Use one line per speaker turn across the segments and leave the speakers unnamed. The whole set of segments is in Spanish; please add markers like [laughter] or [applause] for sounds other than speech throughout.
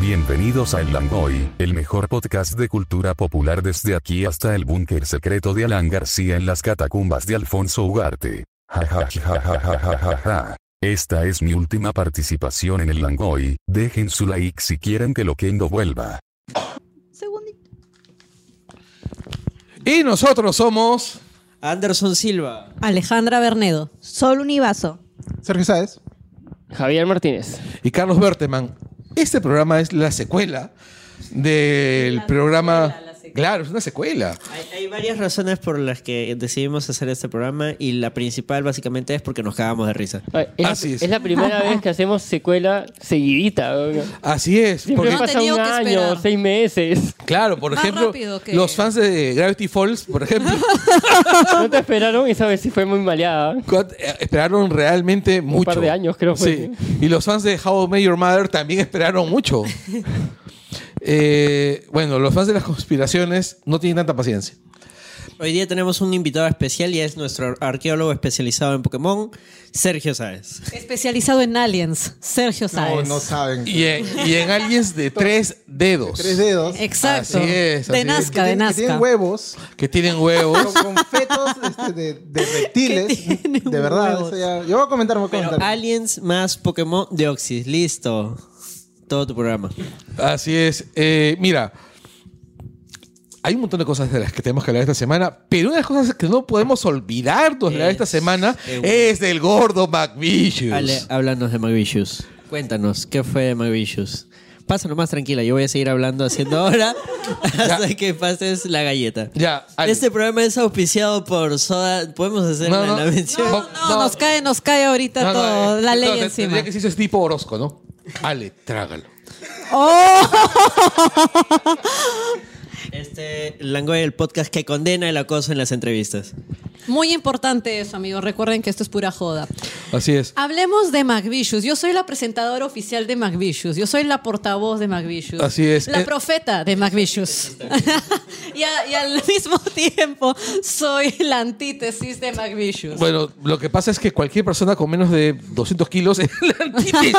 Bienvenidos a El Langoy, el mejor podcast de cultura popular desde aquí hasta el búnker secreto de Alan García en las catacumbas de Alfonso Ugarte. Ja, ja, ja, ja, ja, ja, ja, ja. Esta es mi última participación en El Langoy, dejen su like si quieren que Loquendo vuelva.
Segundito.
Y nosotros somos.
Anderson Silva.
Alejandra Bernedo.
Sol Univaso.
Sergio Sáez.
Javier Martínez.
Y Carlos Berteman. Este programa es la secuela del programa. Claro, es una secuela.
Hay, hay varias razones por las que decidimos hacer este programa y la principal básicamente es porque nos cagamos de risa.
Ay, Es,
Así
la,
es.
es la primera vez que hacemos secuela seguidita. weón.
Así es.
Siempre
Porque,
No
pasa
tenía
un
que
año,
esperar.
seis meses.
claro, por
Más
ejemplo,
rápido que-
los fans de Gravity Falls,
[laughs]
por ejemplo,
No te esperaron y sabes si fue muy maleada.
cuat- eh, esperaron realmente mucho.
par de años, creo, fue.
Sí. Y los fans de How I Met Your Mother también
[laughs]
esperaron mucho. Eh, bueno, los fans de las conspiraciones no tienen tanta paciencia.
Hoy día tenemos un invitado especial y es nuestro arqueólogo especializado en Pokémon, Sergio Sáez.
Especializado en aliens, Sergio Sáez.
No, no saben.
Y en, y en aliens de tres dedos.
Tres dedos.
Exacto.
Así es,
de
así
Nazca,
es.
que
de
tienen- que
Nazca.
tienen huevos.
Que tienen huevos.
[laughs]
Con, con fetos este, de, de reptiles.
Que tienen
De verdad.
huevos.
eso ya- yo voy a comentar, voy a
Pero
comentar.
Aliens más Pokémon de Oxys. Listo. Todo tu programa.
Así es. Eh, mira, hay un montón de cosas de las que tenemos que hablar esta semana, pero una de las cosas que no podemos olvidarnos de hablar esta
Es-
semana
eh,
es del gordo McVicious.
Ale, háblanos de Magvicious. Cuéntanos, ¿qué fue de Magvicious? Pásanos más tranquila, yo voy a seguir hablando haciendo ahora [laughs] hasta que pases la galleta.
Ya, Ale.
Este programa es auspiciado por Soda. ¿Podemos hacer
No,
la-
no.
la mención?
No,
No,
no.
nos cae, nos cae ahorita
No, no,
todo,
eh,
la ley
no, te-
encima.
Tendría que decirse tipo Orozco, ¿no? Ale, trágalo.
Este Langoy, el podcast que condena el acoso en las entrevistas.
Muy importante eso, amigos. Recuerden que esto es pura joda.
Así es.
Hablemos de McVicious. Yo soy la presentadora oficial de McVicious. Yo soy la portavoz de McVicious.
Así es.
La
Eh,
profeta de McVicious. [laughs] y, a- y al mismo [laughs] tiempo soy la antítesis de McVicious.
Bueno, lo que pasa es que cualquier persona con menos de 200 kilos [laughs] es la antítesis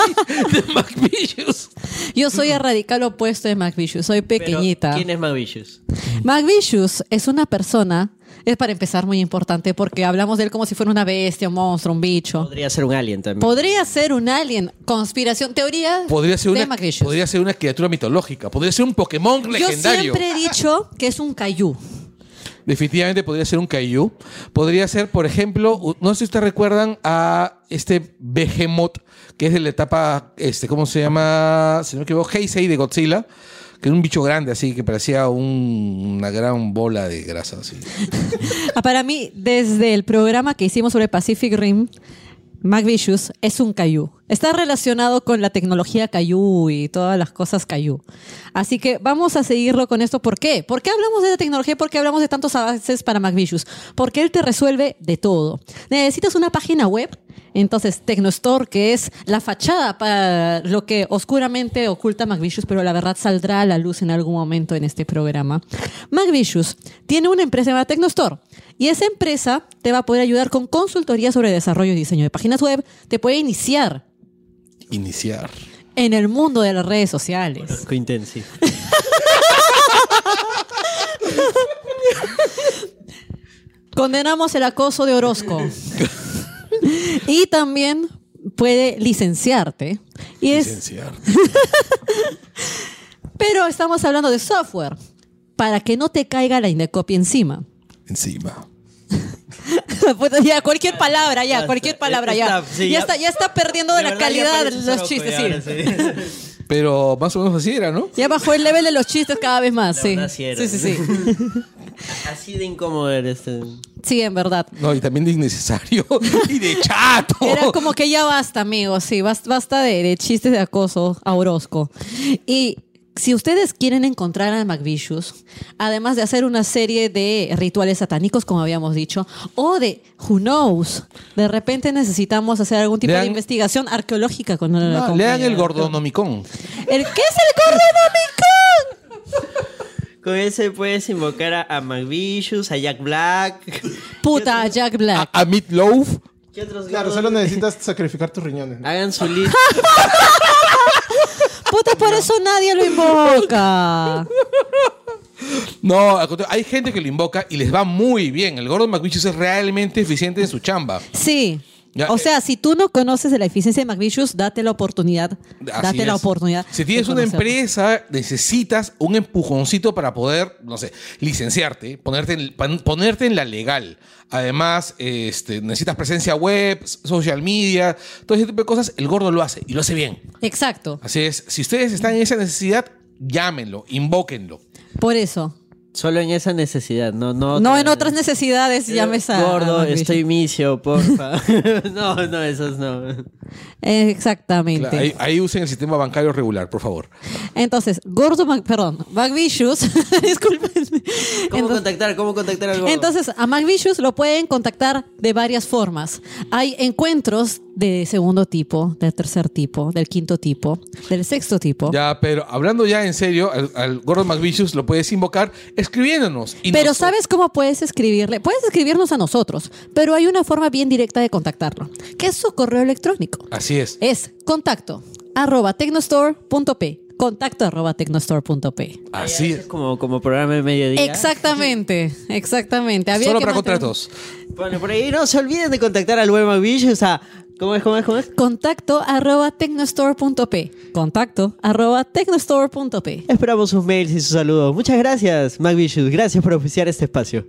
de McVicious.
Yo soy el radical opuesto de McVicious. Soy pequeñita.
Pero, ¿Quién es Magvicious?
McVicious es una persona, es para empezar muy importante porque hablamos de él como si fuera una bestia, un monstruo, un bicho.
Podría ser un alien también.
Podría ser un alien, conspiración, teoría
Podría ser,
de
una,
McVicious.
podría ser una criatura mitológica, podría ser un Pokémon
Yo
legendario.
siempre he dicho que es un cayú.
Definitivamente podría ser un kaiju. Podría ser, por ejemplo, u- no sé si ustedes recuerdan a este Behemoth, que es de la etapa, este, ¿cómo se llama? Si no me equivoco, Heisei de Godzilla, que era un bicho grande, así que parecía un- una gran bola de grasa. Así.
Ah, Para mí, desde el programa que hicimos sobre Pacific Rim, McVicious es un cayú. Está relacionado con la tecnología cayú y todas las cosas cayú. Así que vamos a seguirlo con esto. ¿Por qué? ¿Por qué hablamos de la tecnología? ¿Por qué hablamos de tantos avances para McVicious? Porque él te resuelve de todo. Necesitas una página web. Entonces, Tecnostore, que es la fachada para lo que oscuramente oculta McVicious, pero la verdad saldrá a la luz en algún momento en este programa. McVicious tiene una empresa llamada Tecnostore y esa empresa te va a poder ayudar con consultoría sobre desarrollo y diseño de páginas web, te puede iniciar
Iniciar.
en el mundo de las redes sociales.
Orozco Intensive.
Condenamos el acoso de Orozco. y también puede licenciarte. Y es
Licenciar.
Pero estamos hablando de software para que no te caiga la indecopia encima.
Encima.
[laughs] Puta, ya, cualquier palabra, ya, cualquier palabra, ya.
Está- sí,
ya
ya-
está, ya está perdiendo de la
verdad, ya
calidad de
parece
los
Soroco
chistes,
ya,
sí.
ahora sí. [laughs]
Pero más o menos así era, ¿no?
Ya bajó el level de los chistes cada vez más,
La
sí.
verdad sí era.
sí, sí, sí.
[laughs] Así de incómodo eres. eh.
Sí, en
[laughs]
verdad.
No, y también de innecesario [laughs] y de chato.
Era como que ya basta, amigos, sí, bas- basta de, de chistes de acoso a Orozco. Y si ustedes quieren encontrar a McVicious, además de hacer una serie de rituales satánicos, como habíamos dicho, o de Who Knows, de repente necesitamos hacer algún tipo
Lean-
de investigación arqueológica con la
No,
compañía.
Ah, lean el gordonomicón.
¿El, ¿Qué es el gordonomicón?
Con ese puedes invocar a, a McVicious, a Jack
[laughs]
Black.
Puta, a Jack Black.
A, a Meatloaf.
¿Qué otros
Claro,
gordos?
solo necesitas sacrificar tus riñones.
Hagan
[laughs]
su lista.
Ah,
Puta, por eso nadie lo
[laughs]
invoca.
No, al contrario, hay gente que lo invoca y les va muy bien. El Gordon McVicious es realmente eficiente en su chamba.
Sí.
Ya,
o
eh.
sea, si tú no conoces de la eficiencia de McVicious, date la oportunidad.
Así
date la
es.
oportunidad.
Si tienes
de
una
conocerlo.
empresa, necesitas un empujoncito para poder, no sé, licenciarte, ponerte en, pan- ponerte en la legal. Además, este, necesitas presencia web, s- social media, todo ese tipo de cosas. El gordo lo hace y lo hace bien.
Exacto.
Así es, si ustedes están en esa necesidad, llámenlo, invóquenlo.
Por eso.
Solo en esa necesidad, no, no.
no en otras necesidades llames a.
Eh, Gordo,
a McVicious.
estoy misio, porfa. [laughs] no, no, esos no.
Eh, Exactamente.
Ahí, ahí usen el sistema bancario regular, por favor.
Entonces, Gordo Mac- perdón, McVicious, [laughs] disculpenme.
¿Cómo
Entonces-
contactar? ¿Cómo contactar al gordo?
Entonces, a McVicious lo pueden contactar de varias formas. Hay encuentros de segundo tipo, del tercer tipo, del quinto tipo, del sexto tipo.
Ya, pero hablando ya en serio, al, al gordo McVicious lo puedes invocar escribiéndonos. Y
Pero
nos-
¿sabes cómo puedes escribirle? Puedes escribirnos a nosotros, pero hay una forma bien directa de contactarlo, que es su correo electrónico.
Así es.
Es contacto arroba tecnostore.p. Contacto arroba tecnostore.p.
Así es.
Como, como programa de mediodía.
Exactamente, exactamente. Había
Solo
que
para
mantener-
contratos.
Bueno, por ahí no se olviden de contactar al buen McVicious a. ¿Cómo es, cómo es, cómo es?
Contacto arroba tecnostore.p. Contacto arroba tecnostore.p.
Esperamos sus mails y sus saludos. Muchas gracias, McVicious. Gracias por oficiar este espacio.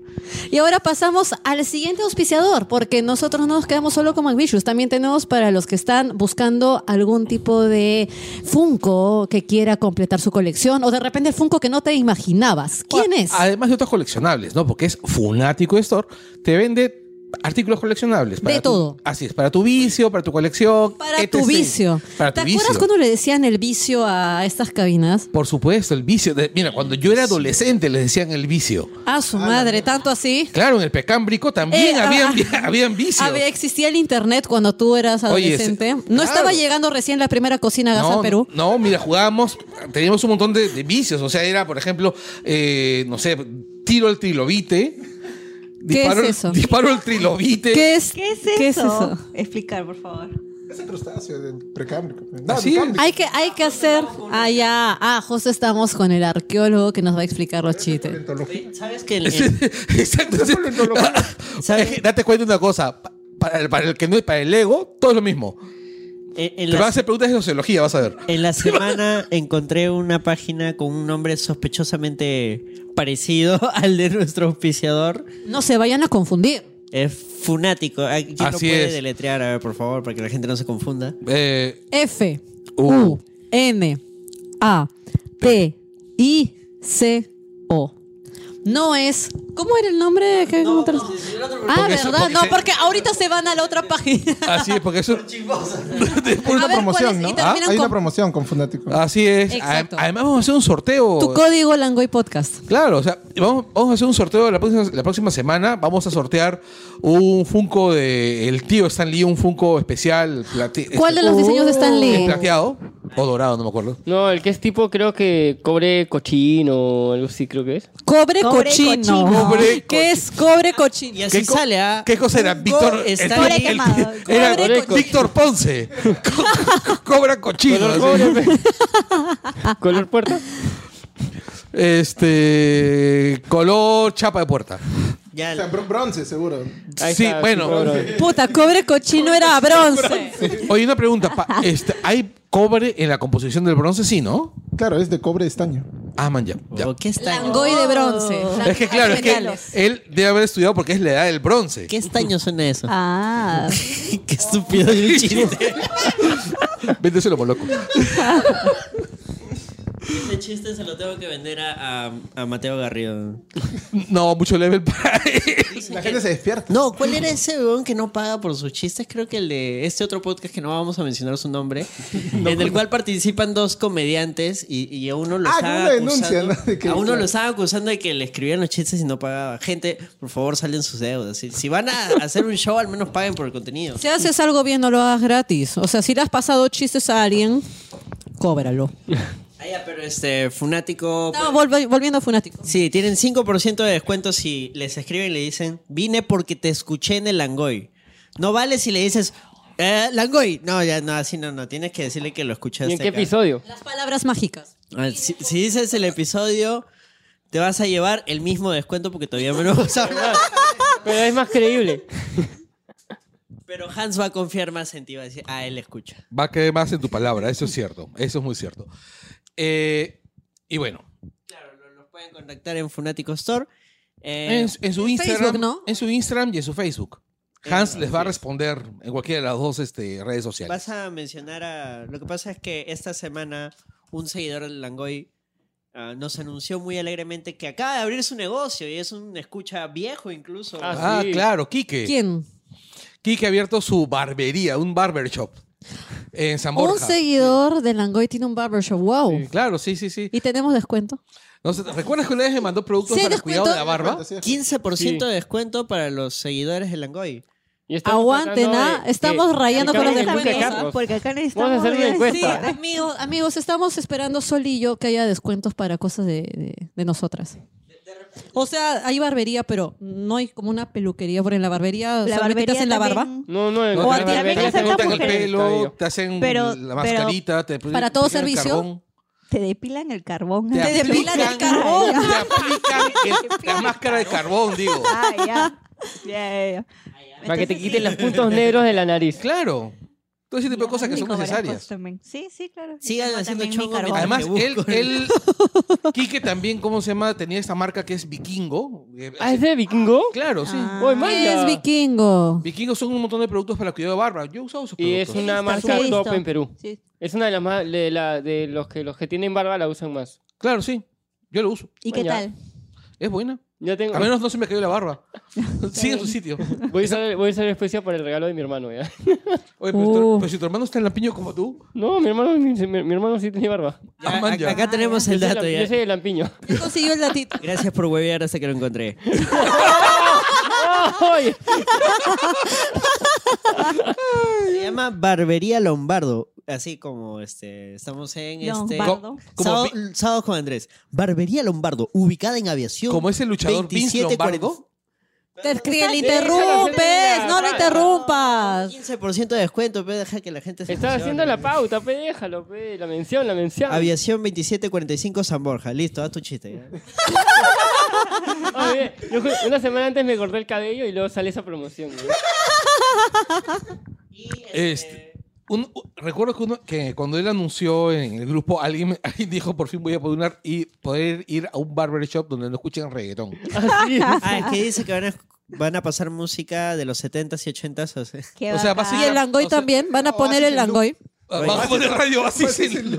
Y ahora pasamos al siguiente auspiciador, porque nosotros no nos quedamos solo con McVicious. También tenemos para los que están buscando algún tipo de Funko que quiera completar su colección, o de repente el Funko que no te imaginabas. ¿Quién es?
Además de otros coleccionables, ¿no? Porque es Funático Store. Te vende artículos coleccionables.
De
tu-
todo.
Así es, para tu vicio, para tu colección.
Para
etc..
tu vicio.
E Para tu
¿Te
vicio.
acuerdas cuando le decían el vicio a estas cabinas?
Por supuesto, el vicio. de- mira, cuando yo era adolescente les decían el vicio.
A su madre, tanto así.
Claro, en el pecámbrico también
Eh,
habían,
ah,
[laughs] habían vicios.
Había- existía el internet cuando tú eras
Oye,
adolescente.
ese-
no
claro.
estaba llegando recién la primera [laughs] cocina gas
No,
al Perú.
No, mira, jugábamos, teníamos un montón de, de vicios. O sea, era, por ejemplo, eh, no sé, tiro el trilobite. Disparo,
es eso?
Disparo el trilobite.
¿Qué es,
¿Qué es eso? Explicar, por favor.
Ese crustáceo del precámbrico. No,
Así
del cámbrico.
Hay que, hay que hacer allá. Ah, justo estamos con el arqueólogo que nos va a explicar los chistes.
Paleontología.
¿Sabes que
[laughs] [laughs] Exacto. Ah,
¿Sabes?
Es que date cuenta de una cosa. pa- Para el, para el que no para el ego, todo es lo mismo.
en, en
Te van a
la,
hacer preguntas de sociología, vas a ver.
en la semana encontré una página con un nombre sospechosamente parecido [laughs] al de nuestro auspiciador?
No se vayan a confundir.
Es Funático. ¿A ¿Quién lo
Así
puede
es.
deletrear? A ver, por favor, para que la gente no se confunda.
Eh,
F
Uh.
U N A T I C O. No es. ¿Cómo era el nombre? que- cómo te lo- ah,
Porque eso-
verdad.
porque
no,
se-
porque ahorita se van a la otra página.
así es,
[laughs]
porque eso.
Hay
A
una
ver, ¿cuál es?
promoción,
Y
¿no?
terminan
Ah, Hay
con- Ah.
una promoción con Fundático.
Así es.
Exacto.
Adem- Además, vamos a hacer un sorteo.
Tu código Langoy Podcast.
Claro, o sea, vamos, vamos a hacer un sorteo la próxima, la próxima semana. Vamos a sortear un Funko de el tío Stan Lee, un Funko especial. plate-
¿Cuál de
este-
los diseños de Stan
es
Lee?
plateado o dorado, no me acuerdo.
No, el que es tipo, creo que cobre cochino o algo así, creo que es.
Cobre,
Cobre
cochino.
cochino.
Cobre
¿Qué es cobre cochino?
Y así
co-
sale, ¿ah?
¿Qué cosa era?
Hugo
Víctor.
Stanley-
Cobre quemado.
era
Cobre cochino.
Víctor
[laughs]
Ponce. Co- co- Cobra cochino.
Color,
así.
cobre, pe. [laughs] color puerta.
Este. Color chapa de puerta.
Ya,
O sea, bro- bronce, seguro.
Ahí
sí,
está,
bueno.
color.
Puta, cobre cochino era bronce.
Oye, una pregunta. pa- este, ¿Hay cobre en la composición del bronce? Sí, ¿no?
Claro, es de cobre estaño.
Ah, man, ya. ya.
¿O ¿Qué estaño?
Langoy de bronce.
Es que claro, es que
Metales.
él debe haber estudiado porque es la edad del bronce.
¿Qué estaño suena eso?
Ah,
[laughs] Qué
[laughs]
estúpido el chiste.
Véndeselo por loco.
Ese Este chiste se lo tengo que vender a, a- a Mateo Garrido.
No, mucho level [laughs] para
La gente se despierta.
No, ¿cuál era ese weón que no paga por sus chistes? Creo que el de este otro podcast que no vamos a mencionar su
[laughs]
nombre, en el cual participan dos comediantes y, y a uno los
Ah,
estaban
una denuncia,
acusando-
[laughs] ¿no? De que-
a uno
claro.
lo estaban acusando de que le escribían los chistes y no pagaba. Gente, por favor, salen sus deudas. Si, si van a hacer un show, al menos paguen por el contenido.
Si haces algo bien, no lo hagas gratis. O sea, si le has pasado chistes a alguien, cóbralo.
Ah, ya, pero este, Funático.
No, volve- volviendo a Funático.
Sí, tienen 5% de descuento si les escriben y le dicen, vine porque te escuché en el Langoy. No vale si le dices, "Eh, Langoy. No, ya, no, así no, no. Tienes que decirle que lo escuchaste.
¿Y en qué
acá.
episodio?
Las palabras mágicas.
Ah, Si, si dices el episodio, te vas a llevar el mismo descuento porque todavía no vamos a hablar.
Pero es más creíble.
Pero Hans va a confiar más en ti, va a decir, ah, él escucha.
Va a creer más en tu palabra, eso es cierto. Eso es muy cierto. Eh, y bueno,
Claro, lo- los pueden contactar en Funático Store. Eh,
en, en su Instagram.
Facebook, ¿no?
En su Instagram y en su Facebook. Hans les va a responder en cualquiera de las dos este, redes sociales.
Vas a mencionar a. Lo que pasa es que esta semana un seguidor del Langoy ah, nos anunció muy alegremente que acaba de abrir su negocio y es un escucha viejo incluso.
Ah,
Ah,
Sí.
claro, Quique.
¿Quién?
Quique ha abierto su barbería, un barbershop en San
Un
Borja.
seguidor de Langoy tiene un barbershop. ¡Wow!
Claro, sí, sí, sí.
¿Y tenemos descuento?
No sé, ¿Recuerdas que una vez me mandó productos
Sí,
para el
descuento.
cuidado de la barba?
Fantasía.
15%
Sí.
de descuento para los seguidores del Langoy.
Y estamos
Aguanten,
tratando
¿ah?
de-
Estamos
de-
rayando
de
con los
cambiar el look de
descuentos.
Carlos.
Porque acá necesitamos...
Vamos a hacer una
Sí,
encuesta.
amigos, amigos, estamos esperando Sol y yo que haya descuentos para cosas de, de- de nosotras. O sea, hay barbería, pero no hay como una peluquería, porque en la barbería solamente
La
te
barbería
hacen la barba.
también-
No, no,
No, te-
O a ti también
te
aceptan
cortan el
mujeres.
pelo, te hacen
Pero-
la
pero-
mascarita, te
Para todo
aplican el
servicio,
carbón,
Te depilan el carbón.
te
te depilan el carbón.
Te aplican el- la máscara de carbón, digo.
Ah, [laughs] ya. Ya, ya, ya.
Para que te quiten los puntos negros de la nariz.
Claro. Todo ese tipo de cosas que son
Rico, varias
necesarias.
cosas también. Sí, sí, claro. Yo
Sigan
tengo
haciendo
también mi
chongo
carbón.
Además,
mientras- Te busco.
él, él, Quique también, ¿cómo se llama? Tenía esta marca que es vikingo. Eh,
¿Ah, es de Ah. vikingo?
Claro, sí.
Uy,
¿Qué
maya.
es vikingo?
Vikingos son un montón de productos para el cuidado de barba. Yo he usado esos
Y
productos.
es una
Sí,
marca
he visto.
top en Perú.
Sí.
Es una de las más, de, la- de los que los que tienen barba la usan más.
Claro, sí. Yo lo uso.
¿Y qué
Ya.
tal?
Es buena.
Ya tengo.
A menos no se me cayó la barba. Sigue en su sitio.
Voy a usar, voy a usar especial para el regalo de mi hermano ya. [laughs]
Oye, pero, tu-
Uh.
pero si tu hermano está en lampiño como tú.
No, mi hermano, mi, mi- mi hermano sí tiene barba.
Ya,
Ah, man, ya.
a- acá tenemos el
Yo soy
dato
la-
ya.
Yo soy el lampiño.
¿Quién consiguió el datito? [laughs]
Gracias por huevear hasta que lo encontré.
Oye,
Se llama Barbería Lombardo. Así como este, estamos en este.
Lombardo. Perdón.
Como,
Sábado,
vi-
sábado con Andrés. Barbería Lombardo, ubicada en aviación.
como es el luchador Vince
27,
Lombardo.
Te escribe, le
haciendo
interrumpes,
la
no le
raya.
interrumpas.
15% de descuento, pero deja que la gente se
estaba
emocione.
haciendo la pauta, pe, déjalo, pe. La mención, la mención.
Aviación 2745 San Borja. Listo, haz tu chiste.
[laughs]
ya.
Ah, bien. Yo ju- una semana antes me corté el cabello y luego sale esa promoción. güey.
Este, un- u- recuerdo que, uno- que cuando él anunció en el grupo, alguien, [laughs] alguien dijo, por fin voy a poder, ir- y poder ir a un barbershop donde no escuchen reggaetón.
Así.
Ah, es que dice que van a, van a pasar música de los 70s y 80s. o sea.
Qué
O sea,
bacán.
Y el langoy
O sea,
también, van a poner el langoy.
Ah, Vamos a poner radio así. sin-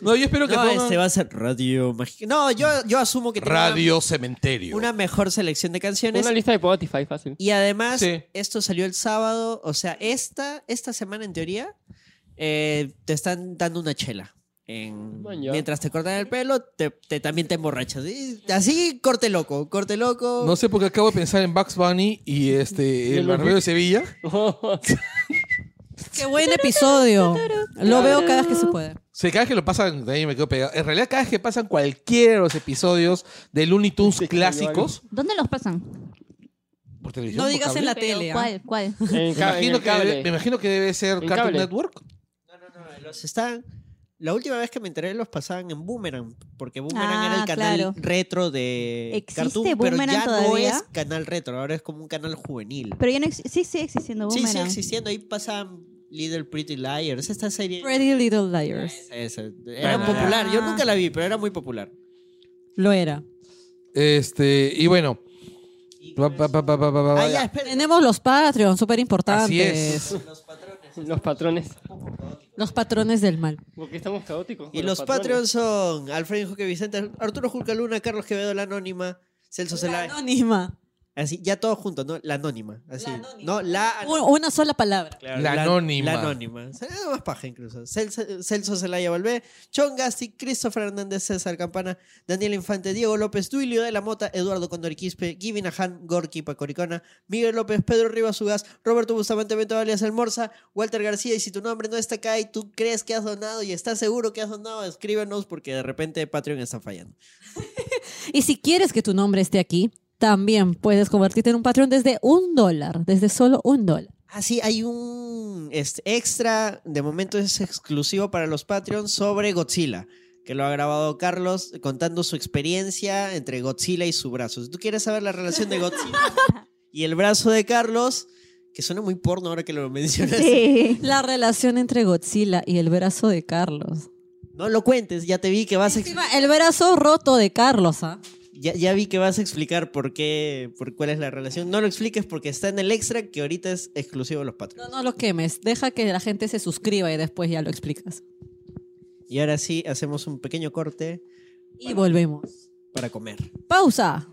No, yo espero que
No,
pongan
este va a ser Radio Mágica. No, yo, yo asumo que tenga
Radio Cementerio.
una mejor selección de canciones.
Una lista de Spotify fácil.
Y además,
Sí.
esto salió el sábado. O sea, esta, esta semana en teoría eh, te están dando una chela. En-
Man, ya.
mientras te cortan el pelo, te, te- también te emborrachas. Y así corte loco, corte loco.
No sé por qué acabo de pensar en Bugs Bunny y este el barbero de Sevilla.
Qué buen episodio. Lo veo cada vez que se puede.
Sí, cada vez que lo pasan, de ahí me quedo pegado. En realidad, cada vez que pasan cualquiera de los episodios de Looney Tunes clásicos
¿Dónde los pasan?
por televisión.
No
por
digas
cable,
en la
Pero,
tele. ¿ah?
¿Cuál? ¿Cuál?
En
Me
ca- en
imagino,
el
que debe,
cable.
me imagino que debe ser
En
Cartoon
cable.
Network.
Los están. La última vez que me enteré los pasaban en Boomerang, porque Boomerang
Ah,
era el canal
claro.
retro de
¿Existe
Cartoon, pero
Boomerang
ya no
todavía?
es canal retro, ahora es como un canal juvenil.
Pero ya no exi- sí sigue existiendo
Sí, sigue
Boomerang.
existiendo, ahí pasaban Little Pretty Liars, esta serie.
¿ah? Pretty Little Liars.
Esa, esa. Era
Ah.
popular, yo nunca la vi, pero era muy popular.
Lo era.
Este, y bueno. Va, va, va, va, va, va, va,
Ah, ya,
ya.
espera.
Tenemos los Patreons, súper importantes.
Así es.
Los patrones.
Los patrones del mal.
Porque estamos caóticos. con
Y los Patreons
patrones.
son Alfredo Juque Vicente, Arturo Julcaluna, Carlos Quevedo, La Anónima, Celso
La
Celaya.
anónima.
Así, ya todos juntos, ¿no? La Anónima. Así.
La Anónima.
No, la
Un- Una sola palabra.
Claro,
La Anónima.
La Anónima. Sería más paja incluso. Celso Celso Celaya Valvé, Chon Gasti, Christopher Hernández, César Campana, Daniel Infante, Diego López, Duilio de la Mota, Eduardo Condoriquispe, Givina Han, Gorky Pacoricona, Miguel López, Pedro Rivas Ugaz, Roberto Bustamante Bento alias El Morsa, Walter García. Y si tu nombre no está acá y tú crees que has donado y estás seguro que has donado, escríbenos porque de repente Patreon está fallando.
Y si quieres que tu nombre esté aquí, también puedes convertirte en un patrón desde un dólar, desde solo un dólar.
Ah, sí, hay un este, extra, de momento es exclusivo para los Patreons, sobre Godzilla, que lo ha grabado Carlos contando su experiencia entre Godzilla y su brazo. Si tú quieres saber la relación de Godzilla y el brazo de Carlos, que suena muy porno ahora que lo mencionas,
[laughs] Sí.
La relación entre Godzilla y el brazo de Carlos.
no lo cuentes, ya te vi que vas a, ex-
Encima, el brazo roto de Carlos, ¿ah?
ya, ya vi que vas a explicar por qué, por cuál es la relación. No lo expliques porque está en el extra que ahorita es exclusivo de los
No,
Patreons.
no lo quemes. Deja que la gente se suscriba y después ya lo explicas.
Y ahora sí, hacemos un pequeño corte
Y volvemos.
para comer.
Pausa.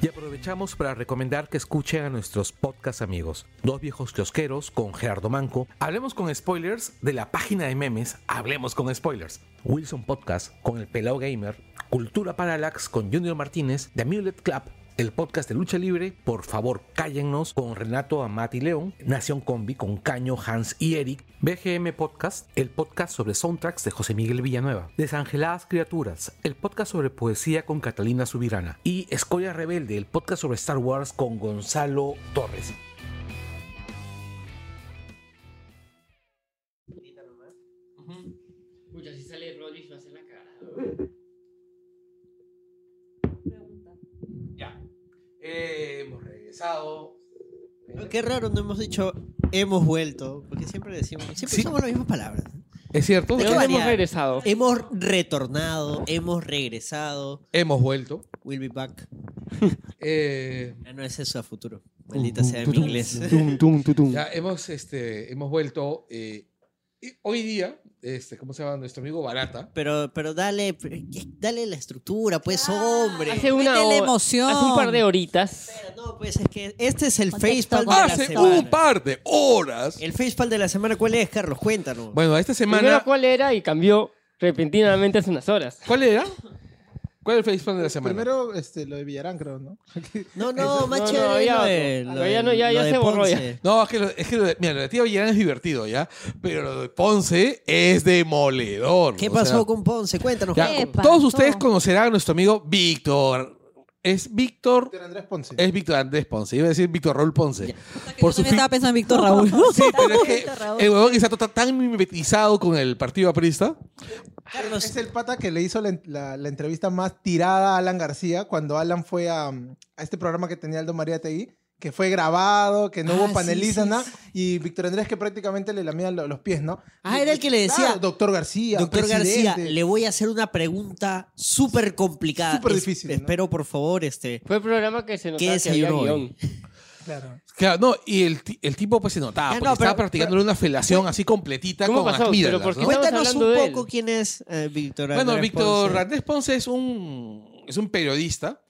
Y aprovechamos para recomendar que escuchen a nuestros podcast amigos, Dos Viejos Kiosqueros con Gerardo Manco, Hablemos con Spoilers de la página de memes Hablemos con Spoilers, Wilson Podcast con El Pelao Gamer, Cultura Parallax con Junior Martínez, The Mulet Club, el podcast de lucha libre, por favor cállennos con Renato Amati León, Nación Combi con Caño, Hans y Eric, BGM Podcast, el podcast sobre soundtracks de José Miguel Villanueva, Desangeladas Criaturas, el podcast sobre poesía con Catalina Subirana y Escoria Rebelde, el podcast sobre Star Wars con Gonzalo Torres.
Pucha, si sale Rollins va a ser la cara.
Ya. Eh, hemos regresado.
Qué raro, no hemos dicho hemos vuelto, porque siempre decimos, siempre
Sí.
usamos las mismas palabras.
Es cierto,
Hay que
¿De dónde hemos
variar.
regresado?
Eh,
Hemos retornado, hemos regresado,
hemos vuelto.
we'll be back.
Eh,
Ya no es eso a futuro. Maldita sea mi inglés.
ya hemos, este, hemos vuelto. eh, y hoy día, este, ¿cómo se llama? Nuestro amigo Barata.
[laughs] Pero, pero dale, dale la estructura, pues, hombre.
Hace una
Métele
hora-
emoción.
Hace un par de horitas.
Pero No, pues es que este es el
Contexto,
facepal de
Ah,
la
Hace un
Uh,
semana.
par de horas.
El facepal de la semana, ¿cuál es, Carlos? Cuéntanos.
Bueno, esta semana.
Primero, ¿cuál era? Y cambió repentinamente hace unas horas.
¿Cuál era? ¿Cuál es el Facebook de la semana?
Primero, este, lo de Villarán, creo, ¿no?
no, no,
no,
macho,
no, había
lo
otro.
de, lo
Pero
de-
ya no- ya-
lo
ya
de
se borró ya.
Ponce.
No, es que, lo, es que lo de- mira, lo de Tío Villarán es divertido, ¿ya? Pero lo de Ponce es demoledor.
¿Qué
o sea,
pasó con Ponce? Cuéntanos.
ya,
Carlos.
Epa,
todos ustedes
todo.
conocerán a nuestro amigo Víctor. Es Víctor.
Víctor Andrés Ponce.
Es Víctor Andrés Ponce. Iba a decir Víctor Raúl Ponce.
Por
Por
su
su
estaba
[laughs] fi-
pensando en Víctor
[laughs]
Raúl. [laughs]
Sí, pero es que
Víctor Raúl.
el huevón está to- tan mimetizado con el partido aprista.
Carlos,
Es el pata que le hizo la, la- la entrevista más tirada a Alan García cuando Alan fue a, mm, a este programa que tenía Aldo María TI, que fue grabado, que no
Ah,
hubo
sí,
panelistas,
sí,
nada,
sí.
y Víctor Andrés que prácticamente le lamía lo- los pies, ¿no?
Ah, era el que le decía,
Claro, doctor García.
Doctor
presidente".
García, le voy a hacer una pregunta súper complicada.
Súper
Es-
difícil, ¿no?
Espero, por favor, este.
Pues,
Fue el programa que se notaba
¿Qué
que había
desayunó hoy?
guión.
Claro.
Claro, ah, no, y el, ti- el tipo pues se notaba,
Ya,
porque
no,
estaba
pero-
practicándole una felación así completita
¿Cómo
con
pasó?
Acmídalas,
Pero ¿por qué
¿no?
estamos
Cuéntanos
hablando
un
de él?
poco quién es eh, Víctor
Bueno,
Andrés
Víctor
Ponce.
Andrés Ponce es un, es un periodista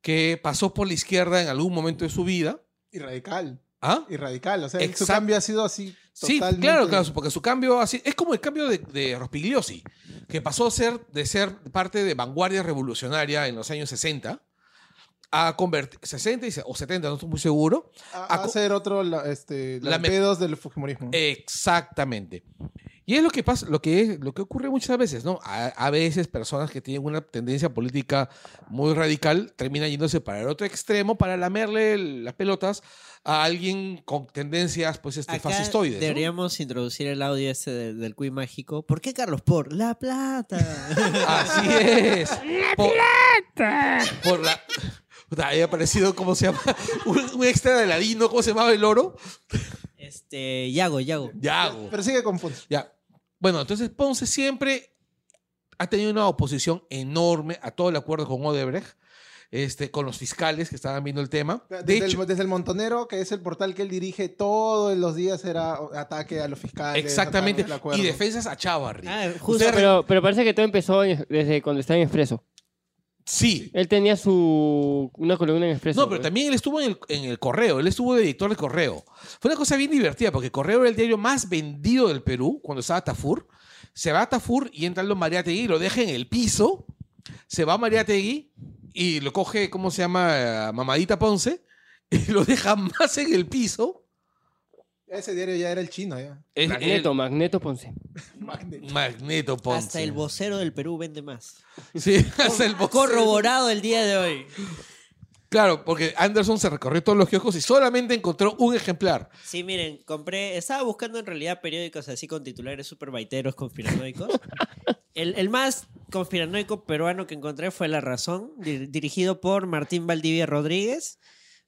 que pasó por la izquierda en algún momento de su vida.
Y radical.
¿Ah?
Y radical. O sea, su
Exacto.
cambio ha sido así.
Sí,
totalmente-
claro, claro, porque su cambio así es como el cambio de, de Rospigliosi, que pasó a ser, de ser parte de vanguardia revolucionaria en los años 60 a convertir 60 y se- o 70, no estoy muy seguro,
A, a
Acu-
ser otro, la- este,
La me-
pedos del fujimorismo.
Eh,
Exactamente. Y es lo que pasa, lo que es, lo que ocurre muchas veces, ¿no? A, a veces personas que tienen una tendencia política muy radical terminan yéndose para el otro extremo para lamerle el- las pelotas a alguien con tendencias, pues, este,
Acá
fascistoides. ¿no?
Deberíamos introducir el audio este de- del Cuy Mágico. ¿Por qué, Carlos? Por la plata.
[laughs] Así es. Por, Por la. [laughs] Puta, Había aparecido, ¿cómo se llama? [laughs] Un, un extra de Ladino, ¿cómo se llamaba el oro?
este, Yago, Yago.
Yago.
Pero sigue con Ponce.
Ya. Bueno, entonces Ponce siempre ha tenido una oposición enorme a todo el acuerdo con Odebrecht. este, con los fiscales que estaban viendo el tema. De
desde,
hecho,
el, desde el Montonero, que es el portal que él dirige todos los días, era ataque a los fiscales.
exactamente.
ataque al acuerdo.
Y defensas a Chávarri.
Ah, justo.
Usted-
Pero, pero parece que todo empezó en- desde cuando estaba en Expreso.
Sí.
Él tenía su una columna en Expreso.
No, pero también él estuvo en el, en el correo, él estuvo de editor del correo. Fue una cosa bien divertida porque el correo era el diario más vendido del Perú cuando estaba Tafur. Se va a Tafur y entra Aldo Mariategui, lo deja en el piso, se va a Mariategui y lo coge, ¿cómo se llama? Eh, Mamadita Ponce y [laughs] lo deja más en el piso.
Ese diario ya era el chino, ya.
Es-
Magneto, Magneto Ponce.
el- Magneto Ponce.
Hasta el vocero del Perú vende más.
[laughs] Sí, hasta el vocero.
Corroborado el día de hoy.
Claro, porque Anderson se recorrió todos los kioscos y solamente encontró un ejemplar.
Sí, miren, compré, estaba buscando en realidad periódicos así con titulares súper baiteros, conspiranoicos. El, el más conspiranoico peruano que encontré fue La Razón, dir- dirigido por Martín Valdivia Rodríguez,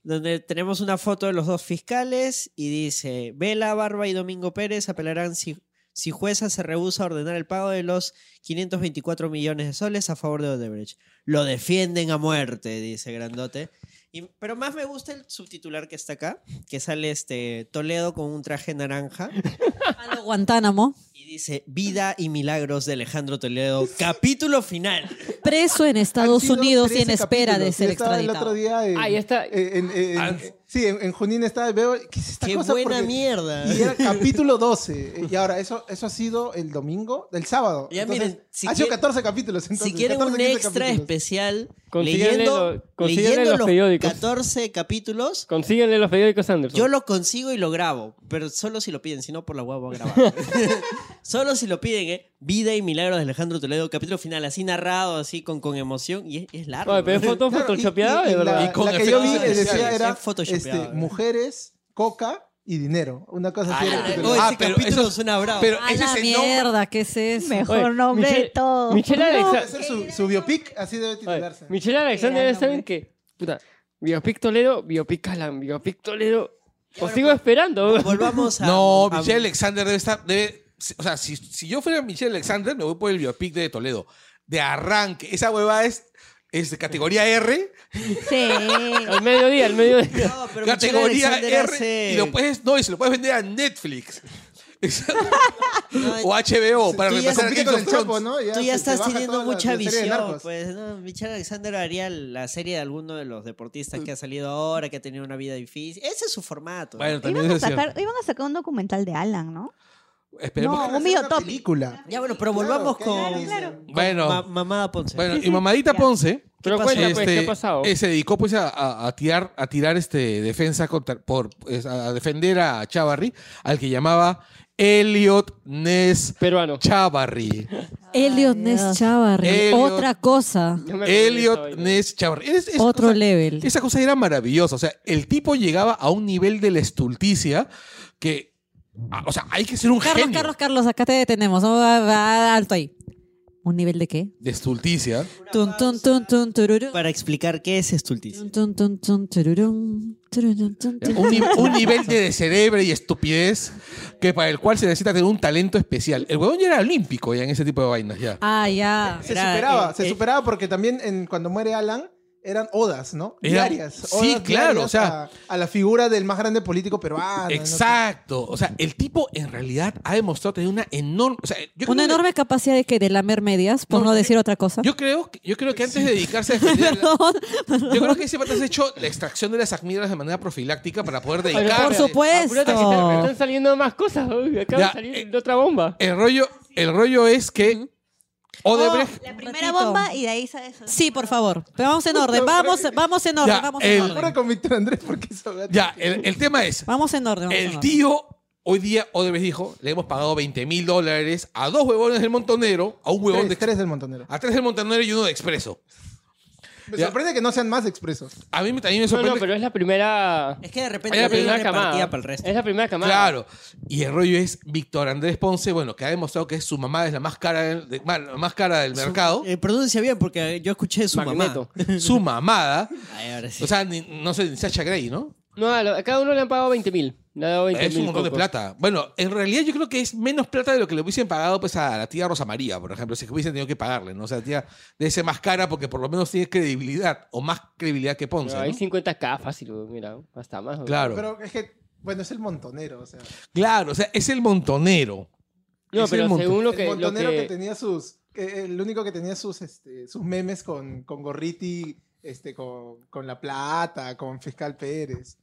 donde tenemos una foto de los dos fiscales y dice, Vela, Barba y Domingo Pérez apelarán si, si jueza se rehúsa a ordenar el pago de los 524 millones de soles a favor de Odebrecht. Lo defienden a muerte, dice Grandote. Y- pero más me gusta el subtitular que está acá, que sale este Toledo con un traje naranja
A lo Guantánamo,
y dice Vida y Milagros de Alejandro
[laughs]
Toledo, capítulo final.
preso en Estados
Han sido
Unidos y en
13
espera de
capítulos.
ser
Yo estaba el otro
extraditado.
día en-
Ah, ya está.
en- en- en-
Ah.
sí, en, en Junín estaba, veo, ¿qué es esta
¡Qué
cosa?
buena
Porque-
mierda! [laughs]
Y era capítulo 12. Y ahora, eso, eso ha sido el domingo, el sábado.
Ya,
Entonces,
miren, si
ha sido
quiere-
14 capítulos. Entonces,
si quieren
14,
un
15
extra
capítulos.
especial,
Consíguenle
leyendo,
lo- consíguenle
leyendo
los
los
periódicos.
14 capítulos,
Consíguenle los periódicos Anderson.
yo lo consigo y lo grabo, pero solo si lo piden, si no por la hueá voy a
[laughs]
grabar. solo si lo piden, ¿eh? Vida y Milagros de Alejandro Toledo, capítulo final, así narrado, así con, con emoción, y es, es largo. ¿eh?
Oye, pero
¿no?
es foto
Claro, [laughs] y-
photoshopeada,
y- y
de verdad.
La,
Y con
la que yo vi
efectos
eh, decía
especiales.
era
Es photoshopeado,
este,
¿no?
mujeres, coca y dinero. Una cosa así.
Ah,
Oye,
era el título.
ese
Ah, pero
capítulo
eso-
suena bravo.
pero
A
ese
la
es el nombre-
mierda, ¿qué es eso?
Oye,
Mejor nombre
Michelle-
de todo.
Michelle
Debe
Alexa-
ser su, su biopic, así debe titularse.
Oye, Michelle Alexander,
Era
ya saben
nombre.
que. Puta, biopic Toledo, biopic Calam, biopic Toledo. Os sigo esperando.
Volvamos a.
No,
a-
Michelle Alexander debe estar. Debe, o sea, si, si yo fuera Michelle Alexander, me voy por el biopic de Toledo. De arranque. Esa hueva es, es de categoría R.
[laughs] Sí.
Al mediodía, al mediodía.
No, pero Michelle
categoría
Alexander
R.
hace-
Y lo puedes. No, y se lo puedes vender a
[laughs]
Netflix.
No,
o HBO para
Tú ya
reemplazar a Game
compite
Compite con
of
el Chapo,
Thrones.
¿no?
Tú ya
se- se
estás
baja
teniendo
toda la-
mucha
la serie de
visión.
Narcos.
Pues no, Michelle Alexander haría la serie de alguno de los deportistas que ha salido ahora, que ha tenido una vida difícil. Ese es su formato.
Bueno, también
Iban a,
es cierto.
sacar, iban a sacar un documental de Alan, ¿no?
Esperemos
No,
que-
un
Hacer una
biotopic.
película.
ya, bueno, pero volvamos
Claro, claro,
con.
claro.
con
Bueno.
ma- mamada Ponce.
Bueno, y mamadita Ponce.
Pero
pasó?
cuenta, pues, ¿qué
este,
ha pasado?
eh, se dedicó pues a, a- a tirar a tirar este defensa contra, por es- a defender a Chavarri, al que llamaba Elliot Ness
Peruano.
Chavarri.
Elliot
Ay,
Ness
Dios.
Chavarri,
Elliot-
otra cosa,
Yo [laughs] me acuerdo de esa
Elliot
vaina.
Ness Chavarri. Es- es-
otro
o sea,
level.
Esa cosa era maravillosa. O sea, el tipo llegaba a un nivel de la estulticia que. a- O sea, hay que ser un
Carlos,
genio
Carlos, Carlos, acá te detenemos. Vamos a- a- alto ahí. ¿Un nivel de qué?
de estulticia.
Tun, tun, tun, tun, tururú.
Para explicar qué es estulticia.
Tun, tun, tun, tun, tururún. Tururún, tun, tun.
Un, ni- un nivel de cerebro y estupidez que para el cual se necesita tener un talento especial. El huevón ya era olímpico ya en ese tipo de vainas ya.
Ah, ya.
Se
Era,
superaba,
eh,
se
eh,
superaba porque también en, cuando muere Alan eran odas, ¿no?
Era-
diarias.
sí,
odas
claro,
diarias
o sea-
A, a la figura del más grande político peruano. ¿no?
Exacto. O sea, el tipo en realidad ha demostrado tener una enorme. o sea, yo
Una
creo que-
enorme capacidad de que de lamer medias, por
No,
no,
yo-
decir otra cosa.
Yo creo, que- yo creo que antes de dedicarse
[laughs]
a defender. la-
Perdón.
yo creo que ese pata se ha hecho la extracción de las acmiras de manera profiláctica para poder dedicarse.
Por supuesto.
Apúrate, que están- están saliendo más cosas. uy, acaba
Ya,
de salir
eh,
de otra bomba.
El rollo, el rollo es que Odebrecht.
primera
la primera
bomba
bomba y de ahí sale
[laughs] Sí, por favor. Pero vamos en orden. Vamos, vamos en orden.
Ya,
vamos
el-
en
Ahora
orden.
con Víctor Andrés, porque eso
Ya, el, el tema es:
Vamos en orden. vamos en
el
orden.
tío, hoy día Odebrecht dijo, le hemos pagado 20 mil dólares a dos huevones del Montonero, a un huevón
Tres,
de.
tres del Montonero.
A tres del Montonero y uno de Expreso.
Me
Ya.
sorprende que no sean más expresos.
A mí me- también me
No,
sorprende.
no, pero es la primera.
Es que de repente
Es la
hay una
primera
repartida
camada.
para el resto.
Es la primera camada.
Claro. Y el rollo es Víctor Andrés Ponce, bueno, que ha demostrado que es su mamá es la más cara del, de- ma- la más cara del mercado.
[laughs] Eh, pronuncia bien porque yo escuché su
Magneto.
mamá.
su mamada.
Ay, ahora sí.
O sea, ni- no sé, ni Sacha Gray, ¿no?
No, a lo- a cada uno le han pagado 20 mil. Le ha dado 20
Es un montón de plata. Bueno, en realidad yo creo que es menos plata de lo que le hubiesen pagado pues a la tía Rosa María, por ejemplo, si es que hubiesen tenido que pagarle, ¿no? O sea, la tía debe ser más cara porque por lo menos tiene credibilidad o más credibilidad que Ponce.
hay
¿no?
50k fácil, weón, mira, hasta más. weón.
Claro.
Pero es que, bueno, es el montonero, o sea.
Claro, o sea, es el montonero.
No,
Es el
pero
monto-
según lo
el
que, lo
montonero que...
que-
tenía sus. que el único que tenía sus, este, sus memes con, con Gorriti, este, con, con La Plata, con Fiscal Pérez.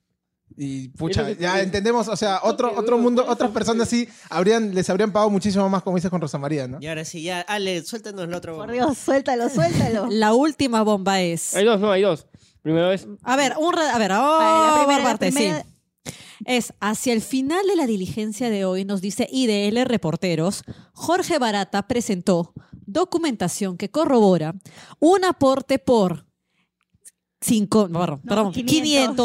Y pucha,
que-
ya entendemos, o sea,
Lo
otro,
que-
otro
lo
mundo,
cual es
otras personas sí habrían, les habrían pagado muchísimo más, como dices con Rosa María, ¿no?
Y ahora sí, ya, Ale, suéltanos la otra
Por
bomba.
Dios, suéltalo, [laughs] suéltalo.
La última bomba es.
Hay dos, no, hay dos. Primero es.
A ver, un re- a ver, oh,
la primera, la
parte,
primera.
sí. Es hacia el final de la diligencia de hoy, nos dice IDL Reporteros, Jorge Barata presentó documentación que corrobora un aporte por cinco, perdón,
No,
perdón,
500.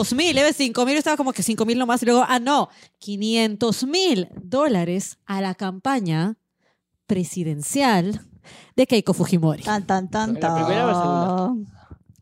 500 mil, eh, 5 mil, estaba como que 5 mil nomás, y luego, ah, no, 500 mil dólares a la campaña presidencial de Keiko Fujimori.
Tan, tan, tan,
¿La
tan.
primera o la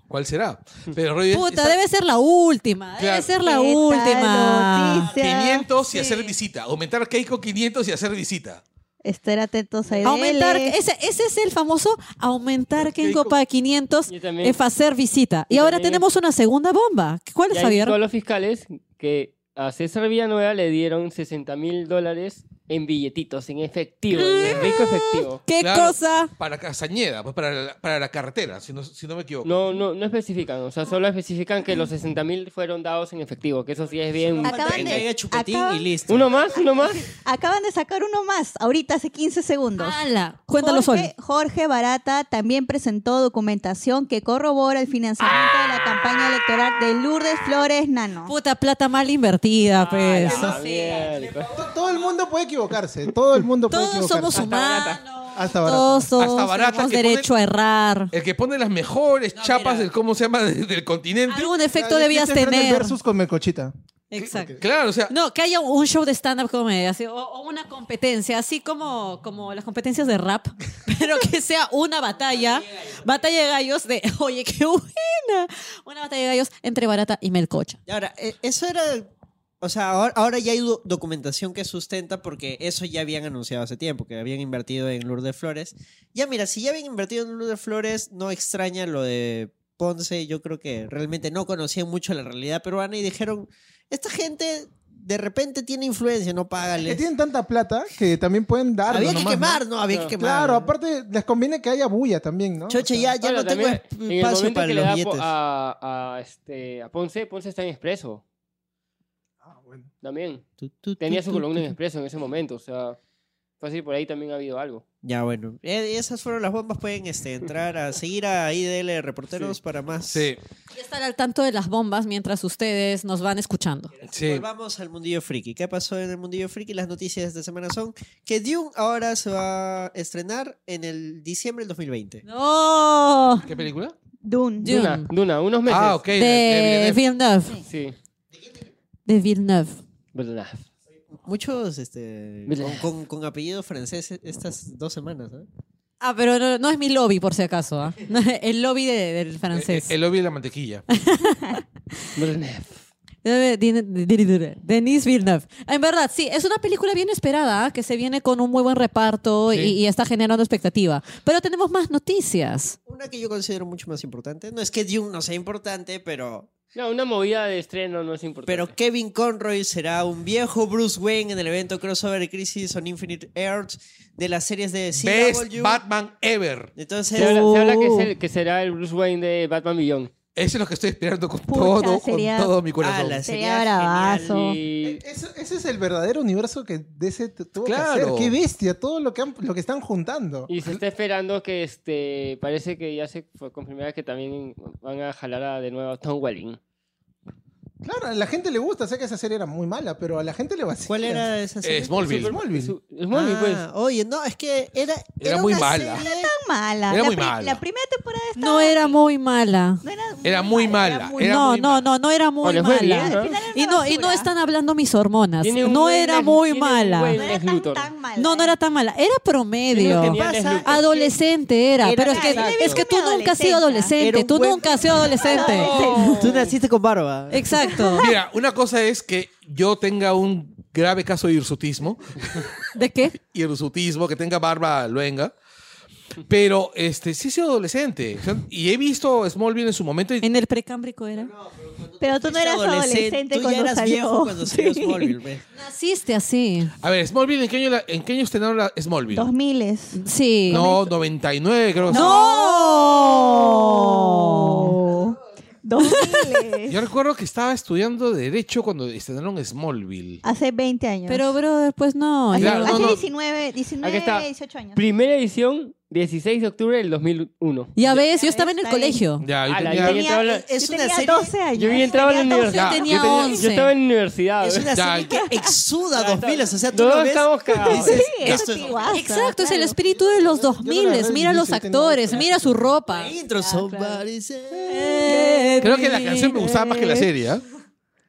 ¿Cuál será?
Mm.
Pero Roger,
Puta,
está-
debe ser la última,
Claro.
debe ser la
¿Qué tal
última.
noticia?
500 y
Sí.
hacer visita. Aumentar a Keiko 500 y hacer visita.
Estar atentos a él.
Aumentar, ese, ese es el famoso aumentar que en
Keiko.
Copa de 500
Yo también.
es eh, hacer visita. Y
Yo
ahora
también.
tenemos una segunda bomba.
[laughs]
¿Cuál es,
Ya hay todos
Javier?
los fiscales que a César Villanueva le dieron 60 mil dólares en billetitos, en efectivo, en rico efectivo.
¿Qué
Claro.
cosa?
Para Castañeda, pues para la, para la carretera, si no, si no me equivoco.
No, no, no especifican, o sea, solo especifican que los 60 mil fueron dados en efectivo, que eso sí es bien.
Acaban
Que
de-
caiga chupetín
acaban-
y listo.
Uno más, uno más.
Acaban de sacar uno más, ahorita hace 15 segundos.
¡Hala! Cuéntalo, Ah, Sol.
Jorge, Jorge Barata también presentó documentación que corrobora el financiamiento de la campaña electoral de Lourdes Flores Nano.
Puta plata mal invertida, pues.
Ah, la mierda.
To- Todo el mundo puede equivocarse, todo el mundo puede
Todos
equivocarse.
somos humanos.
Hasta ahora.
Todos, todos
Hasta barata
tenemos
que
derecho a errar.
El que pone las mejores chapas del cómo se llama [laughs] del, del continente.
Algún defecto debías tener.
Versus con Melcochita.
Exacto.
Claro, o sea,
No, que haya un show de stand-up comedy así, o, o una competencia, así como, como las competencias de rap, [laughs] pero que sea una batalla, batalla de gallos de, [laughs] oye, qué buena, una batalla de gallos entre Barata y Melcocha.
Y Ahora, eh, eso era. O sea, ahora, ahora ya hay do- documentación que sustenta porque eso ya habían anunciado hace tiempo, que habían invertido en Lourdes Flores. Ya, mira, si ya habían invertido en Lourdes Flores, no extraña lo de Ponce. Yo creo que realmente no conocían mucho la realidad peruana y dijeron: Esta gente de repente tiene influencia, no
Que
págale.
tienen tanta plata que también pueden dar.
Había que
nomás, ¿no?
quemar, ¿no? Había que quemar.
Claro, aparte les conviene que haya bulla también, ¿no?
Choche,
O sea,
ya, ya
Ahora,
no tengo
también, en el
espacio
momento
para
que
los
le da po-
billetes.
a, a, este, a Ponce, Ponce está en expreso
Ah, bueno.
también.
Tu, tu,
Tenía
tu,
su
tu,
columna en
tu.
expreso en ese momento, o sea, fácil por ahí también ha habido algo.
Ya, bueno. Eh, esas fueron las bombas. Pueden este, entrar a seguir a IDL Reporteros para más.
sí,
Y estar al tanto de las bombas mientras ustedes nos van escuchando.
sí.
Volvamos al mundillo friki. ¿Qué pasó en el mundillo friki? Las noticias de esta semana son que Dune ahora se va a estrenar en el diciembre del 2020.
No,
¿Qué película?
Dune.
Dune.
Duna, Duna, unos meses.
Ah, ok. de-
de
de Villeneuve.
Villeneuve,
Sí,
de Villeneuve.
verdad.
Muchos este,
Mira.
con, con- con apellido francés estas dos semanas. ¿eh?
Ah, pero no, no es mi lobby por si acaso, [laughs] ¿ah? el lobby de- del francés.
El, el lobby de la mantequilla.
Villeneuve.
Denis Villeneuve. En verdad, sí, es una película bien esperada, ¿ah? que se viene con un muy buen reparto y, y está generando expectativa. Pero tenemos más noticias.
Una que yo considero mucho más importante. No es que Dune no sea importante, pero,
No, una movida de estreno no es importante.
pero Kevin Conroy será un viejo Bruce Wayne en el evento crossover Crisis on Infinite Earth de las series de
Best
CW.
Batman ever.
Entonces,
Se habla, se habla que, es
Oh.
el- que será el Bruce Wayne de Batman Beyond.
Eso es lo que estoy esperando con
Pucha,
todo,
sería-
con todo mi corazón.
ala,
Sería bravazo.
genial.
Y
E-, Eso- ese es el verdadero universo que DC tu- tuvo
Claro.
que hacer. Qué bestia, todo lo que, han- lo que están juntando.
Y se está esperando que este parece que ya se fue confirmada que también van a jalar a- de nuevo a Tom Welling.
Claro, a la gente le gusta. Sé que esa serie era muy mala, pero a la gente le vacía.
Uh, ¿Cuál era esa serie?
Eh, Smallville.
Smallville.
Es muy
Ah,
pues.
Oye, no, es que era.
Era muy
una
mala.
serie
mala.
Era
la,
muy
pri-
mala.
la primera temporada estaba...
No era muy mala.
no
Era muy mala, era
no,
muy
no,
mala.
no, no era muy
Oye, fue
mala.
bien, ¿no?
Al final era
Y no, y no
basura.
están hablando mis hormonas.
Tiene un
No
buen
era
Lex-
muy
tiene un buen
mala.
No era
Lex
tan,
Luthor.
tan mala.
No, no era tan mala. Era
Tiene un
promedio.
genial Lex
Pasa-
Luthor.
Adolescente era,
Era-
pero es que,
Exacto.
es que tú
Era un
nunca has sido
adolescente. ¿ah?
Era
adolescente,
un
tú
buen-
nunca has sido adolescente.
[laughs]
Tú naciste con barba.
Exacto.
Mira, una cosa es que yo tenga un grave caso de hirsutismo,
¿De qué?
hirsutismo, que tenga barba luenga, pero este, sí he sido adolescente. O sea, y he visto Smallville en su momento y
En el precámbrico era.
Pero tú no eras adolescente,
Tú ya
cuando
eras [laughs]
salió.
viejo cuando
[laughs]
salió
Sí.
Smallville, ve.
Naciste así.
A ver, Smallville, ¿en qué año, la- en qué año estrenaron la Smallville?
2000 es.
Sí.
No, 99 creo. que
¡No! 2000
sí.
es.
Yo recuerdo que estaba estudiando Derecho cuando estrenaron Smallville.
Hace 20 años.
Pero, bro, después no.
hace,
Claro,
hace
no, no.
19, 19,
Aquí está.
18 años.
Primera edición, 16 de octubre del 2001.
Ya ves,
Ya
yo estaba en
ves,
el
está bien.
colegio.
Ya, yo
Ala,
tenía-
yo
Tenía-
entraba a la-
Es
yo
una
tenía
serie-
12 años.
yo había entrado a la
Tenía 12
universidad.
años.
Yo tenía
Yo estaba en universidad.
Es
güey.
una
Ya,
serie que exuda
Ya,
2000, o sea, tú
todos
lo ves
estamos cagados.
y dices,
[laughs] Sí,
esto es
antiguazo,
Exacto, es el
claro.
espíritu de los
Yo- yo
2000.
la verdad
Mira
es
los
que sí tengo-
actores, mira su ropa.
la intro, somebody say-
Creo que la canción me gustaba más que la serie. ¿ah?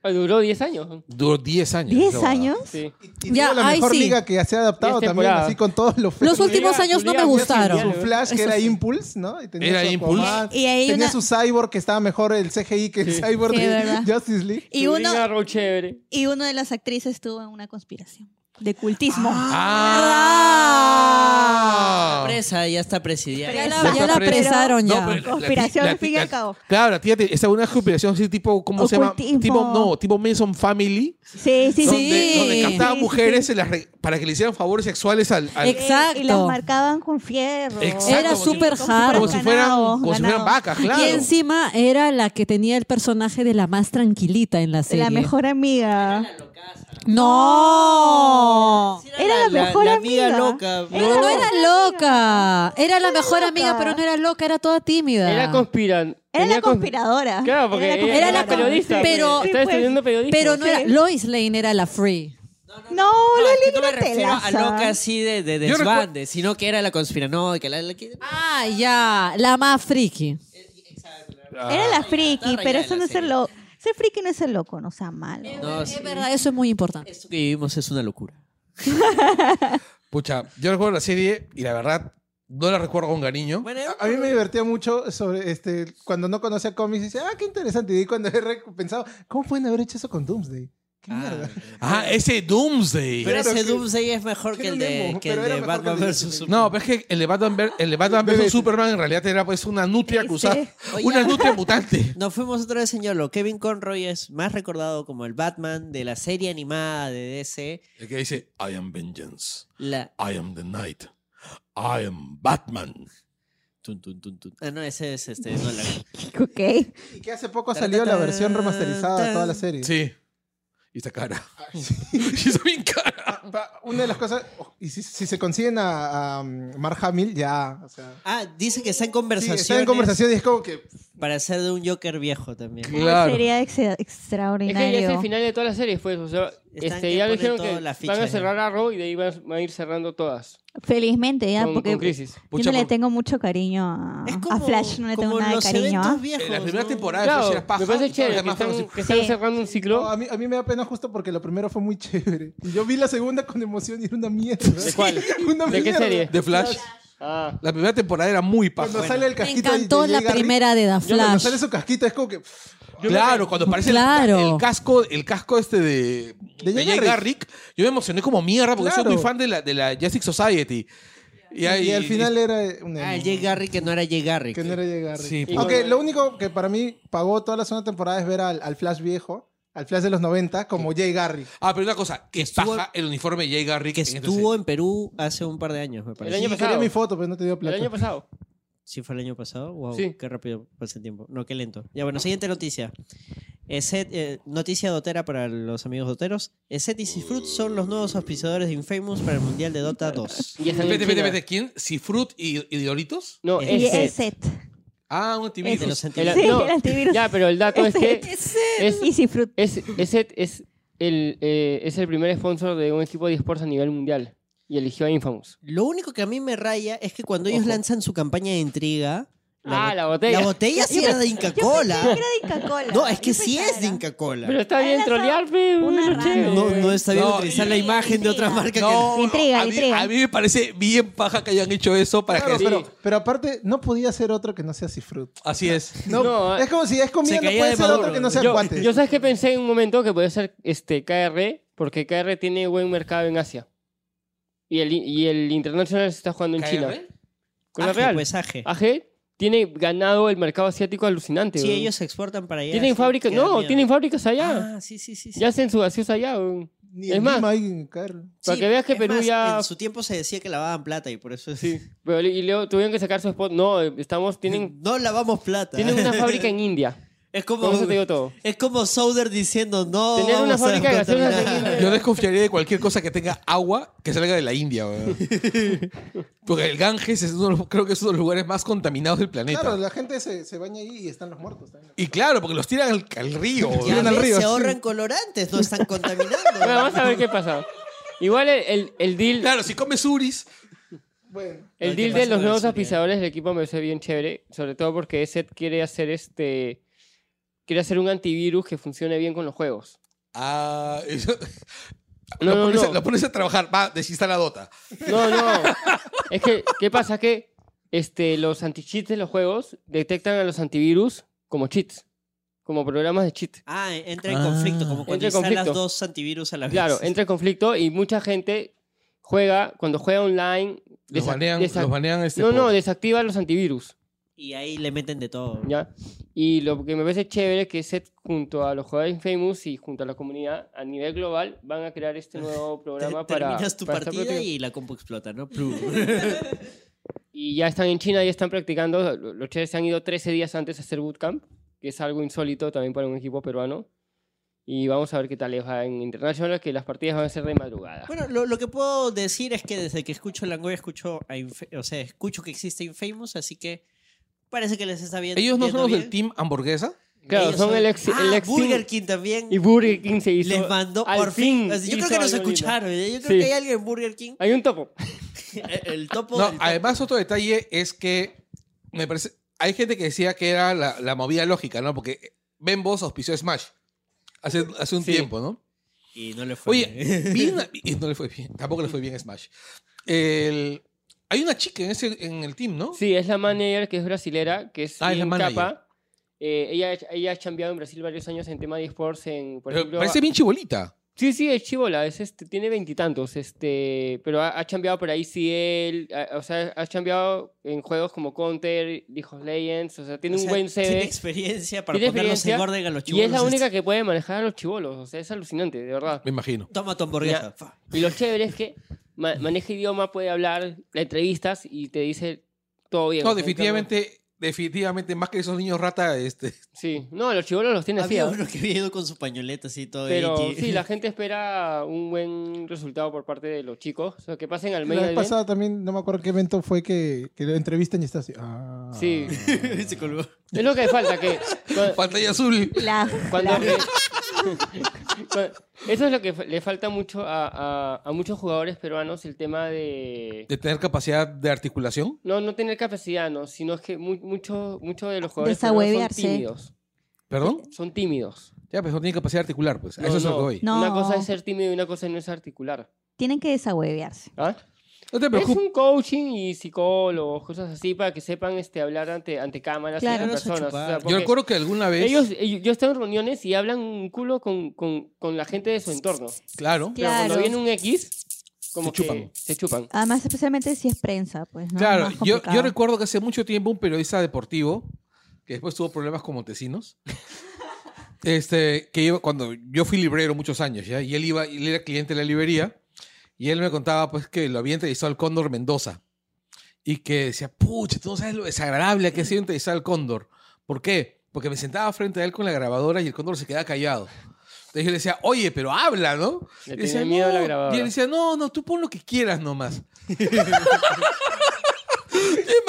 Duró 10 años.
Duró 10 años. esa
10
huevada.
años.
Sí.
Y
Ya,
tuvo la
ahí
mejor
sí.
liga que se ha adaptado
Diez
también,
temporadas.
así con todos los
Los
fans.
últimos
Julia-
años no me
Julia-
gustaron.
Su Flash, que
Eso
era
sí.
Impulse, ¿no? Y tenía
Era
su
Impulse.
Aquaman,
Y- y hay
tenía
una-
su Cyborg, que estaba mejor el CGI que el Cyborg
Sí,
de
verdad.
Justice League.
Y
Tuve un
uno,
agarro chévere.
y uno de las actrices estuvo en una conspiración de cultismo.
Ah.
Presa, ya está presidida.
Ya
Pero-
la, ya la
Pero-
presaron ya.
No, pero la-
Conspiración
la-
al fin y
la-
al cabo.
Claro, la tía te- esta es una conspiración así tipo, ¿cómo se llama?
Ocultismo.
Tipo, no, tipo Mason Family.
Sí, sí,
Donde,
sí.
donde captaban
Sí, sí,
mujeres
sí.
se las re- para que le hicieran favores sexuales al... al-
Ex- Exacto.
Y las marcaban con fierro.
Exacto, Era como si-
súper
Como
hard.
como si fueran,
ganado,
como si
ganado.
fueran vacas, claro.
Y encima era la que tenía el personaje de la más tranquilita en la serie.
La mejor amiga.
No.
Era la mejor amiga.
loca.
No, no era loca. Era la mejor amiga, pero no era loca, era toda tímida.
Era conspirante.
Era la conspiradora.
Claro, porque
conspiradora.
Ah, era la
periodista.
pero-
pues.
Sí,
Estaba
pues.
estudiando periodismo.
Pero no
Sí.
era Lois Lane era la free.
No,
No, es Ah, que
Loli
no me
era
refiero a
telaza.
loca así de, de
Yo recu-
desbande, sino que era la conspiranoica. La, la que-
Ah, ya, la más friki.
Era
Ah.
la friki,
rayada
pero
la
eso no es ser
serie.
loco. Ser friki no es ser loco, no sea malo.
No, sí.
Es verdad, eso es muy importante.
Esto que vivimos es una locura.
Pucha, yo recuerdo la serie y la verdad no la recuerdo con cariño.
Bueno,
A- A mí me divertía mucho sobre este cuando no conocía cómics y decía, ah, qué interesante. Y cuando he re- pensado, ¿cómo pueden haber hecho eso con Doomsday? ¿Qué mierda?
Ah, ese Doomsday.
pero
claro
ese
que-
Doomsday es mejor que
Tiene
el
un
de,
emo,
que el
pero era
de
mejor que
Batman
el de
vs.
Superman.
Superman.
no, pero es que el de Batman, ver- el de [laughs] Batman versus Superman en realidad era pues una nutria cruzada,
Oye.
una
[laughs]
nutria mutante.
Nos fuimos otra vez en YOLO. Kevin Conroy es más recordado como el Batman de la serie animada de DC.
El que dice, I am vengeance,
La...
I am the night, I am Batman.
tun, tun, tun, tun. Ah, no, ese es este. no, la-
[laughs] Ok.
Y que hace poco salió la versión remasterizada de toda la serie.
Sí. Y esta cara. [laughs] Y está bien cara.
Pa- Una de las cosas, oh, y si, si se consiguen a, a um, Mark Hamill, ya, o sea.
Ah, dice que está en
Sí,
conversaciones
está en conversación y es como que
para ser de un Joker viejo también.
Sería ex-
Es que ya es el
extraordinario.
final de todas las series, pues. O sea, este,
que
ya
ponen
dijeron
todas
que
las
van a
fichas,
cerrar a Raw y de ahí van van a ir cerrando todas.
Felizmente ya,
con,
porque
con crisis.
yo
Pucha,
no le
por-
tengo mucho cariño a,
Es
a Flash, no le tengo
como
nada de
los
cariño.
eventos
¿ah?
viejos,
En la primera
¿no?
temporada de Flash
Claro,
era paja.
me parece
y todas las
chévere que
demás fueron
están,
así.
que están
Sí.
cerrando un
no,
ciclo.
oh, a, mí, a mí me da pena justo porque la primera fue muy chévere. Y yo vi la segunda con emoción y era una mierda.
¿De cuál?
[laughs] Una
¿De qué
mierda.
serie?
De Flash.
Ah.
La primera temporada era muy paja.
Cuando sale el
Me
casquito y
encantó
te
la
llega Rick,
primera de Da
Yo cuando
Flash.
sale su casquito es como que. pff,
Claro, cuando aparece el-
Claro.
El, casco, el casco este de, de,
Jay
Jay
Garrick.
Garrick, yo me emocioné como mierda porque
Claro.
soy muy fan de la, de la Justice Society.
Y,
ahí-
al final era un
Ah, el
emo,
Jay Garrick que no era Jay Garrick.
Que no era llegar.
Sí,
Aunque lo único que para mí pagó toda la segunda temporada es ver al, al Flash viejo, al Flash de los 90, como Jay Garrick.
Ah, pero una cosa, que
estuvo-
paja el uniforme de Jay Garrick.
Que
en esta
estuvo
serie.
en Perú hace un par de años, me
El
parece.
año
Sí,
pasado.
quería mi foto, pero no te dio
El
plata.
año pasado.
Sí, fue el año pasado. Wow,
Sí.
qué rápido pasa el tiempo. No, qué lento. Ya bueno, siguiente noticia. Eset, eh, noticia dotera para los amigos doteros. Eset y Seafruit son los nuevos auspiciadores de Infamous para el Mundial de Dota
[laughs]
2.
Y están en
Vete, vete,
China.
vete. ¿Quién? ¿Sifrut y, y Doritos?
No,
Y
Y
ese.
el set.
Ah, un antivirus.
De los sentidos.
El-
Sí,
no,
el antivirus.
Ya, pero el dato es que es,
Y si frut-
es, es, es el, eh, es el primer sponsor de un equipo de esports a nivel mundial. y eligió a Infamous.
Lo único que a mí me raya es que cuando ellos
Ojo.
lanzan su campaña de intriga.
ah,
bo-
la botella.
La botella sí era de Inca Cola.
Cola.
No, es que sí es de Inca Cola.
Pero está
Ahí
bien
lanzó
trolear, pe,
una
bueno,
rana.
chévere.
No, no está bien
No,
utilizar
y-
la imagen de otra marca
No,
Le entrega,
a,
le
mí,
entrega.
a mí me parece bien paja que hayan hecho eso para
Claro,
que.
pero, pero aparte, no podía ser otro que no sea Cifrut.
Así es.
No,
No,
es como si es comida,
se
no
caía
puede
de
ser
maduro.
otro que no sea
yo,
guantes.
yo sabes que pensé en un momento que podía ser este KR, porque KR tiene buen mercado en Asia. Y el, y el Internacional se está jugando en China.
que.
Con la Real. Ah,
Pues aje.
AG tiene ganado el mercado asiático alucinante.
Sí,
weón.
ellos se exportan para allá.
Tienen
sí,
fábricas.
queda
No,
miedo.
tienen fábricas allá.
Ah, sí, sí, sí. sí.
ya hacen su gaseosa allá. weón.
Ni
es
en
más.
Lima hay en Carro.
para
Sí,
que veas que
es
Perú
más,
ya-
En su tiempo se decía que lavaban plata y por eso. es- [laughs]
Sí. Pero, y luego tuvieron que sacar su spot. No,
[laughs]
estamos, tienen,
No lavamos plata.
tienen
[laughs]
una fábrica en India.
Es como.
Por eso te digo todo.
Es como Souder diciendo no.
Tener una
vamos a
fábrica de gaseosas en
contaminar.
India.
Yo desconfiaría de cualquier cosa que tenga agua que salga de la India, weón. Porque el Ganges es uno de los- creo que es uno de los lugares más contaminados del planeta.
Claro, la gente se, se baña ahí y están los muertos también.
Y claro, porque los tiran al, al río.
Ya
tiran al
ves,
río. así.
Se ahorran colorantes, no están contaminando.
[laughs] Bueno, vamos a ver qué pasa. Igual el, el, el deal,
Claro, si comes uris.
Bueno,
el
Hay que
deal de
pasar
los
a
nuevos
Siria.
apisadores del equipo me parece bien chévere. Sobre todo porque Seth quiere hacer este. Quiere hacer un antivirus que funcione bien con los juegos.
Ah, [laughs] eso-
No,
lo,
no,
pones,
no.
A, lo pones a trabajar. Va, desinstala Dota.
No, no. Es que, ¿qué pasa? Que este, los anti-cheats de los juegos detectan a los antivirus como cheats, como programas de cheat.
Ah, entra en conflicto, como cuando
Ah. Entra en
instalas
conflicto.
dos antivirus a la vez.
Claro, entra en conflicto y mucha gente juega, cuando juega online.
Los
desa-
banean,
desa-
los banean este.
no, no,
por-
desactiva los antivirus.
Y ahí le meten de todo.
¿ya? Y lo que me parece chévere es que Seth, junto a los jugadores Infamous y junto a la comunidad a nivel global, van a crear este nuevo
[laughs] Te-
programa para.
terminas tu
para estar
partida
practicando.
y la compu explota,
[laughs]
¿no? Plum.
Y ya están en China, ya están practicando. Lo- Los chéveres se han ido 13 días antes a hacer bootcamp, que es algo insólito también para un equipo peruano. Y vamos a ver qué tal les va en International, que las partidas van a ser de madrugada.
bueno, lo, lo que puedo decir es que desde que escucho Langoy, escucho a Inf- o sea, escucho que existe Infamous, así que parece que les está bien.
Ellos no son
yendo
los
bien.
del team hamburguesa.
claro,
Ellos
son el ex,
Ah,
el ex team.
Burger King también.
Y Burger King se hizo.
les mandó
al
por fin. Así, Yo creo
hizo
que nos
algo lindo.
escucharon. ¿eh? Yo creo
Sí.
que hay alguien en Burger King.
Hay un topo.
[laughs] El topo.
No,
del topo.
además otro detalle es que me parece, hay gente que decía que era la, la movida lógica, ¿no? Porque Ben Boss auspició Smash hace, hace un
Sí.
tiempo, ¿no?
Y no le fue.
Oye,
bien.
[laughs]
[laughs]
vi una- y no le fue bien, tampoco le fue bien a Smash. El- hay una chica en, ese, en el team, ¿no?
Sí, es la manager que es brasilera, que es
Ah, es la
bien
manager.
capa. Eh, ella, ella ha chambeado en Brasil varios años en tema de esports. En, por
Pero
ejemplo,
Eh,
ah,
parece bien chibolita.
Sí, sí, es chivola, es este, tiene veintitantos, este, pero ha, ha chambeado por ICL, a- o sea, ha chambeado en juegos como Counter, League of Legends, o sea, tiene
O
un
sea,
buen
Tiene
CV
experiencia para
Tiene
ponerlos
experiencia
en orden a los
y
chivos.
es la única que puede manejar a los chivolos, o sea, es alucinante, de verdad.
Me imagino.
Toma tu hamburguesa.
Ya.
Fa.
Y lo chévere es que ma- maneja idioma, puede hablar, la entrevistas y te dice todo bien. o
No,
sea,
definitivamente, definitivamente, más que esos niños rata, este... [laughs]
Sí, no, los chivolos los tiene así, ¿ah?
Había uno que había ido con su pañoleta así todo.
pero
iti. [laughs]
sí,
[laughs]
la gente espera un buen resultado por parte de los chicos, o sea, que pasen al
la
medio
vez pasada también, no me acuerdo qué evento fue que, que lo entrevistan y está así. Ah,
Sí.
Se colgó.
Es lo que falta, que...
Pantalla azul.
La,
Cuando
la-
[laughs] Cu- Eso es lo que fa- le falta mucho a, a- a muchos jugadores peruanos, el tema de...
De tener capacidad de articulación.
No, no tener capacidad, no, sino es que mu- mucho- muchos de los jugadores peruanos son
Desahuevearse.
tímidos.
Perdón.
Son tímidos.
Ya, pues no tiene capacidad de articular, pues. A
No,
eso es
no.
lo que voy.
No.
Una cosa es ser tímido y una cosa no es articular.
tienen que desahuevearse.
¿ah?
No te
Es
preocupes.
un coaching y psicólogos, cosas así, para que sepan este, hablar ante, ante cámaras y
Claro.
ante personas. o sea,
Yo
Yo
porque
recuerdo que alguna vez.
ellos, ellos- yo he estado en reuniones y hablan un culo con, con- con la gente de su entorno.
Claro.
Pero cuando
Claro.
viene un X, como
Se
que
chupan.
se chupan.
Además, especialmente si es prensa, pues. ¿no?
Claro,
Más
yo,
complicado.
yo recuerdo que hace mucho tiempo un periodista deportivo, que después tuvo problemas con
[laughs]
Montesinos, este, que iba, cuando yo fui librero muchos años, ¿ya? Y él iba, él era cliente de la librería, y él me contaba pues que lo había entrevistado al Cóndor Mendoza. Y que decía, pucha, tú no sabes lo desagradable que ha sido entrevistar al Cóndor. ¿Por qué? Porque me sentaba frente a él con la grabadora y el Cóndor se quedaba callado. Entonces yo le decía, oye, pero habla, ¿no?
Le
Y
tenía
decía,
miedo a la
"No". Y
grabadora.
él decía, no, no, tú pon lo que quieras nomás. Yo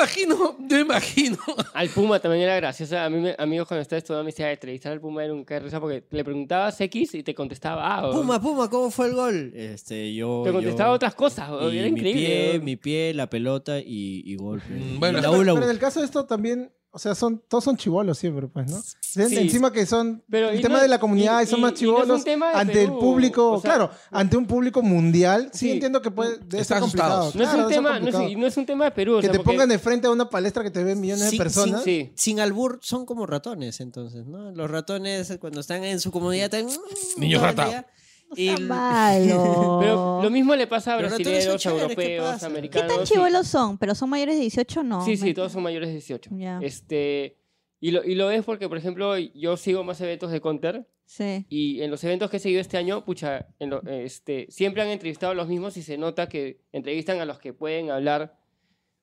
imagino, yo imagino.
Al Puma también era gracioso. A mí, me- amigos, cuando estaba estudiando, me decía, "Ay, entrevistar al Puma era un caer risa porque le preguntabas X y te contestaba A. o-
Puma, Puma, ¿cómo fue el gol? Este, yo.
Te contestaba
yo-
otras cosas. o-
y
Era
mi
increíble.
pie,
o-
mi pie, la pelota y, y gol. pues.
Mm, bueno,
Y la
pero,
U, la U.
pero en el caso de esto también, o sea, son, todos son chivolos siempre, pues, ¿no? En-
Sí.
Encima que son
Pero y
el tema
no-
de la comunidad
y-
y, son
y-
más
y no es un
chivolos
tema de
ante
Perú,
el público,
o sea-
claro, ante un público mundial. Sí,
Sí.
entiendo que puede debe ser
Están
complicado.
asustados.
Ah,
No,
claro,
es un
debe ser
tema, no, es,
complicado.
y no es un tema de Perú. o
que
sea,
te
porque-
pongan de frente a una palestra que te ven millones de
Sin-
personas.
sí.
Sin albur son como ratones, entonces, ¿no? Los ratones cuando están en su comunidad están. mm,
Niños
todo el
rata.
día. Y-
Está malo.
[laughs] Pero lo mismo le pasa a
Pero no todos son
brasileños,
chéveres, ¿qué
europeos,
pasa?
Oh. ¿Qué
americanos.
tan
y-
chivolos son? ¿Pero son mayores de 18 no?
Sí, sí,
man.
todos son mayores de 18.
Ya.
Este, y, lo, y lo es porque, por ejemplo, yo sigo más eventos de Counter
Sí.
y en los eventos que he seguido este año, pucha, en lo- eh, este, siempre han entrevistado a los mismos y se nota que entrevistan a los que pueden hablar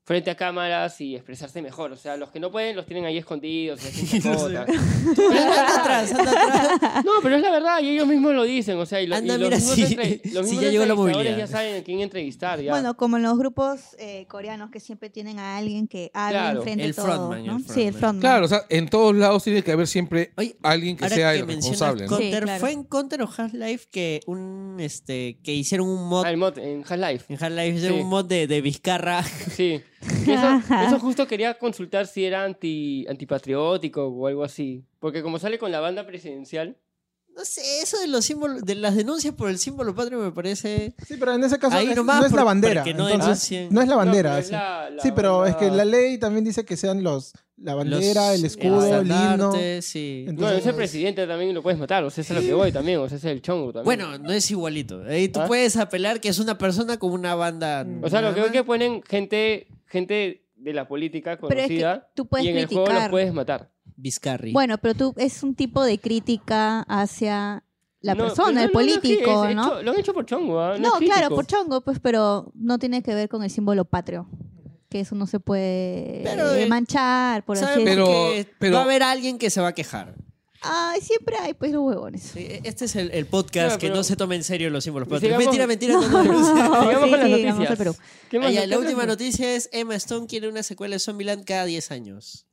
frente a cámaras y expresarse mejor. O sea, los que no pueden los tienen ahí escondidos. y
[laughs]
hacen chacotas.
Anda atrás, anda atrás.
No, pero es la verdad y ellos mismos lo dicen. O sea, y, lo- y
Anda,
los
mira,
mismos,
sí,
entre-
sí,
los mismos
ya llegó la
entrevistadores
movilidad.
ya saben a quién entrevistar. Ya.
Bueno, como en los grupos eh, coreanos que siempre tienen a alguien que habla
Claro.
enfrente
El
de todo,
frontman,
¿no?
el
Sí, el
frontman.
frontman.
Claro, o sea, en todos lados tiene que haber siempre
Oye,
alguien [laughs] que
Ahora
sea el
que mencionas
responsable. ¿no?
con-
Counter,
Sí, claro.
fue en Counter o Half-Life que un este que hicieron un mod
Ah, el mod en Half-Life.
en Half-Life hicieron
Sí.
un mod de, de Vizcarra. [laughs]
Sí. Que Eso, eso justo quería consultar si era anti, antipatriótico o algo así. Porque como sale con la banda presidencial,
No sé, eso de los símbolos de las denuncias por el símbolo patrio me parece
Sí, pero en ese caso
Ahí
es-
nomás,
no es la
por-
bandera.
porque no
entonces,
denuncien.
no es la bandera.
No, pero es
sí.
la- la
sí, pero es que
bandera.
la ley también dice que sean los la bandera,
los-
el escudo, el himno.
estandarte, sí.
Entonces-
bueno, ese presidente también lo puedes matar. O sea, eso es lo que voy también. O sea, ese es el chongo también.
Bueno, no es igualito. Ahí tú
¿Ah?
puedes apelar que es una persona con una banda.
o sea, lo que
nada
veo que ponen gente, gente de la política
Pero es que
conocida
tú puedes
y en el juego
criticar.
los puedes matar.
más. Vizcarri.
Bueno, pero tú es un tipo de crítica hacia la
No,
persona,
no,
el
no, no, es que
político,
es
¿no?
hecho- lo han hecho por chongo. ¿ah?
No,
No, es
claro,
crítico. [laughs]
por chongo, pues, pero no tiene que ver con el símbolo patrio. Que eso no se puede
Pero,
eh,
eh,
manchar, por así
¿Saben
decirlo.
Pero-
por qué?
pero-
va a haber alguien que se va a quejar.
Ay, siempre hay, pues, los [laughs] huevones.
Sí, Este es el, el podcast
Claro,
que
pero- pues
no se toma en serio los símbolos
Sigamos-
patrios. Mentira, mentira, no, no, no.
Sigamos
Sí,
con las
sí, vamos
noticias.
al Perú.
[laughs] ¿Qué más?
Ah, ya,
¿Qué
la
más?
última noticia es Emma Stone quiere una secuela de Zombieland cada 10 años.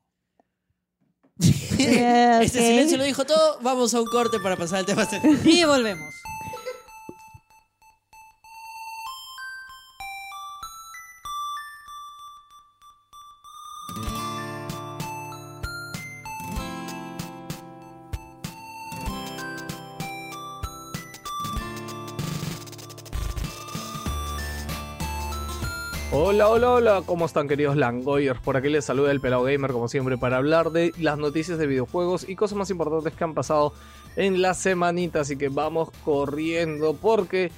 Eh,
Este
ok.
silencio lo dijo todo. Vamos a un corte para pasar al
[laughs]
tema.
Y volvemos.
Hola, hola, hola, ¿cómo están queridos Langoyers? Por aquí les saluda el Pelado Gamer como siempre para hablar de las noticias de videojuegos y cosas más importantes que han pasado en la semanita, así que vamos corriendo porque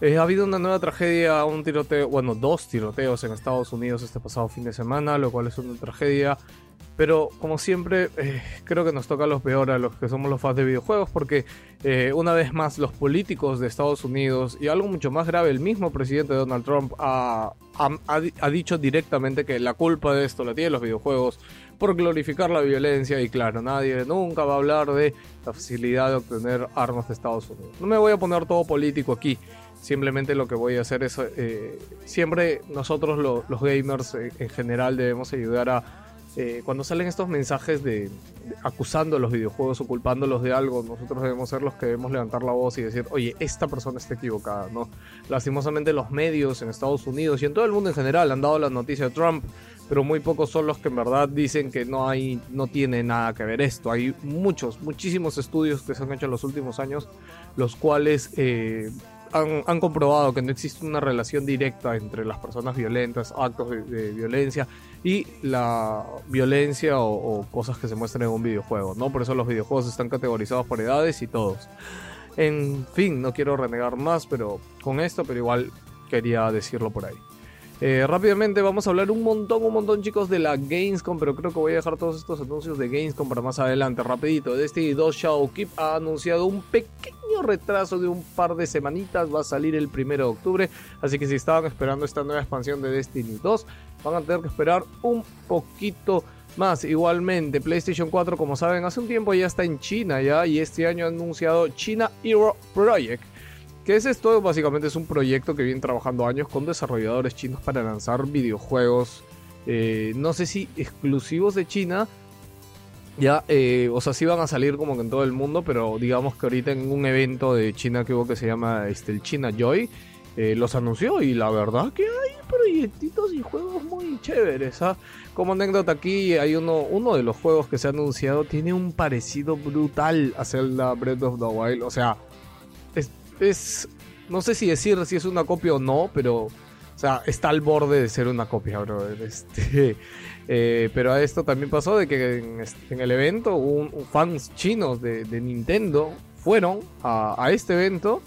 eh, ha habido una nueva tragedia, un tiroteo, bueno, dos tiroteos en Estados Unidos este pasado fin de semana, lo cual es una tragedia, pero como siempre eh, creo que nos toca los peor a los que somos los fans de videojuegos porque eh, una vez más los políticos de Estados Unidos y algo mucho más grave, el mismo presidente Donald Trump ha, ha- ha di- ha dicho directamente que la culpa de esto la tienen los videojuegos por glorificar la violencia y claro, nadie nunca va a hablar de la facilidad de obtener armas de Estados Unidos. No me voy a poner todo político aquí, simplemente lo que voy a hacer es, eh, siempre nosotros lo- los gamers eh, en general debemos ayudar a... eh, cuando salen estos mensajes de, acusando a los videojuegos o culpándolos de algo, nosotros debemos ser los que debemos levantar la voz y decir, oye, esta persona está equivocada, ¿no? Lastimosamente los medios en Estados Unidos y en todo el mundo en general han dado la noticia de Trump, pero muy pocos son los que en verdad dicen que no hay, no tiene nada que ver esto. Hay muchos, muchísimos estudios que se han hecho en los últimos años, los cuales eh, han, han comprobado que no existe una relación directa entre las personas violentas, actos de- de violencia y la violencia o, o cosas que se muestran en un videojuego, ¿no? Por eso los videojuegos están categorizados por edades y todos. En fin, no quiero renegar más pero con esto, pero igual quería decirlo por ahí. Eh, rápidamente vamos a hablar un montón, un montón chicos de la Gamescom, pero creo que voy a dejar todos estos anuncios de Gamescom para más adelante. Rapidito, Destiny 2 Shadowkeep ha anunciado un pequeño retraso de un par de semanitas, va a salir el 1 de octubre, así que si estaban esperando esta nueva expansión de Destiny 2, van a tener que esperar un poquito más. Igualmente, PlayStation 4, como saben, hace un tiempo ya está en China ya y este año ha anunciado China Hero Project. ¿Qué es esto? Básicamente es un proyecto que vienen trabajando años con desarrolladores chinos para lanzar videojuegos eh, no sé si exclusivos de China. Ya, eh, o sea, sí van a salir como que en todo el mundo, pero digamos que ahorita en un evento de China que hubo que se llama este, el China Joy, eh, los anunció y la verdad que hay proyectitos y juegos muy chéveres. ¿ah? Como anécdota aquí, hay uno, uno de los juegos que se ha anunciado, tiene un parecido brutal a Zelda Breath of the Wild. O sea, es, es- no sé si decir si es una copia o no, pero... O sea, está al borde de ser una copia, brother. [laughs] Este, eh, pero a esto también pasó de que en, este- en el evento un, un fans chinos de, de Nintendo fueron a, a este evento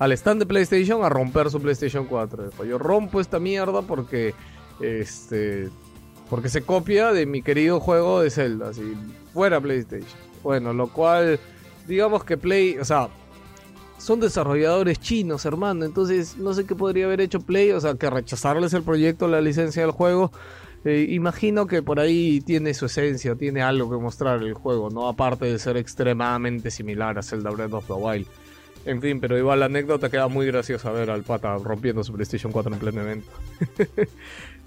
al stand de PlayStation a romper su PlayStation 4. Dijo, Yo rompo esta mierda porque este porque se copia de mi querido juego de Zelda, así fuera PlayStation. Bueno, lo cual digamos que Play, o sea, son desarrolladores chinos, hermano, entonces no sé qué podría haber hecho Play, o sea, que rechazarles el proyecto, la licencia del juego. Eh, imagino que por ahí tiene su esencia, tiene algo que mostrar el juego, ¿no? Aparte de ser extremadamente similar a Zelda Breath of the Wild. En fin, pero igual la anécdota queda muy graciosa ver al pata rompiendo su PlayStation 4 en pleno evento.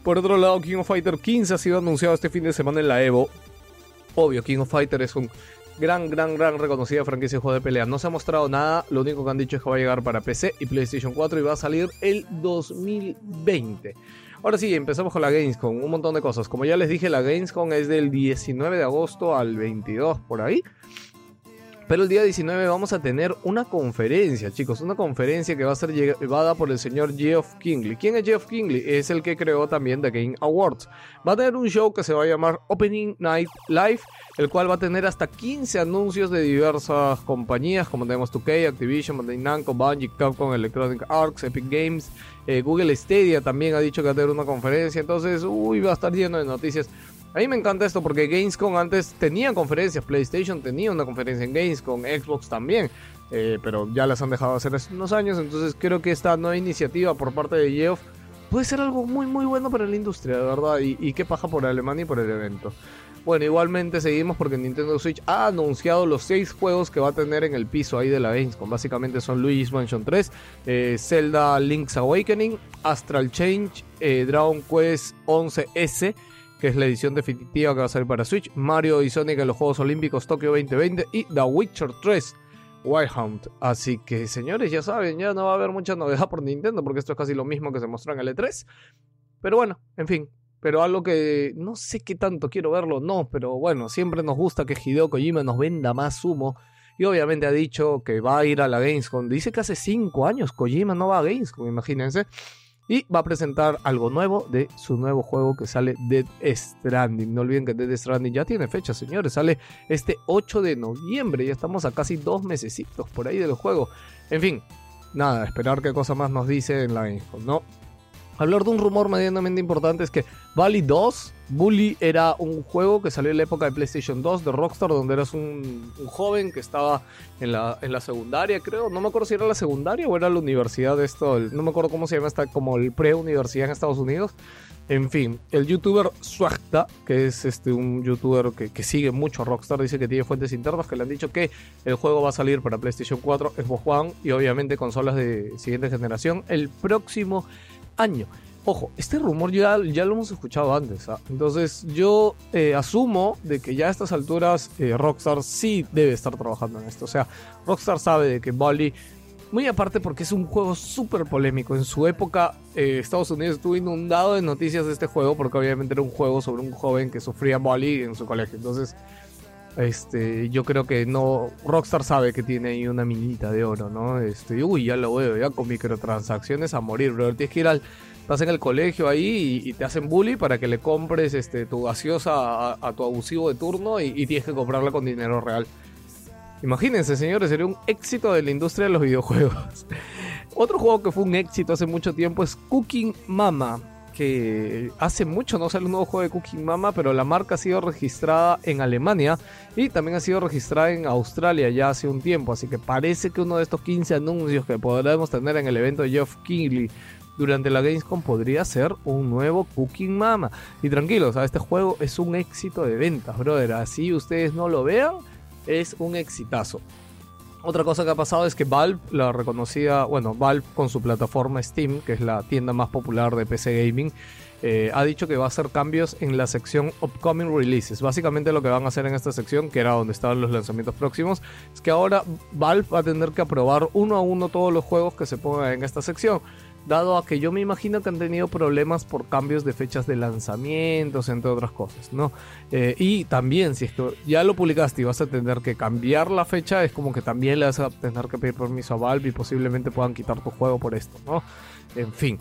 Por otro lado, King of Fighter 15 ha sido anunciado este fin de semana en la Evo. Obvio, King of Fighter es un gran, gran, gran reconocida franquicia de juegos de pelea. No se ha mostrado nada, lo único que han dicho es que va a llegar para PC y PlayStation 4 y va a salir el 2020. Ahora sí, empezamos con la Gamescom, un montón de cosas. Como ya les dije, la Gamescom es del 19 de agosto al 22 por ahí. Pero el día 19 vamos a tener una conferencia, chicos. Una conferencia que va a ser llevada por el señor Geoff Kingley. ¿Quién es Geoff Kingley? Es el que creó también The Game Awards. Va a tener un show que se va a llamar Opening Night Live, el cual va a tener hasta 15 anuncios de diversas compañías, como tenemos 2K, Activision, Bandai Namco, Bungie, Capcom, Electronic Arts, Epic Games, eh, Google Stadia también ha dicho que va a tener una conferencia. Entonces, uy, va a estar lleno de noticias. A mí me encanta esto porque Gamescom antes tenía conferencias, PlayStation tenía una conferencia en Gamescom, Xbox también, eh, pero ya las han dejado hacer hace unos años, entonces creo que esta nueva iniciativa por parte de Geoff puede ser algo muy muy bueno para la industria, de verdad, y, y qué paja por Alemania y por el evento. Bueno, igualmente seguimos porque Nintendo Switch ha anunciado los seis juegos que va a tener en el piso ahí de la Gamescom. Básicamente son Luigi's Mansion 3, eh, Zelda Link's Awakening, Astral Change, eh, Dragon Quest 11S, que es la edición definitiva que va a salir para Switch, Mario y Sonic en los Juegos Olímpicos Tokio 2020 y The Witcher 3. Wild Hunt. Así que, señores, ya saben, ya no va a haber mucha novedad por Nintendo, porque esto es casi lo mismo que se mostró en el E3. Pero bueno, en fin. Pero algo que no sé qué tanto quiero verlo, no, pero bueno, siempre nos gusta que Hideo Kojima nos venda más humo. Y obviamente ha dicho que va a ir a la Gamescom. Dice que hace 5 años Kojima no va a Gamescom, imagínense. Y va a presentar algo nuevo de su nuevo juego que sale Dead Stranding. No olviden que Dead Stranding ya tiene fecha, señores. Sale este 8 de noviembre. Ya estamos a casi dos mesecitos por ahí del juego. En fin, nada, esperar qué cosa más nos dice en la Gamescom, ¿no? Hablar de un rumor medianamente importante es que Valley 2, Bully era un juego que salió en la época de PlayStation 2 de Rockstar, donde eras un, un joven que estaba en la, en la secundaria, creo. No me acuerdo si era la secundaria o era la universidad de esto. el- no me acuerdo cómo se llama esta, como el pre-universidad en Estados Unidos. En fin, el youtuber Swagta, que es este, un youtuber que, que sigue mucho a Rockstar, dice que tiene fuentes internas que le han dicho que el juego va a salir para PlayStation 4, Xbox One y obviamente consolas de siguiente generación el próximo año. Ojo, este rumor ya, ya lo hemos escuchado antes. ¿ah? Entonces yo eh, asumo de que ya a estas alturas eh, Rockstar sí debe estar trabajando en esto. O sea, Rockstar sabe de que Bali muy aparte porque es un juego súper polémico. En su época, eh, Estados Unidos estuvo inundado de noticias de este juego porque obviamente era un juego sobre un joven que sufría bullying en su colegio. Entonces, este, yo creo que no. Rockstar sabe que tiene ahí una minita de oro, ¿no? Este, uy, ya lo veo, ya con microtransacciones a morir, bro. Tienes que ir al. Estás en el colegio ahí y, y te hacen bully para que le compres este, tu gaseosa a, a tu abusivo de turno y, y tienes que comprarla con dinero real. Imagínense, señores, sería un éxito de la industria de los videojuegos. Otro juego que fue un éxito hace mucho tiempo es Cooking Mama, que hace mucho no sale un nuevo juego de Cooking Mama, pero la marca ha sido registrada en Alemania y también ha sido registrada en Australia ya hace un tiempo, así que parece que uno de estos 15 anuncios que podremos tener en el evento de Jeff Kingley durante la Gamescom podría ser un nuevo Cooking Mama. Y tranquilos, ¿ah? este juego es un éxito de ventas, brother, así ustedes no lo vean, es un exitazo. Otra cosa que ha pasado es que Valve, la reconocida, bueno, Valve con su plataforma Steam, que es la tienda más popular de PC Gaming, eh, ha dicho que va a hacer cambios en la sección Upcoming Releases. Básicamente lo que van a hacer en esta sección, que era donde estaban los lanzamientos próximos, es que ahora Valve va a tener que aprobar uno a uno todos los juegos que se pongan en esta sección. Dado a que yo me imagino que han tenido problemas por cambios de fechas de lanzamientos, entre otras cosas, ¿no? Eh, y también, si esto ya lo publicaste y vas a tener que cambiar la fecha, es como que también le vas a tener que pedir permiso a Valve y posiblemente puedan quitar tu juego por esto, ¿no? En fin.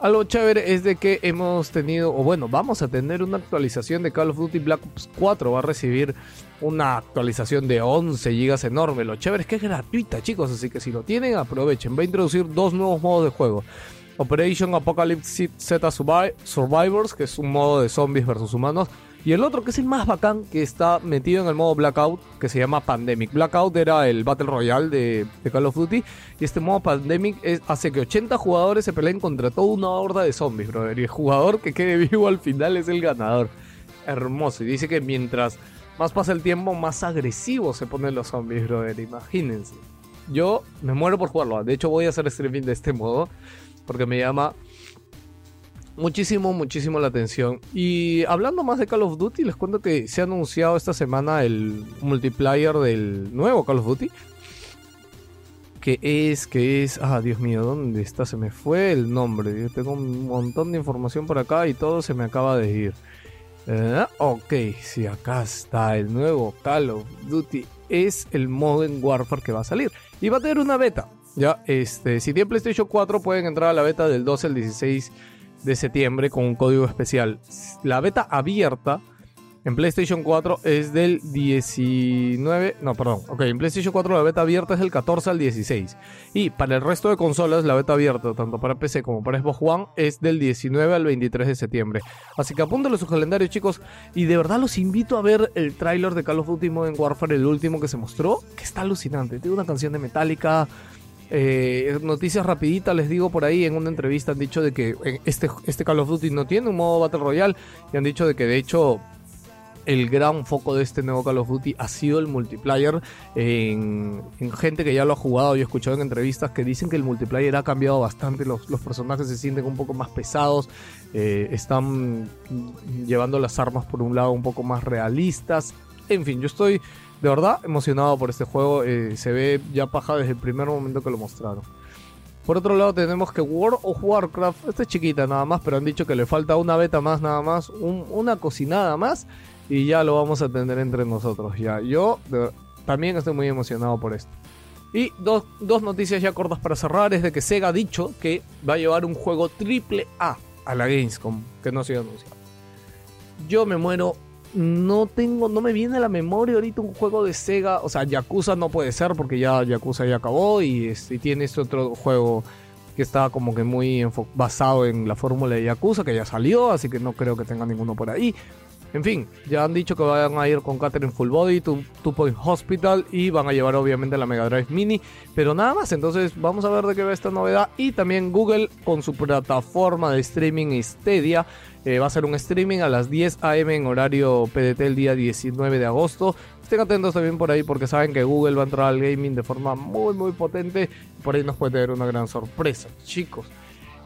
Algo chévere es de que hemos tenido, o bueno, vamos a tener una actualización de Call of Duty Black Ops 4. Va a recibir una actualización de 11 GB enorme. Lo chévere es que es gratuita, chicos. Así que si lo tienen, aprovechen. Va a introducir dos nuevos modos de juego. Operation Apocalypse Z Survi- Survivors, que es un modo de zombies versus humanos. Y el otro, que es el más bacán, que está metido en el modo Blackout, que se llama Pandemic. Blackout era el Battle Royale de, de Call of Duty. Y este modo Pandemic es- hace que 80 jugadores se peleen contra toda una horda de zombies, brother. Y el jugador que quede vivo al final es el ganador. Hermoso. Y dice que mientras más pasa el tiempo, más agresivos se ponen los zombies, brother. Imagínense. Yo me muero por jugarlo. De hecho, voy a hacer streaming de este modo. Porque me llama muchísimo, muchísimo la atención. Y hablando más de Call of Duty, les cuento que se ha anunciado esta semana el multiplayer del nuevo Call of Duty. Que es, que es. Ah, Dios mío, ¿dónde está? Se me fue el nombre. Yo tengo un montón de información por acá y todo se me acaba de ir. Eh, ok, sí, acá está el nuevo Call of Duty. Es el Modern Warfare que va a salir. Y va a tener una beta. Ya, este, si tienen PlayStation 4 pueden entrar a la beta del 12 al 16 de septiembre con un código especial. La beta abierta en PlayStation 4 es del 19... No, perdón. Ok, en PlayStation 4 la beta abierta es del 14 al 16. Y para el resto de consolas la beta abierta, tanto para PC como para Xbox One, es del 19 al 23 de septiembre. Así que apúntenlo a sus calendarios, chicos. Y de verdad los invito a ver el tráiler de Call of Duty Modern Warfare, el último que se mostró, que está alucinante. Tiene una canción de Metallica... Eh, noticias rapiditas les digo por ahí en una entrevista han dicho de que eh, este, este Call of Duty no tiene un modo Battle Royale y han dicho de que de hecho el gran foco de este nuevo Call of Duty ha sido el multiplayer en, en gente que ya lo ha jugado. Yo he escuchado en entrevistas que dicen que el multiplayer ha cambiado bastante, los, los personajes se sienten un poco más pesados, eh, están llevando las armas por un lado un poco más realistas. En fin, yo estoy de verdad emocionado por este juego. eh, se ve ya paja desde el primer momento que lo mostraron. Por otro lado tenemos que World of Warcraft, esta es chiquita nada más, pero han dicho que le falta una beta más nada más, un- una cocinada más y ya lo vamos a tener entre nosotros. Ya, yo de- también estoy muy emocionado por esto. Y dos, dos noticias ya cortas para cerrar es de que Sega ha dicho que va a llevar un juego triple A a la Gamescom, que no ha sido anunciado. Yo me muero, no tengo, no me viene a la memoria ahorita un juego de Sega, o sea, Yakuza no puede ser porque ya Yakuza ya acabó y, es- y tiene este otro juego que está como que muy enfo- basado en la fórmula de Yakuza que ya salió, así que no creo que tenga ninguno por ahí. En fin, ya han dicho que van a ir con Catherine Full Body, Two, Two Point Hospital y van a llevar obviamente la Mega Drive Mini, pero nada más. Entonces, vamos a ver de qué va esta novedad. Y también Google con su plataforma de streaming Stadia. eh, va a ser un streaming a las 10 a.m. en horario PDT el día 19 de agosto. Estén atentos también por ahí porque saben que Google va a entrar al gaming de forma muy, muy potente. Por ahí nos puede tener una gran sorpresa, chicos.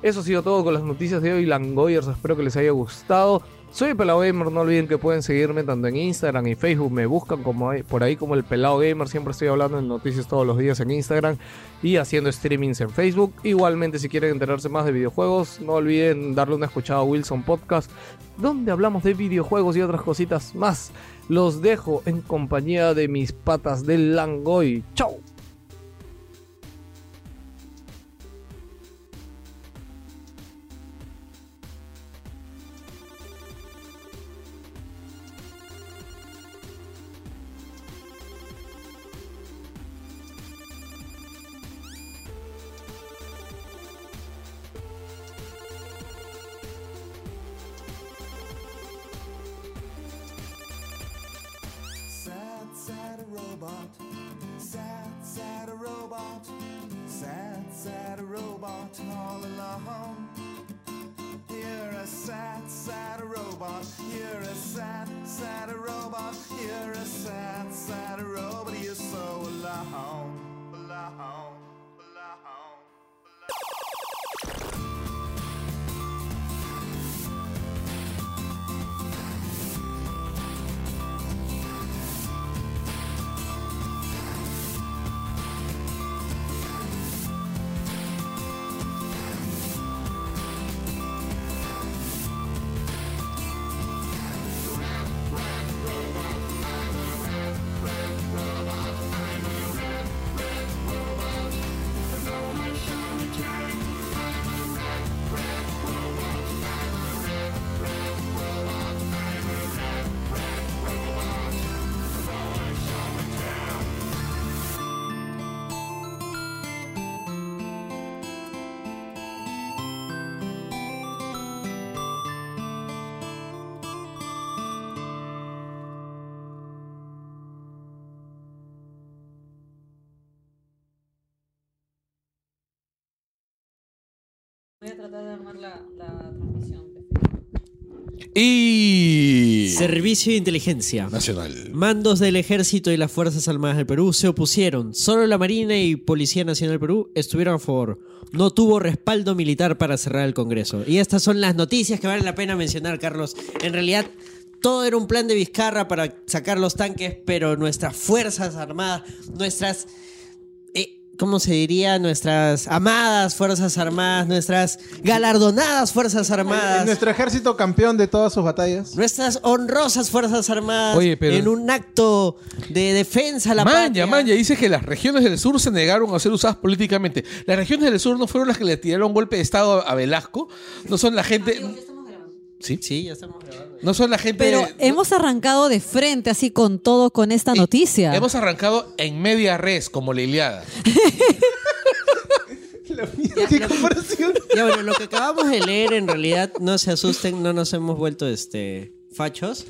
Eso ha sido todo con las noticias de hoy, Langoyers. Espero que les haya gustado. Soy el Pelado Gamer, no olviden que pueden seguirme tanto en Instagram y Facebook. Me buscan como ahí- por ahí como el Pelado Gamer. Siempre estoy hablando en noticias todos los días en Instagram y haciendo streamings en Facebook. Igualmente, si quieren enterarse más de videojuegos, no olviden darle una escuchada a Wilson Podcast, donde hablamos de videojuegos y otras cositas más. Los dejo en compañía de mis patas del Langoy. ¡Chao!
Sad, sad robot. Sad, sad robot. Sad, sad robot all alone. You're a sad, sad robot. You're a sad, sad robot. You're a sad, sad robot. You're so alone.
Voy a tratar de armar la, transmisión.
Y.
Servicio de inteligencia.
Nacional.
Mandos del Ejército y las Fuerzas Armadas del Perú se opusieron. Solo la Marina y Policía Nacional del Perú estuvieron a favor. No tuvo respaldo militar para cerrar el Congreso. Y estas son las noticias que vale la pena mencionar, Carlos. En realidad, todo era un plan de Vizcarra para sacar los tanques, pero nuestras Fuerzas Armadas, nuestras... eh, ¿Cómo se diría? Nuestras amadas Fuerzas Armadas, nuestras galardonadas Fuerzas Armadas.
Nuestro ejército campeón de todas sus batallas.
Nuestras honrosas Fuerzas Armadas
Oye, pero-
en un acto de defensa a la
Manja,
patria.
manja, dice que las regiones del sur se negaron a ser usadas políticamente. Las regiones del sur no fueron las que le tiraron golpe de estado a Velasco. No son la gente. Sí,
Sí, ya estamos grabando.
no son la gente.
Pero hemos arrancado de frente así con todo con esta noticia.
Hemos arrancado en media res, como la Iliada.
La mierda, [laughs] qué comparación.
Ya bueno, lo que acabamos de leer en realidad, no se asusten, no nos hemos vuelto este fachos.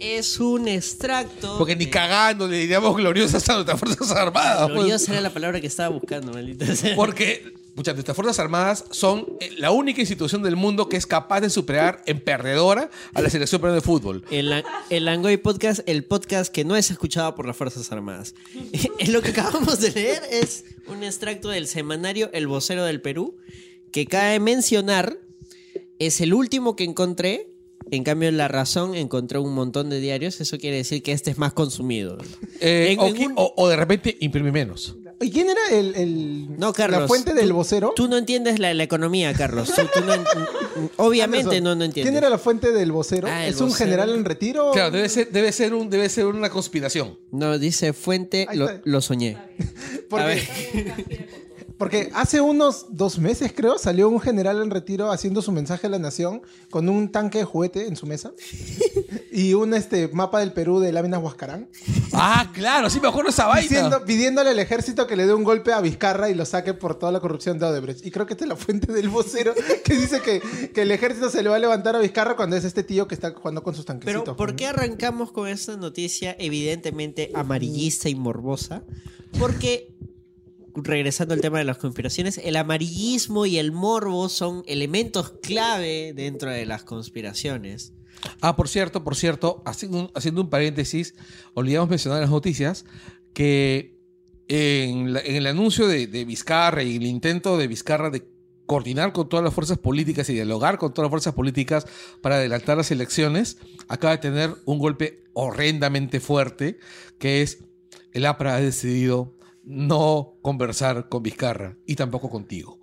Es un extracto.
Porque ni
de-
cagando le diríamos gloriosas a nuestras Fuerzas Armadas. pues.
Gloriosa era la palabra que estaba buscando, maldita sea.
Porque, pucha, nuestras Fuerzas Armadas son eh, la única institución del mundo que es capaz de superar en perdedora a la selección peruana de fútbol.
El, An- el Angoy Podcast, el podcast que no es escuchado por las Fuerzas Armadas. [laughs] Eh, Lo que acabamos de leer es un extracto del semanario El Vocero del Perú, que cabe mencionar, es el último que encontré. En cambio, en La Razón encontré un montón de diarios. Eso quiere decir que este es más consumido.
Eh,
En-
o,
en
qui-
un-
o- o de repente imprime menos.
¿Y quién era el, el-
No, Carlos.
la fuente del
tú-
vocero?
Tú no entiendes la, la economía, Carlos. Tú- tú no en- obviamente
Anderson,
no, no entiendes.
¿Quién era la fuente del vocero?
Ah, el
¿Es un
vocero.
general en retiro?
Claro, debe ser, debe ser, un, debe ser una conspiración.
No, dice fuente,
Ahí
lo,
está.
lo soñé. A ver.
Porque, porque hace unos dos meses, creo, salió un general en retiro haciendo su mensaje a la nación con un tanque de juguete en
[laughs]
su mesa y un este, mapa del Perú de láminas Huascarán,
Ah, claro, sí, me acuerdo esa vaina.
diciendo- pidiéndole al ejército que le dé un golpe a Vizcarra y lo saque por toda la corrupción de Odebrecht. Y creo que esta es la fuente del vocero que dice que, que el ejército se le va a levantar a Vizcarra cuando es este tío que está jugando con sus tanquecitos.
Pero ¿por qué arrancamos con esta noticia evidentemente amarillista y morbosa? Porque, regresando al tema de las conspiraciones, el amarillismo y el morbo son elementos clave dentro de las conspiraciones.
Ah, por cierto, por cierto, haciendo un, haciendo un paréntesis, olvidamos mencionar en las noticias que en, la- en el anuncio de, de Vizcarra y el intento de Vizcarra de coordinar con todas las fuerzas políticas y dialogar con todas las fuerzas políticas para adelantar las elecciones, acaba de tener un golpe horrendamente fuerte, que es el APRA ha decidido no conversar con Vizcarra y tampoco contigo.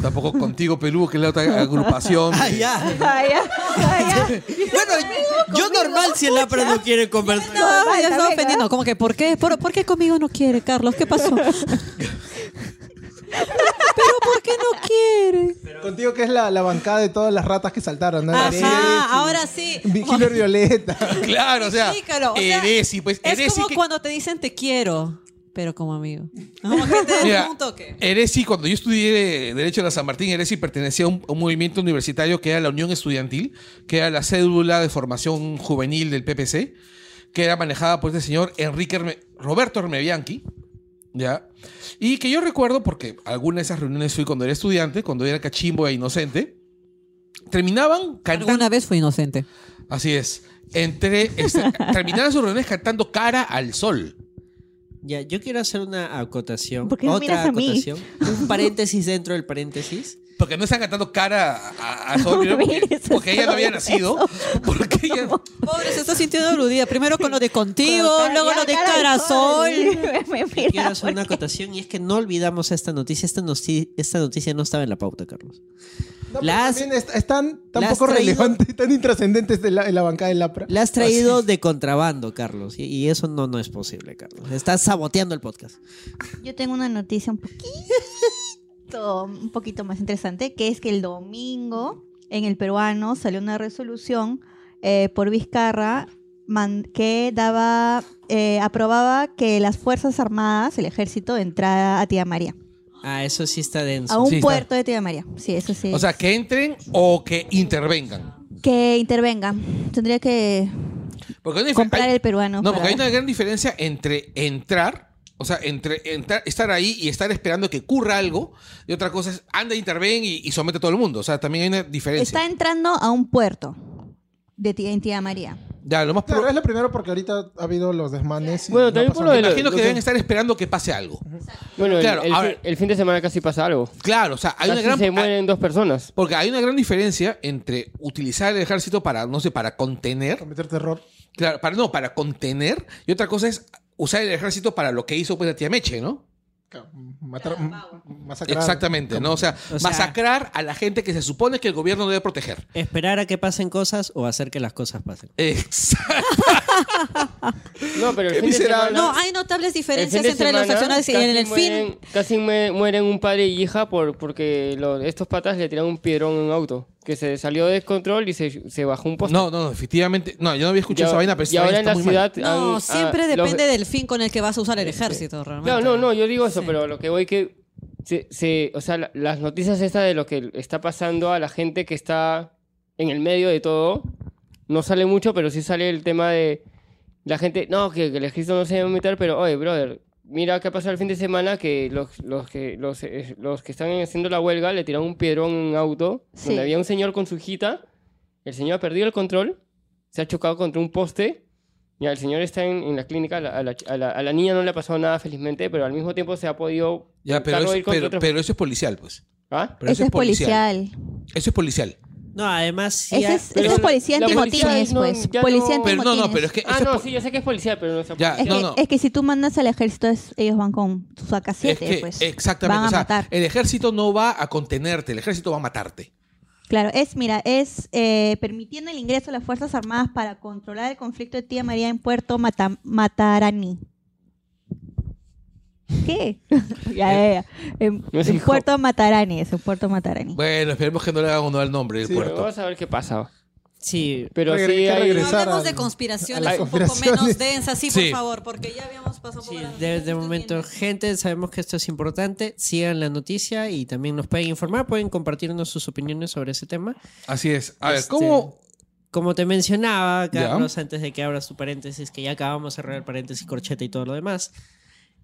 Tampoco contigo, Perú, que es la otra agrupación.
[laughs]
de-
Ah, ya.
Ay,
[laughs]
ay, ay, ay.
Bueno, yo normal si el APRA no quiere conversar.
No,
Normal,
ya estaba
también,
ofendiendo. Como que, ¿por qué? ¿Por, por qué conmigo no quiere, Carlos? ¿Qué pasó? Pero, ¿por qué no quiere?
Contigo que es la, la bancada de todas las ratas que saltaron. ¿no?
Ajá, ahora sí.
[laughs]
Hitler Violeta.
Claro, o sea,
Explícalo, o sea,
Eresi, pues
Es
Eresi
como
que-
cuando te dicen te quiero, pero como amigo. Como que te
Mira,
dan un toque.
Eresi, cuando yo estudié Derecho en la San Martín, Eresi pertenecía a un, a un movimiento universitario que era la Unión Estudiantil, que era la cédula de formación juvenil del PPC, que era manejada por este señor Enrique Herme- Roberto Hermebianchi, ¿ya? Y que yo recuerdo, porque algunas de esas reuniones fui cuando era estudiante, cuando era cachimbo e inocente, terminaban cantando...
Alguna vez fui inocente.
Así es. Entre, este, [laughs] terminaban sus reuniones cantando cara al sol.
Ya, yo quiero hacer una acotación.
¿Por qué no
otra
miras a mí?
acotación.
[laughs]
Un paréntesis dentro del paréntesis.
Porque no están cantando cara a, a Sol,
[laughs]
¿no? porque,
Mires,
porque ella no había
eso.
nacido.
[laughs]
Porque ella.
Pobre, se está sintiendo aludida. Primero con lo de contigo, luego lo de Carasol.
Me- [laughs] me
Yo quiero
mira,
hacer una acotación y es que no olvidamos esta noticia. Esta, noci- esta noticia no estaba en la pauta, Carlos.
No, pero
Las-
también es, es tan, tan
las
poco
traído-
relevante, tan intrascendente de la, en la bancada del APRA.
La has traído de contrabando, Carlos. Y, y eso no, no es posible, Carlos. Estás saboteando el podcast.
Yo tengo una noticia un poquito, un poquito más interesante, que es que el domingo en el peruano salió una resolución eh, por Vizcarra man- que daba, eh, aprobaba que las Fuerzas Armadas, el ejército, entrara a Tía María,
Ah, eso sí está denso.
a un
Sí, está.
puerto de Tía María. Sí, eso sí.
O sea, que entren o que intervengan.
que intervengan. Tendría que
Porque hay una difer-
comprar
hay-
el peruano.
No, porque
para-
hay una gran diferencia entre entrar O sea, entre entrar- estar ahí y estar esperando que ocurra algo, y otra cosa es anda, interven y, y somete a todo el mundo. O sea, también hay una diferencia.
Está entrando a un puerto de ti- en Tía María.
Ya, lo más
Claro,
probable.
es lo primero porque ahorita ha habido los desmanes. y
Bueno,
no
también
pasó
por lo de la-
nada.
Imagino que
lo que-
deben estar esperando que pase algo.
Bueno, el-
Claro,
el,
ahora-
fin, el fin de semana casi pasa algo.
Claro, o sea, hay una
Casi
gran.
se mueren dos personas.
Porque hay una gran diferencia entre utilizar el ejército para, no sé, para contener.
Cometer terror.
Claro, para no, para contener. Y otra cosa es usar el ejército para lo que hizo pues la tía Meche, ¿no?
ca- Matar, masacrar.
Exactamente, ¿no? O sea,
O sea-
masacrar a la gente que se supone que el gobierno debe proteger.
¿Esperar a que pasen cosas o hacer que las cosas pasen?
Exacto.
No, pero el
Qué
fin de
miserable.
semana-
No, hay notables
el fin
diferencias
de
entre los
semana
accionados y
casi
en el
mueren,
fin.
Casi mue- mueren un padre y hija por, porque lo- estos patas le tiraron un piedrón en un auto que se salió de control y se, se bajó un poste.
No, no, definitivamente. No, yo no había escuchado
Y
esa
a-
vaina, pero
Y
esa
ahora en
vaina
la
está muy mal.
ciudad.
No,
han-
siempre
ah, los- Eh,
depende del fin con el que vas a usar el ejército, realmente.
No, no, no, yo digo eso,
Sí.
pero lo que voy que. Se, se- o sea, la- las noticias estas de lo que está pasando a la gente que está en el medio de todo, no sale mucho, pero sí sale el tema de la gente. No, que, que el ejército no se debe meter, pero oye, brother, mira qué ha pasado el fin de semana que los, los que los, eh, los que están haciendo la huelga le tiraron un piedrón en un auto
Sí.
donde había un señor con su hijita. El señor ha perdido el control, se ha chocado contra un poste. Ya, el señor está en, en la clínica, a la, a la- a la- a la niña no le ha pasado nada felizmente, pero al mismo tiempo se ha podido...
Ya, pero
cargo
eso,
de ir contra
pero-
otros-
pero eso es policial, pues.
¿Ah?
Pero
Ese es policial.
Eso es policial.
No, además sí
Ese
hay-
es,
pero
ese es
la-
policía
la
antimotines,
policía no-
pues.
ya no-
policía
Pero no, no,
antimotines.
pero es que.
Ah,
eso es
no,
po-
sí, yo sé que es policía, pero no es
Ya,
Es
no,
que,
no.
es que si tú mandas al ejército, es- ellos van con sus
Es
AK-7,
que-
pues.
exactamente.
Van a
o sea, eh,
matar.
el ejército no va a contenerte, el ejército va a matarte.
Claro, es, mira, es eh, permitiendo el ingreso de las Fuerzas Armadas para controlar el conflicto de Tía María en Puerto Mata- Matarani. ¿Qué? [laughs] ya, ya, ya. En,
No es
en
hijo.
Puerto Matarani, es en Puerto Matarani.
Bueno, esperemos que no le hagan honor al nombre del
Sí.
Pero
puerto.
vamos a ver qué pasa.
sí.
Pero sí
Regre- que
hay...
No
regresar.
hablemos
a-
de
a
conspiraciones
las
un poco menos
conspiraciones.
densas, sí,
Sí.
por favor, porque ya habíamos pasado por
Sí,
las
de,
noticias,
de
¿tú
momento,
entiendes?
gente, sabemos que esto es importante. Sigan la noticia y también nos pueden informar, pueden compartirnos sus opiniones sobre ese tema.
Así es. A ver,
Este,
¿cómo?
Como te mencionaba, Carlos, antes de que abras tu paréntesis, que ya acabamos de cerrar el paréntesis, corcheta y todo lo demás,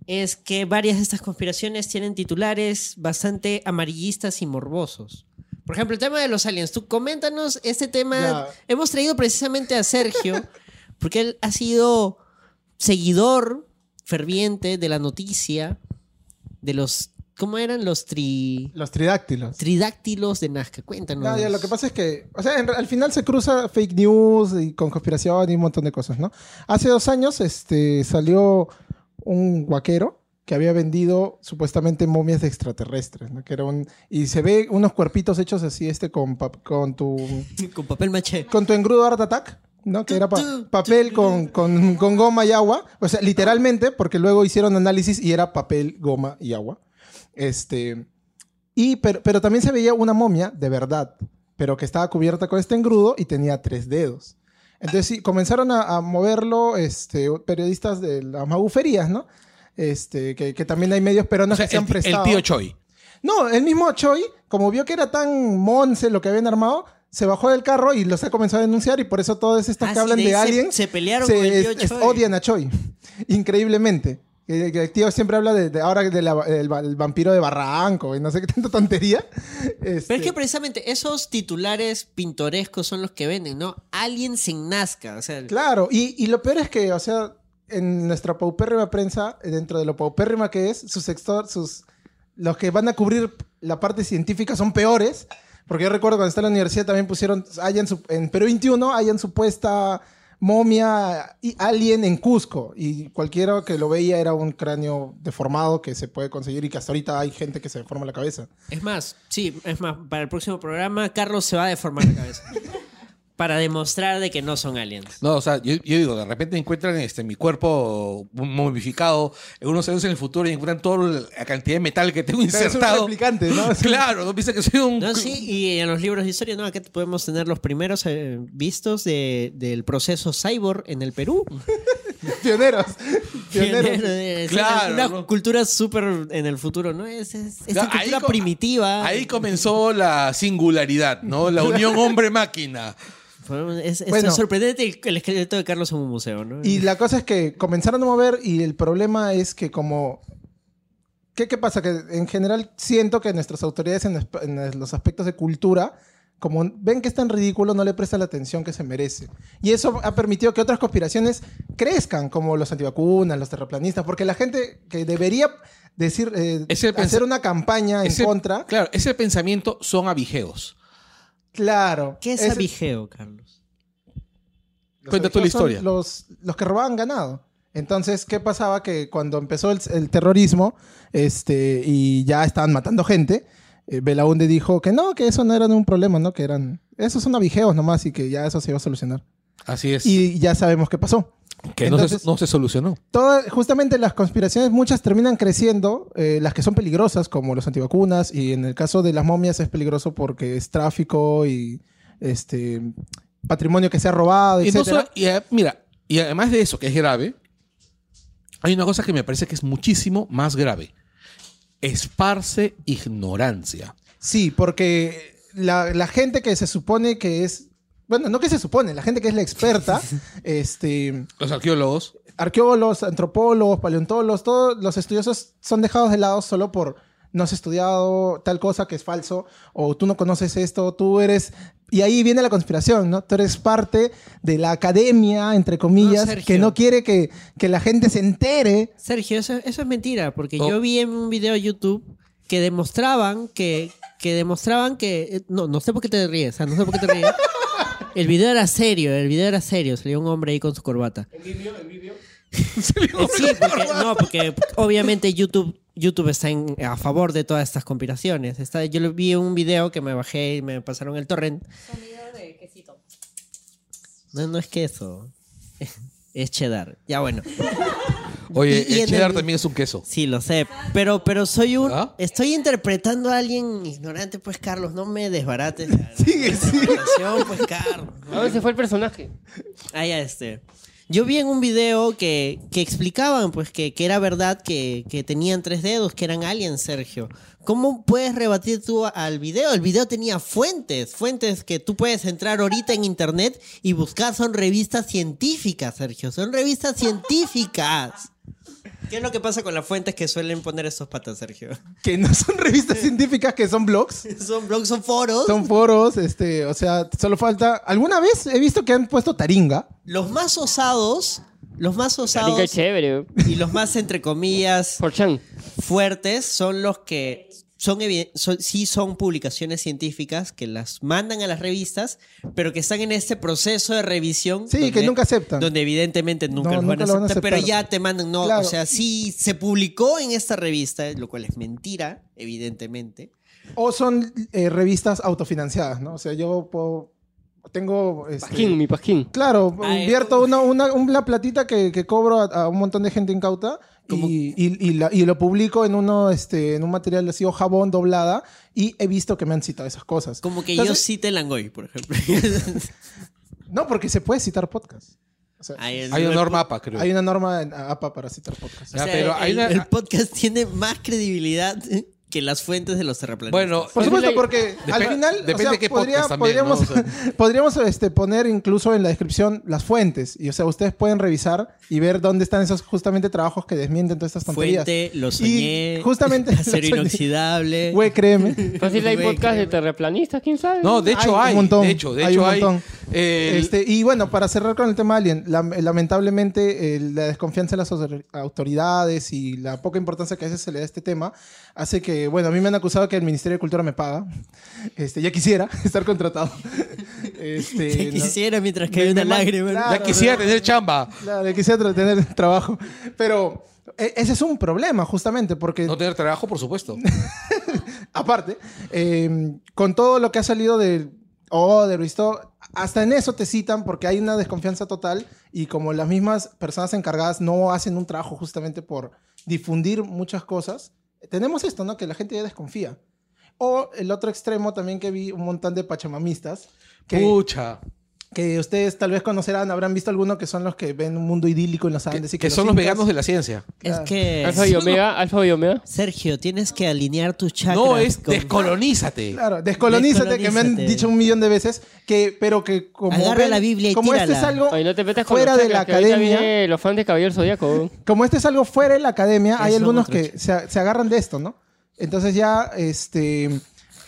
es que varias de estas conspiraciones tienen titulares bastante amarillistas y morbosos. Por ejemplo, el tema de los aliens. Tú coméntanos este tema.
Ya.
Hemos traído precisamente a Sergio, [laughs] porque él ha sido seguidor ferviente de la noticia de los. ¿Cómo eran? Los tri-
Los tridáctilos.
tridáctilos de Nazca. Cuéntanos.
No, ya, lo que pasa es que, o sea, en re- al final se cruza fake news y con conspiración y un montón de cosas, ¿no? Hace dos años este, salió un guaquero que había vendido supuestamente momias de extraterrestres, ¿no? Que era un, y se ve unos cuerpitos hechos así, este, con, pap- con tu
Con papel maché.
con tu engrudo Art Attack, ¿no? Que era pa- papel con, con- con goma y agua. O sea, literalmente, porque luego hicieron análisis y era papel, goma y agua. Este. Y, pero, pero también se veía una momia de verdad, pero que estaba cubierta con este engrudo y tenía tres dedos. Entonces sí, comenzaron a, a moverlo este, periodistas de las maguferías, ¿no? Este, que, que también hay medios
O
peruanos
sea,
que se han
el, el
prestado.
tío Choi.
No, el mismo Choi, como vio que era tan monce lo que habían armado, se bajó del carro y los ha comenzado a denunciar y por eso todas estas
Ah,
que
sí,
hablan
de
de,
ahí se-
aliens
se pelearon
se
con el tío
es- es-
Choi.
odian a Choi, [laughs] increíblemente. Que- que El tío siempre habla de, de ahora del vampiro de Barranco y no sé qué tanta tontería. Este,
Pero es que precisamente esos titulares pintorescos son los que venden, ¿no? Aliens en Nazca. O sea,
Claro, y, y lo peor es que, o sea, en nuestra paupérrima prensa, dentro de lo paupérrima que es, sus sector, sus los que van a cubrir la parte científica son peores. Porque yo recuerdo cuando estaba en la universidad también pusieron, hayan su- en Perú 21 hayan supuesta momia y alien en Cusco. Y cualquiera que lo veía era un cráneo deformado que se puede conseguir y que hasta ahorita hay gente que se deforma la cabeza.
es más, sí, es más, para el próximo programa Carlos se va a deformar la cabeza. para demostrar de que no son aliens.
No, o sea, yo, yo digo, de repente encuentran este, mi cuerpo momificado en unos años en el futuro y encuentran toda la cantidad de metal que tengo
Claro, [laughs] es un
insertado.
replicante, ¿no? Es un-
[laughs] Claro, no piensa que soy un.
No, sí, y en los libros de historia, ¿no? Acá podemos tener los primeros eh, vistos de- del proceso cyborg en el Perú.
Pioneros. Pioneros.
Pionero de- sí,
Claro,
Una
¿no?
cultura súper en el futuro, ¿no? Es, es, es
Ya,
una cultura
co-
primitiva.
[laughs]
Ahí comenzó la singularidad, ¿no? La unión hombre-máquina.
Fue- Es, es
Bueno.
sorprendente el, el esqueleto de Carlos en un museo, ¿no?
Y la cosa es que comenzaron a mover y el problema es que como... ¿Qué, qué pasa? Que en general siento que nuestras autoridades en, esp- en los aspectos de cultura, como ven que es tan ridículo, no le prestan la atención que se merece. Y eso ha permitido que otras conspiraciones crezcan, como los antivacunas, los terraplanistas, porque la gente que debería decir eh,
Es el
hacer
pensa-
una campaña en
Ese-
contra,
Claro, ese pensamiento son abigeos.
claro.
¿Qué es
ese-
abigeo, Carlos?
Los
Cuenta tú la
abigeos son
historia.
Los, los que robaban ganado. Entonces, ¿qué pasaba? Que cuando empezó el, el terrorismo este, y ya estaban matando gente, eh, Belaunde dijo que no, que eso no era un problema, ¿no? Que eran... Esos son abigeos nomás y que ya eso se iba a solucionar.
Así es.
Y ya sabemos qué pasó.
que no,
entonces-
se, no se solucionó.
Todas, justamente las conspiraciones muchas terminan creciendo, eh, las que son peligrosas, como los antivacunas, y en el caso de las momias es peligroso porque es tráfico y este patrimonio que se ha robado,
Y, no
etcétera.
solo- y, eh, mira, y además de eso, que es grave, hay una cosa que me parece que es muchísimo más grave. Esparce ignorancia.
Sí, porque la, la gente que se supone que es. Bueno, no que se supone, la gente que es la [laughs] experta, este,
Los arqueólogos.
arqueólogos, antropólogos, paleontólogos, todos los estudiosos son dejados de lado solo por no has estudiado tal cosa que es falso, o tú no conoces esto, tú eres. Y ahí viene la conspiración, ¿no? Tú eres parte de la academia, entre comillas,
Sergio.
que no quiere que, que la gente se entere.
Sergio, eso, eso es mentira, porque
Oh.
yo vi en un video de YouTube que demostraban que, que demostraban que. eh, No, no sé por qué te ríes, o sea, no sé por qué te [laughs] ríes. El video era serio, el video era serio. Salió un hombre ahí con su corbata. ¿El video? [laughs] ¿El video? sí, porque, no, porque obviamente YouTube, YouTube está en- a favor de todas estas conspiraciones. Está, yo lo vi en un video que me bajé y me pasaron el torrent. No, no es queso. [laughs] Es cheddar. Ya bueno.
Oye,
Y- y en
el cheddar
el-
también es un queso.
Sí, lo sé. Pero, pero soy un.
¿Ah?
Estoy interpretando a alguien ignorante, pues, Carlos. No me desbarates la
Sigue, sigue.
interpretación, pues, Carlos.
¿A dónde se fue el personaje?
Ah, ya, este. Yo vi en un video que, que explicaban, pues, que, que era verdad que, que tenían tres dedos, que eran aliens, Sergio. ¿Cómo puedes rebatir tú a- al video? El video tenía fuentes, fuentes que tú puedes entrar ahorita en internet y buscar. Son revistas científicas, Sergio. Son revistas científicas. ¿Qué es lo que pasa con las fuentes que suelen poner estos patas, Sergio?
Que no son revistas [laughs] científicas, que son blogs.
[laughs] Son blogs, son foros.
Son foros, este, o sea, solo falta. ¿Alguna vez he visto que han puesto taringa?
Los más osados, los más
Taringa
osados
es chévere.
y los más, entre comillas,
Por Chan.
fuertes son los que son, eviden- son- sí son publicaciones científicas que las mandan a las revistas, pero que están en este proceso de revisión.
Sí, que nunca aceptan.
Donde evidentemente nunca,
No,
los van
nunca
a
lo van a
aceptar, pero
aceptar.
ya te mandan, no,
Claro.
o sea, sí se publicó en esta revista, lo cual es mentira, evidentemente.
O son eh, revistas autofinanciadas, ¿no? O sea, yo puedo- tengo. este,
Pajín, mi pajín.
Claro,
Ah, eh,
invierto una, una, una platita que, que cobro a, a un montón de gente incauta y, y, y la- y lo publico en uno, este, en un material así, o jabón doblada, y he visto que me han citado esas cosas.
Como que yo
Entonces-
cite Langoy, por
[laughs]
ejemplo.
No, porque se puede citar podcast. O sea,
Ay, el-
Hay
el-
honor mapa, creo.
hay una norma en APA para citar podcast.
o sea,
Ya, pero hay
el,
una-
el podcast tiene más credibilidad que las fuentes de los terraplanistas.
Bueno,
Por
Es
supuesto,
ley.
porque al
Depe-
final
depende
o sea,
de qué
podría-
podcast también, ¿no?
podríamos,
O
[laughs] podríamos este, poner incluso en la descripción las fuentes. Y o sea, ustedes pueden revisar y ver dónde están esos justamente trabajos que desmienten todas estas tonterías.
Fuente, lo
Y
soñé. [laughs]
justamente lo
Acero
soñé.
inoxidable.
Güey,
[laughs]
créeme.
Pues
Fácil hay
Güey,
podcast de
créeme.
terraplanistas, quién sabe.
no, de hecho
un
hay.
montón,
de hecho, de
hay
hecho
un
hay.
montón.
eh, el-
Este, y bueno, para cerrar con el tema Alien, la- lamentablemente eh, la desconfianza de las autor- autoridades y la poca importancia que a veces se le da a este tema hace que, bueno, a mí me han acusado que el Ministerio de Cultura me paga. Este, ya quisiera [laughs] estar contratado. Este,
Ya
no-
quisiera mientras que
Me-
hay una
me man-
lágrima.
Claro.
ya quisiera tener chamba.
Claro, le quisiera tra- tener [laughs] trabajo. Pero e- ese es un problema, justamente, porque
No tener trabajo, por supuesto.
aparte, eh, con todo lo que ha salido de Oder, visto, hasta en eso te citan porque hay una desconfianza total y como las mismas personas encargadas no hacen un trabajo justamente por difundir muchas cosas, tenemos esto, ¿no? Que la gente ya desconfía. O el otro extremo también [laughs] que vi un montón de pachamamistas que
Pucha.
que ustedes tal vez conocerán, habrán visto alguno que son los que ven un mundo idílico en los
Que,
Andes. y
que son los
incas-
veganos de la ciencia.
Es
Claro.
que.
Alfa y Omega, Alfa y Omega.
Sergio, tienes que alinear tus chakras.
No, es
con-
descolonízate.
Claro, descolonízate, que me han
Descolonízate.
dicho un millón de veces, que, pero que como,
Agarra la Biblia y
como este
tírala.
es algo
Oye, no te metas con
fuera
los
de la
chakras, que ahorita
academia,
viene los fans de Caballero Zodíaco.
como este es algo fuera de la academia, hay
Eso,
algunos
otro
que se, se agarran de esto, ¿no? Entonces ya, este,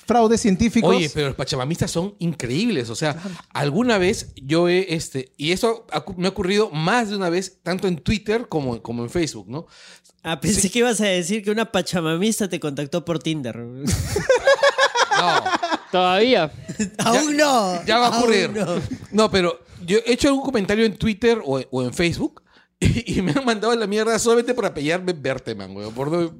fraudes científicos.
Oye, pero los pachamamistas son increíbles. O sea, alguna vez yo he, este, y eso ha- me ha ocurrido más de una vez, tanto en Twitter como, como en Facebook, ¿no?
Ah, pensé que ibas a decir que una pachamamista te contactó por Tinder. [laughs]
No,
Todavía.
Aún no.
ya va a
aún
ocurrir.
no.
No. pero yo he hecho algún comentario en Twitter o, o en Facebook y, y me han mandado a la mierda solamente por apellarme Berteman, güey. Por, no-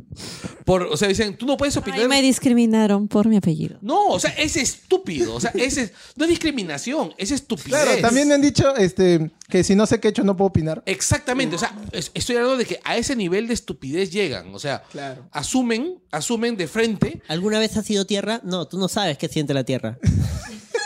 por, o sea, dicen, tú no puedes opinar.
Ay, me discriminaron por mi apellido.
No, o sea, es estúpido. O sea, es, es- no es discriminación, es estupidez.
claro, también me han dicho este, que si no sé qué he hecho no puedo opinar.
Exactamente, o sea, es- estoy hablando de que a ese nivel de estupidez llegan, o sea,
Claro.
asumen, asumen de frente.
¿Alguna vez has sido tierra? No, tú no sabes qué siente la tierra.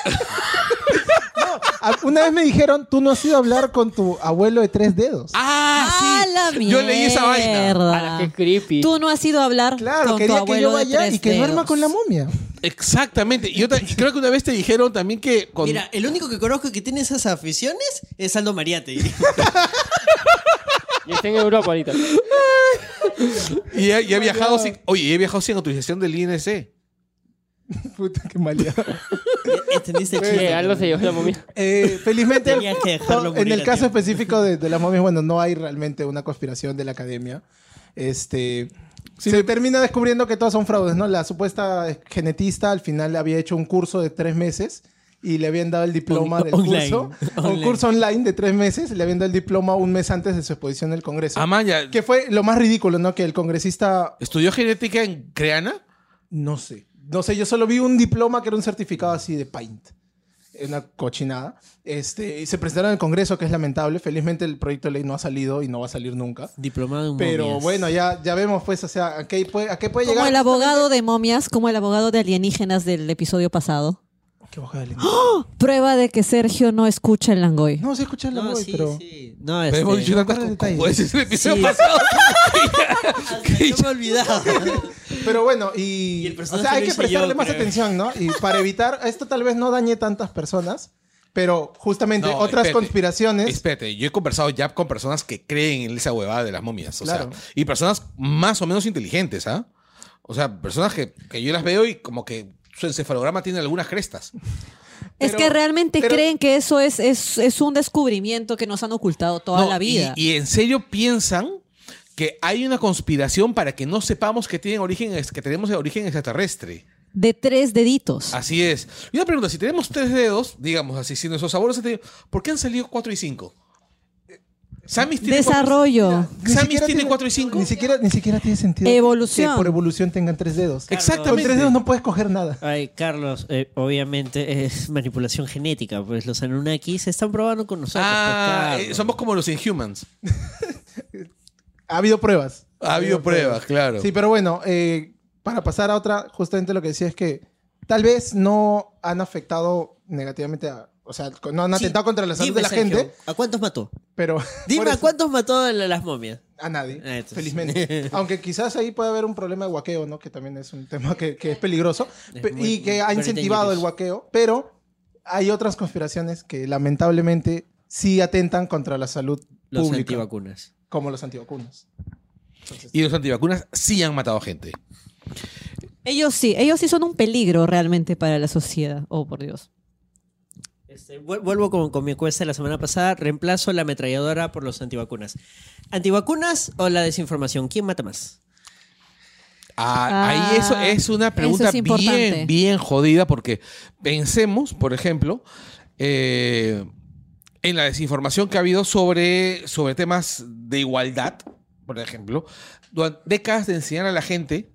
A- Ah, Una vez me dijeron, tú no has ido a hablar con tu abuelo de tres dedos.
Ah, sí.
¡A la
Yo leí esa vaina.
mierda!
A la que Ah, creepy.
Tú no has ido a hablar
Claro,
con tu
quería que
abuelo
yo
de
vaya
tres
y que duerma
dedos.
con la momia. [laughs]
Exactamente. Y, otra- y creo que una vez te dijeron también que con-
Mira, el único que conozco que tiene esas aficiones es Aldo
[laughs]
Mariate. [laughs]
Y está en
[laughs]
Europa ahorita.
y he, y he viajado sin, oye, y he viajado sin autorización del INC.
Puta, qué malidad.
¿Entendiste el
Que
chiste?
Aldo se llevó la momia.
Eh,
[laughs]
felizmente,
Tenías que dejarlo
en
morir
el
a
caso
tiempo.
específico de, de las momias, bueno, no hay realmente una conspiración de la academia. Este, se termina descubriendo que todas son fraudes, ¿no? La supuesta genetista al final había hecho un curso de tres meses y le habían dado el diploma
On-
del
online.
curso. Un
Online.
curso online de tres meses, le habían dado el diploma un mes antes de su exposición en el Congreso.
Amaya,
que fue lo más ridículo, ¿no? Que el congresista,
¿estudió genética en Creana?
no sé, no sé, yo solo vi un diploma que era un certificado así de Paint una cochinada. Este, y se presentaron al Congreso, que es lamentable. Felizmente el proyecto de ley no ha salido y no va a salir nunca.
Diplomado en
Pero
momias.
bueno, ya, ya vemos, pues, o sea, a qué puede, a qué puede
Como
llegar.
el abogado de momias, como el abogado de alienígenas del episodio pasado.
Qué bajada de línea.
Prueba de que Sergio no escucha el Langoy.
No, sí escuché la
No,
voz,
sí,
pero...
sí. No,
Pero
este,
hemos dicho tantas
acuerdo
cosas.
de
Como ese Pues, es el episodio [laughs]
Sí.
pasado.
hasta yo me he olvidado. [laughs]
Pero bueno, y...
Y el
o
personaje
sea, hay
lo
que
hice
prestarle
yo,
más
creo.
atención, ¿no? Y para evitar... Esto tal vez no dañe tantas personas, pero justamente
No,
otras
espérate.
conspiraciones...
Espérate, yo he conversado ya con personas que creen en esa huevada de las momias. O
Claro.
sea, y personas más o menos inteligentes, ¿ah? O sea, personas que, que yo las veo y como que su encefalograma tiene algunas crestas.
es
pero-
que realmente
pero-
creen que eso es, es, es un descubrimiento que nos han ocultado toda
No,
la
y-
vida.
Y, en serio piensan que hay una conspiración para que no sepamos que tienen origen, ex- que tenemos de origen extraterrestre.
De tres deditos.
Así es. Y una pregunta, si tenemos tres dedos, digamos así, si nuestros sabores, ¿por qué han salido cuatro y cinco? Eh, Samis tiene cuatro-
Desarrollo.
Ni
Samis
siquiera
tiene cuatro y cinco.
Ni siquiera, ni siquiera tiene sentido que-
Evolución.
que por evolución tengan tres dedos. Con
Exactamente.
tres dedos no puedes coger nada.
Ay, Carlos, eh, obviamente es manipulación genética, pues los Anunnakis se están probando con nosotros.
Ah,
pues,
eh,
Carlos.
somos como los Inhumans.
Ha habido pruebas.
Ha habido pruebas, claro.
Sí, pero bueno, eh, para pasar a otra, justamente lo que decía es que tal vez no han afectado negativamente a. O sea, no han
Sí.
atentado contra la salud
Dime,
de la
Sergio,
gente,
¿A cuántos mató?
pero. [laughs] por
Dime, ¿a
eso,
cuántos mató la- las momias?
A nadie,
Ah, entonces. [laughs]
felizmente. Aunque quizás ahí puede haber un problema de guaqueo, ¿no? Que también es un tema que, que es peligroso
Es
pe-
muy-
y que ha
very
incentivado el
dangerous.
guaqueo, pero hay otras conspiraciones que lamentablemente sí atentan contra la salud
Los
pública,
antivacunas.
como los antivacunas.
Y los antivacunas sí han matado gente.
Ellos sí, ellos sí son un peligro realmente para la sociedad. Oh, por Dios.
Este, vu- vuelvo con, con mi encuesta de la semana pasada. Reemplazo la ametralladora por los antivacunas. ¿Antivacunas o la desinformación? ¿Quién mata más?
Ah,
Ah,
ahí eso es una pregunta
eso es importante.
bien, bien jodida porque pensemos, por ejemplo, eh, en la desinformación que ha habido sobre, sobre temas de igualdad, por ejemplo, durante décadas de enseñar a la gente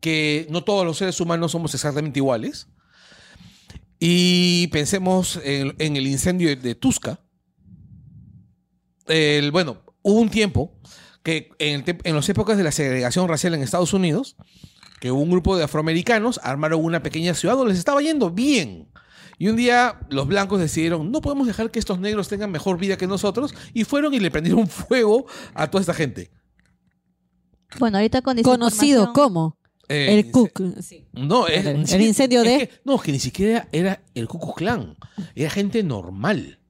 que no todos los seres humanos somos exactamente iguales. Y pensemos en, en el incendio de Tusca. El, bueno, hubo un tiempo que en, el te- en las épocas de la segregación racial en Estados Unidos, que un grupo de afroamericanos armaron una pequeña ciudad donde les estaba yendo bien. Y un día los blancos decidieron, no podemos dejar que estos negros tengan mejor vida que nosotros, y fueron y le prendieron [laughs] fuego a toda esta gente.
Bueno, ahorita con
Conocido
desinformación-
como
Eh,
el Cook. Sí.
No, es,
El-
[laughs] ni
el
siquiera-
incendio
es
de-
que- no, es que ni siquiera era el Ku Klux Klan. Era gente normal.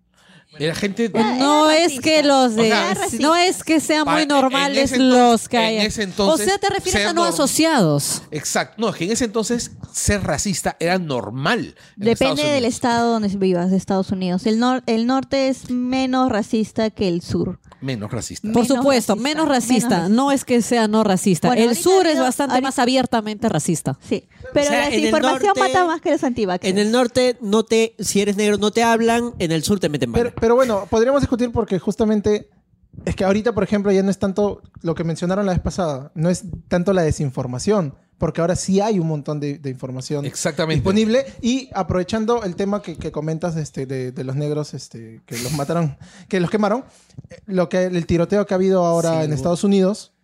Era gente...
Ah,
No
era
es que
racista.
los de.
O
sea,
no es que sean
Para-
muy
en- en
normales
ese entonces-
los que hay.
en ese entonces,
o sea, te refieres
ser
a no
norm-
asociados.
Exacto. No, es que en ese entonces ser racista era normal. en Estados
Depende
Unidos.
del estado donde vivas de Estados Unidos. El, nor- el norte es menos racista que el sur.
Menos racista.
Por
Menos
supuesto,
racista,
menos racista.
menos racista.
No es que sea no racista.
Bueno,
el
ahorita
sur
ha
es
habido-
bastante
ahorita-
más abiertamente racista.
Sí. Pero
O sea,
la
en el
desinformación
norte-
mata más que los antivaxxers.
En el norte, no te, si eres negro, no te hablan. En el sur te meten
Pero,
mal.
pero bueno, podríamos discutir porque justamente es que ahorita, por ejemplo, ya no es tanto lo que mencionaron la vez pasada, no es tanto la desinformación, porque ahora sí hay un montón de, de información
Exactamente.
disponible. Y aprovechando el tema que, que comentas este, de, de los negros este, que los mataron, que los quemaron, eh, lo que, el tiroteo que ha habido ahora en Estados Unidos,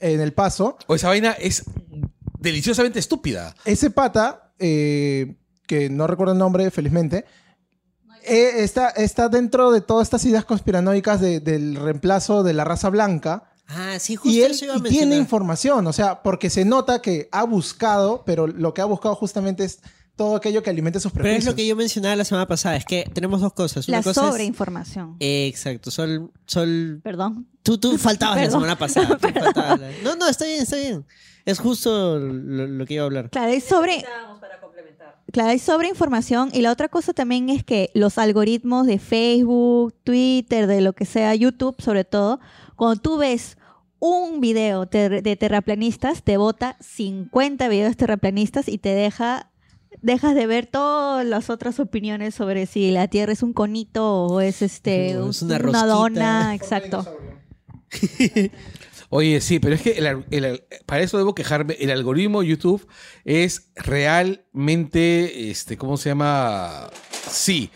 en El Paso,
O esa vaina es deliciosamente estúpida.
ese pata, eh, que no recuerdo el nombre, felizmente, eh, está, está dentro de todas estas ideas conspiranoicas de- del reemplazo de la raza blanca.
Ah, sí, justo
Y él
eso iba a
y tiene
mencionar.
información, o sea, porque se nota que ha buscado, pero lo que ha buscado justamente es todo aquello que alimente sus
Pero es
prejuicios.
lo que yo mencionaba la semana pasada. Es que tenemos dos cosas. Una
La
cosa es-
sobreinformación.
Exacto. Sol, sol
Perdón.
Tú, tú faltabas la
Perdón.
semana pasada. tú
[laughs] Perdón.
faltabas la- No, no, está bien, está bien. Es justo lo, lo que iba a hablar.
Claro, es sobre. Claro, hay sobreinformación. Y la otra cosa también es que los algoritmos de Facebook, Twitter, de lo que sea, YouTube sobre todo, cuando tú ves un video ter- de terraplanistas, te bota 50 videos terraplanistas y te deja dejas de ver todas las otras opiniones sobre si la Tierra es un conito o es este
O es una
una
rosquita.
dona, exacto.
Oye, sí, pero es que el al- el al- para eso debo quejarme. El algoritmo de YouTube es realmente, este, ¿cómo se llama? Sí.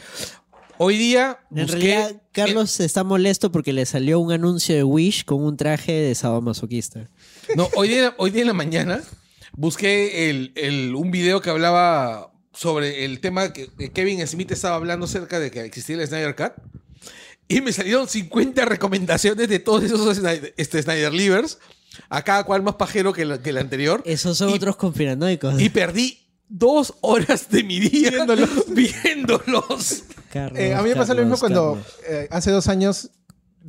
Hoy día
En
busqué- eh,
realidad, Carlos está molesto porque le salió un anuncio de Wish con un traje de sadomasoquista.
eh, [laughs] no, hoy día, hoy día en la mañana busqué el, el- un video que hablaba sobre el tema que que Kevin Smith estaba hablando acerca de que existía el Snyder Cut. Y me salieron 50 recomendaciones de todos esos Snyder, este, Snyder Livers, a cada cual más pajero que el, que el anterior.
Esos son
Y-
otros conspiranoicos.
Y perdí dos horas de mi día viéndolos. [laughs] viéndolos.
Carlos,
Eh, a mí me pasa lo mismo
Carlos,
cuando
Carlos.
eh, hace dos años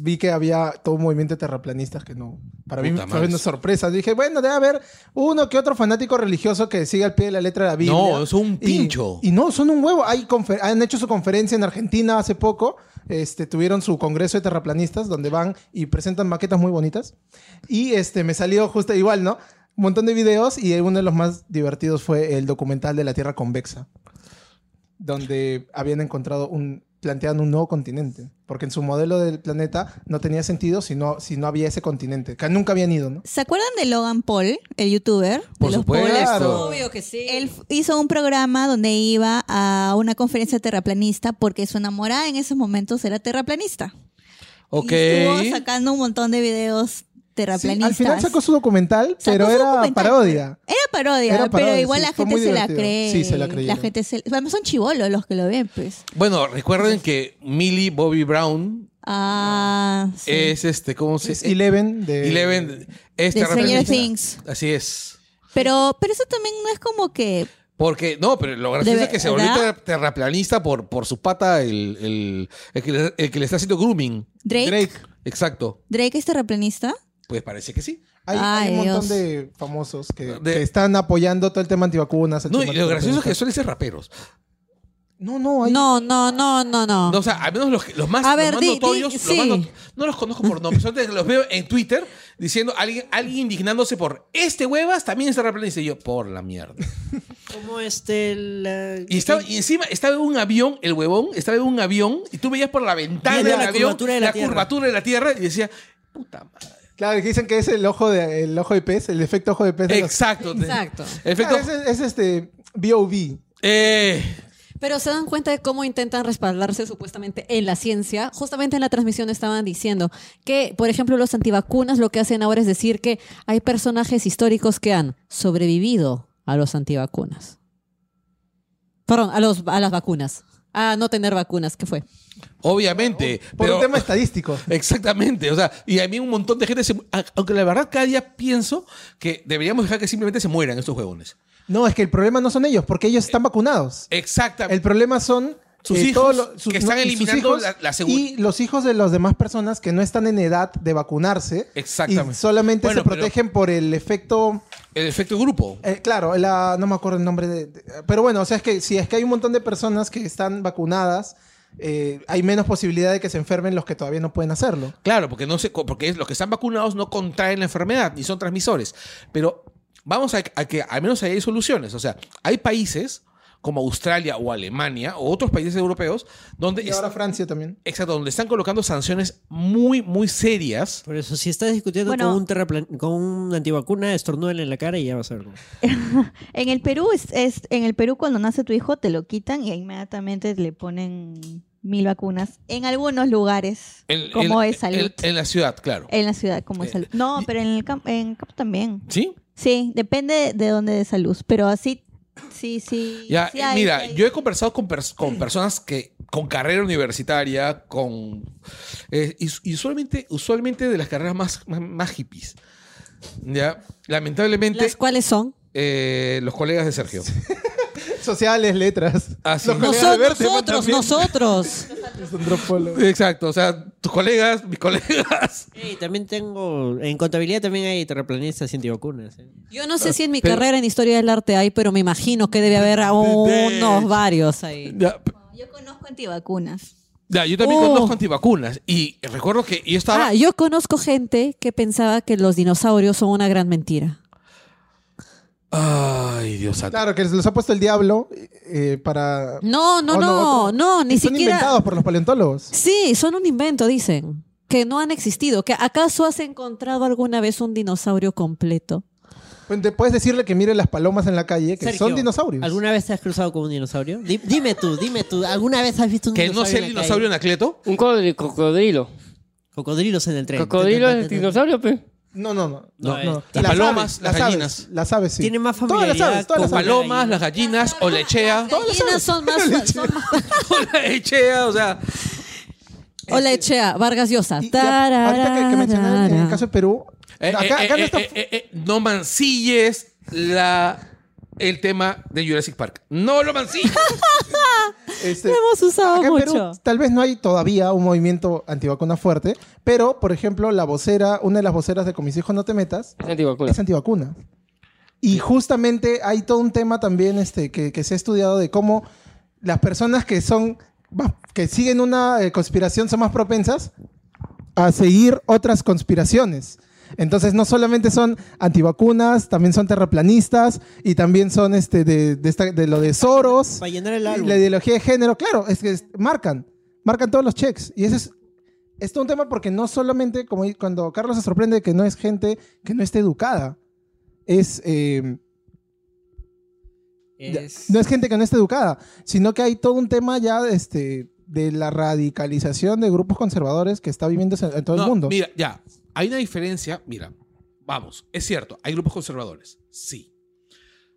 vi que había todo un movimiento de terraplanistas que no. Para mí
Puta
fue
madre.
una sorpresa. Dije, bueno, debe haber uno que otro fanático religioso que sigue al pie de la letra de la Biblia.
No, es un
Y-
pincho.
Y, no, son un huevo. Hay confer- han hecho su conferencia en Argentina hace poco. Este, tuvieron su congreso de terraplanistas donde van y presentan maquetas muy bonitas. Y este, me salió justo igual, ¿no? Un montón de videos y uno de los más divertidos fue el documental de la Tierra Convexa donde habían encontrado un planteaban un nuevo continente, porque en su modelo del planeta no tenía sentido si no, si no había ese continente, que nunca habían ido, ¿no?
¿Se acuerdan de Logan Paul, el youtuber?
Por
De los
supuesto.
Paulers.
Obvio que sí.
Él f- hizo un programa donde iba a una conferencia terraplanista porque su enamorada en esos momentos era terraplanista.
Ok.
Y estuvo sacando un montón de videos
Sí,
terraplanistas.
al final sacó su documental,
Sacó
pero
su
era
documental.
parodia.
Era parodia,
Era parodia,
pero igual
sí,
la
fue
gente
muy
se la
divertido.
cree.
Sí, se la creyeron.
gente se, además son chivolos los que lo ven, pues.
Bueno, recuerden que Millie Bobby Brown
Ah, sí.
es este, ¿cómo se
Es Eleven de...
Eleven. Es
De Stranger
terraplanista.
Things.
Así es.
Pero, pero eso también no es como que
Porque, no, pero lo gracioso
De
es que se volvió
verdad.
ter- terraplanista por, por su pata, el, el, el que le, el que le está haciendo grooming.
Drake. Drake,
Exacto.
es terraplanista.
Pues parece que sí.
Hay, hay
Ay,
un montón
Dios.
de famosos que,
De-
que están apoyando todo el tema antivacunas. el
No,
tema
y lo gracioso es que
terraplanista.
suelen ser raperos.
No, no, hay...
No, no, no, no, no.
No, o sea, al menos los, que- los más,
A
los
ver,
más
di- di-
notorios, los
sí.
más not- no los conozco por nombre, solamente los veo en Twitter diciendo alguien, alguien indignándose por este huevas también está replanista. Y yo, por la mierda.
Como este. la-
Y, estaba, y encima estaba en un avión, el huevón, estaba en un avión y tú veías por la ventana
Viendo
del
la
avión
curvatura de la Tierra.
curvatura de la Tierra y decía, puta madre.
Claro, que dicen que es el ojo de, el ojo de pez, el efecto ojo de pez. de los-
Exacto.
Exacto.
Efecto.
Claro, es, es este B.O.B.
Eh,
Pero se dan cuenta de cómo intentan respaldarse supuestamente en la ciencia. Justamente en la transmisión estaban diciendo que, por ejemplo, los antivacunas lo que hacen ahora es decir que hay personajes históricos que han sobrevivido a los antivacunas. Perdón, a, los, a las vacunas. A no tener vacunas, ¿qué fue?
Obviamente.
Por
pero- Eh,
un tema estadístico.
[laughs] Exactamente, o sea, y a mí un montón de gente, se, a- aunque la verdad cada día pienso que deberíamos dejar que simplemente se mueran estos huevones.
No, es que el problema no son ellos, porque ellos están vacunados.
Exactamente.
El problema son
Sus
eh,
hijos
todos los-
que están
y sus
eliminando
hijos
la- la segu-
y los hijos de las demás personas que no están en edad de vacunarse
Exactamente.
y solamente
Bueno,
se
pero-
protegen por el efecto
El efecto grupo.
Eh, claro, la- no me acuerdo el nombre de, de- Pero bueno, o sea, es que si es que hay un montón de personas que están vacunadas, eh, hay menos posibilidad de que se enfermen los que todavía no pueden hacerlo.
Claro, porque no se, co- porque es- los que están vacunados no contraen la enfermedad ni son transmisores. Pero vamos a, a que al menos ahí hay soluciones. O sea, hay países como Australia o Alemania o otros países europeos donde,
Y
es-
Este
ahora Francia también.
exacto, donde están colocando sanciones muy, muy serias.
Por eso, si estás discutiendo
Bueno.
con, un terraplan- con un antivacuna, estornúdale en la cara y ya vas a ver.
En el Perú es, es- en el Perú cuando nace tu hijo te lo quitan y inmediatamente le ponen mil vacunas en algunos lugares
En-
como
en-
es salud
en- en la ciudad, claro.
en la ciudad como es
Eh,
salud. No,
y-
pero en el campo en el campo también.
¿Sí?
Sí, depende de dónde de salud, pero así sí sí.
Ya,
sí
eh,
hay-
mira,
sí hay.
yo he conversado con, pers- con personas que con carrera universitaria, con eh, y, y usualmente, usualmente de las carreras más, más, más hippies. Ya, lamentablemente,
¿Las cuáles son?
eh, los colegas de Sergio.
Sociales, letras.
Ah,
Así.
Los colegas
Nosotros,
de pues, Berteman
nosotros,
también.
nosotros.
Es un
[laughs]
drofólogo.
Exacto, o sea, tus colegas, mis colegas.
Ey, también tengo. En contabilidad también hay terraplanistas y antivacunas. ¿eh?
Yo no sé si en mi
Pero-
carrera en historia del arte hay, pero me imagino que debe haber a unos varios ahí.
Ya, p-
Yo conozco antivacunas.
ya, yo también
Oh.
conozco antivacunas y recuerdo que yo estaba
Ah, yo conozco gente que pensaba que los dinosaurios son una gran mentira.
Ay, Dios santo.
Claro, que los ha puesto el diablo eh, para...
No, no,
Oh,
no, no,
no,
ni
Son
siquiera.
inventados por los paleontólogos.
Sí, son un invento, dicen. Que no han existido. Que ¿Acaso has encontrado alguna vez un dinosaurio completo?
Pues te Puedes decirle que mire las palomas en la calle, que
Sergio,
son dinosaurios.
¿Alguna vez te has cruzado con un dinosaurio? Di- dime tú, dime tú. ¿Alguna vez has visto un
que no
dinosaurio?
sea el
en la
dinosaurio
calle?
Anacleto.
Un codri- cocodrilo.
Cocodrilos en el tren.
¿Cocodrilo es el dinosaurio, pe?
No, no, no.
No,
no,
eh,
no.
las palomas, las
aves, aves,
gallinas.
las aves, sí.
Tiene más
Todas las
familiaridad
aves, todas
Las
las
con-
aves.
palomas, las gallinas, o la echea.
Gallinas
[laughs]
son más, son más-
[laughs] O la echea, o sea.
Hola Echea, Vargas Llosa.
Este, Y- y a- ahorita que, que mencionaban en el caso de Perú,
Eh,
acá,
eh,
acá no
eh,
está...
eh, eh, eh, no mancilles la, el tema de Jurassic Park. No lo
[laughs]
mancilles.
este,
Lo hemos usado
acá en
mucho.
Perú, tal vez no hay todavía un movimiento antivacuna fuerte, pero, por ejemplo, la vocera, una de las voceras de Con mis hijos no te metas,
Es antivacuna.
es antivacuna. Y justamente hay todo un tema también este, que, que se ha estudiado de cómo las personas que son va, que siguen una eh, conspiración son más propensas a seguir otras conspiraciones. Entonces no solamente son antivacunas, también son terraplanistas y también son este de, de esta- de lo de Soros,
Para llenar el
y
álbum.
la ideología de género, claro, es que es- marcan, marcan todos los checks y eso es es todo un tema porque no solamente, como di- cuando Carlos se sorprende que no es gente que no esté educada, es, eh, ya-
Es-
no es gente que no esté educada, sino que hay todo un tema ya este, de la radicalización de grupos conservadores que está viviendo en en todo
No,
el mundo.
Mira, ya. Hay una diferencia. Mira, vamos. Es cierto, hay grupos conservadores. Sí.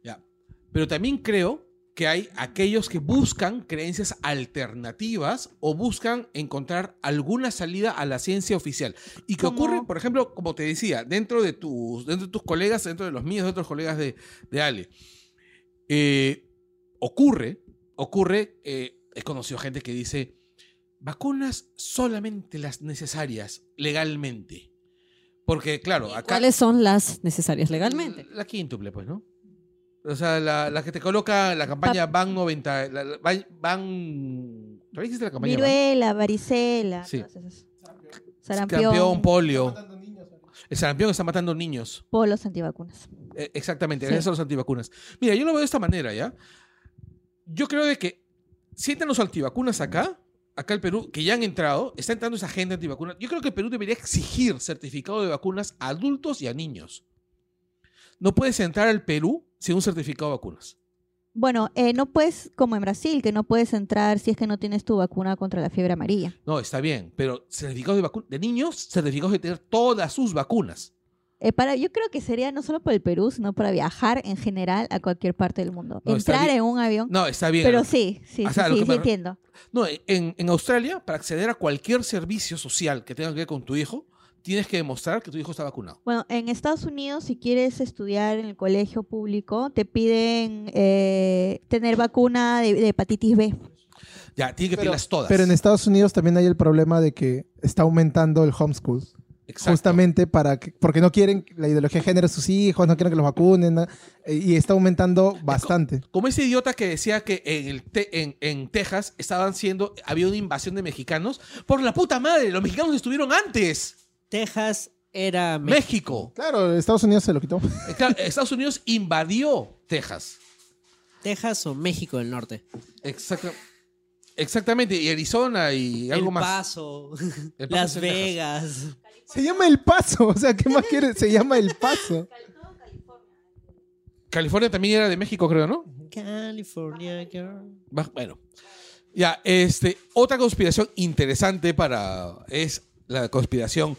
Ya. Pero también creo que hay aquellos que buscan creencias alternativas o buscan encontrar alguna salida a la ciencia oficial. Y que
¿Cómo?
ocurre, por ejemplo, como te decía, dentro de tus, dentro de tus colegas, dentro de los míos, de otros colegas de, de Ale. Eh, ocurre, ocurre, eh, he conocido gente que dice, vacunas solamente las necesarias legalmente. Porque, claro, acá...
¿Cuáles son las necesarias legalmente?
La quíntuple, pues, ¿no? O sea, la, la que te coloca la campaña Ban 90... la- la- Ban... Ban- ¿Todavía existe la campaña Ban?
Viruela, varicela,
¿eh? Sí.
todas esas.
Sarampión,
Sarampión,
polio. El sarampión está matando niños.
polos antivacunas.
Eh, Exactamente,
Sí.
esos son los antivacunas. Mira, yo lo veo de esta manera, ¿ya? Yo creo de que sientan los antivacunas acá, acá el Perú, que ya han entrado, está entrando esa gente antivacuna. Yo creo que el Perú debería exigir certificado de vacunas a adultos y a niños. No puedes entrar al Perú sin un certificado de vacunas.
Bueno, eh, no puedes, como en Brasil, que no puedes entrar si es que no tienes tu vacuna contra la fiebre amarilla.
No, está bien, pero certificados de vacunas, de niños, certificados de tener todas sus vacunas.
eh, para, yo creo que sería no solo para el Perú, sino para viajar en general a cualquier parte del mundo.
No, está
Entrar
bien.
en un avión.
No, está bien.
pero sí, sí,
O
sí,
sea, lo
sí,
que
sí
me-
entiendo.
No, en, en Australia, para acceder a cualquier servicio social que tenga que ver con tu hijo, tienes que demostrar que tu hijo está vacunado.
Bueno, en Estados Unidos, si quieres estudiar en el colegio público, te piden eh, tener vacuna de, de hepatitis B.
Ya, tiene que pedirlas todas.
Pero en Estados Unidos también hay el problema de que está aumentando el homeschool.
Exacto.
Justamente para que, porque no quieren la ideología de género de sus hijos, no quieren que los vacunen, na- eh, y está aumentando bastante.
Como ese idiota que decía que en, el te- en, en Texas estaban siendo, había una invasión de mexicanos. Por la puta madre, los mexicanos estuvieron antes.
Texas era México.
México.
Claro, Estados Unidos se lo quitó. [laughs]
Eh, claro, Estados Unidos invadió Texas.
Texas o México del Norte.
Exacta- Exactamente, y Arizona y algo
El
más.
Paso,
El Paso
Las
es en Texas.
Vegas.
Se llama El Paso, o sea, ¿qué más quiere? Se llama El Paso.
California también era de México, creo, ¿no?
California Girl.
Baj- Bueno. Ya, este, otra conspiración interesante para es la conspiración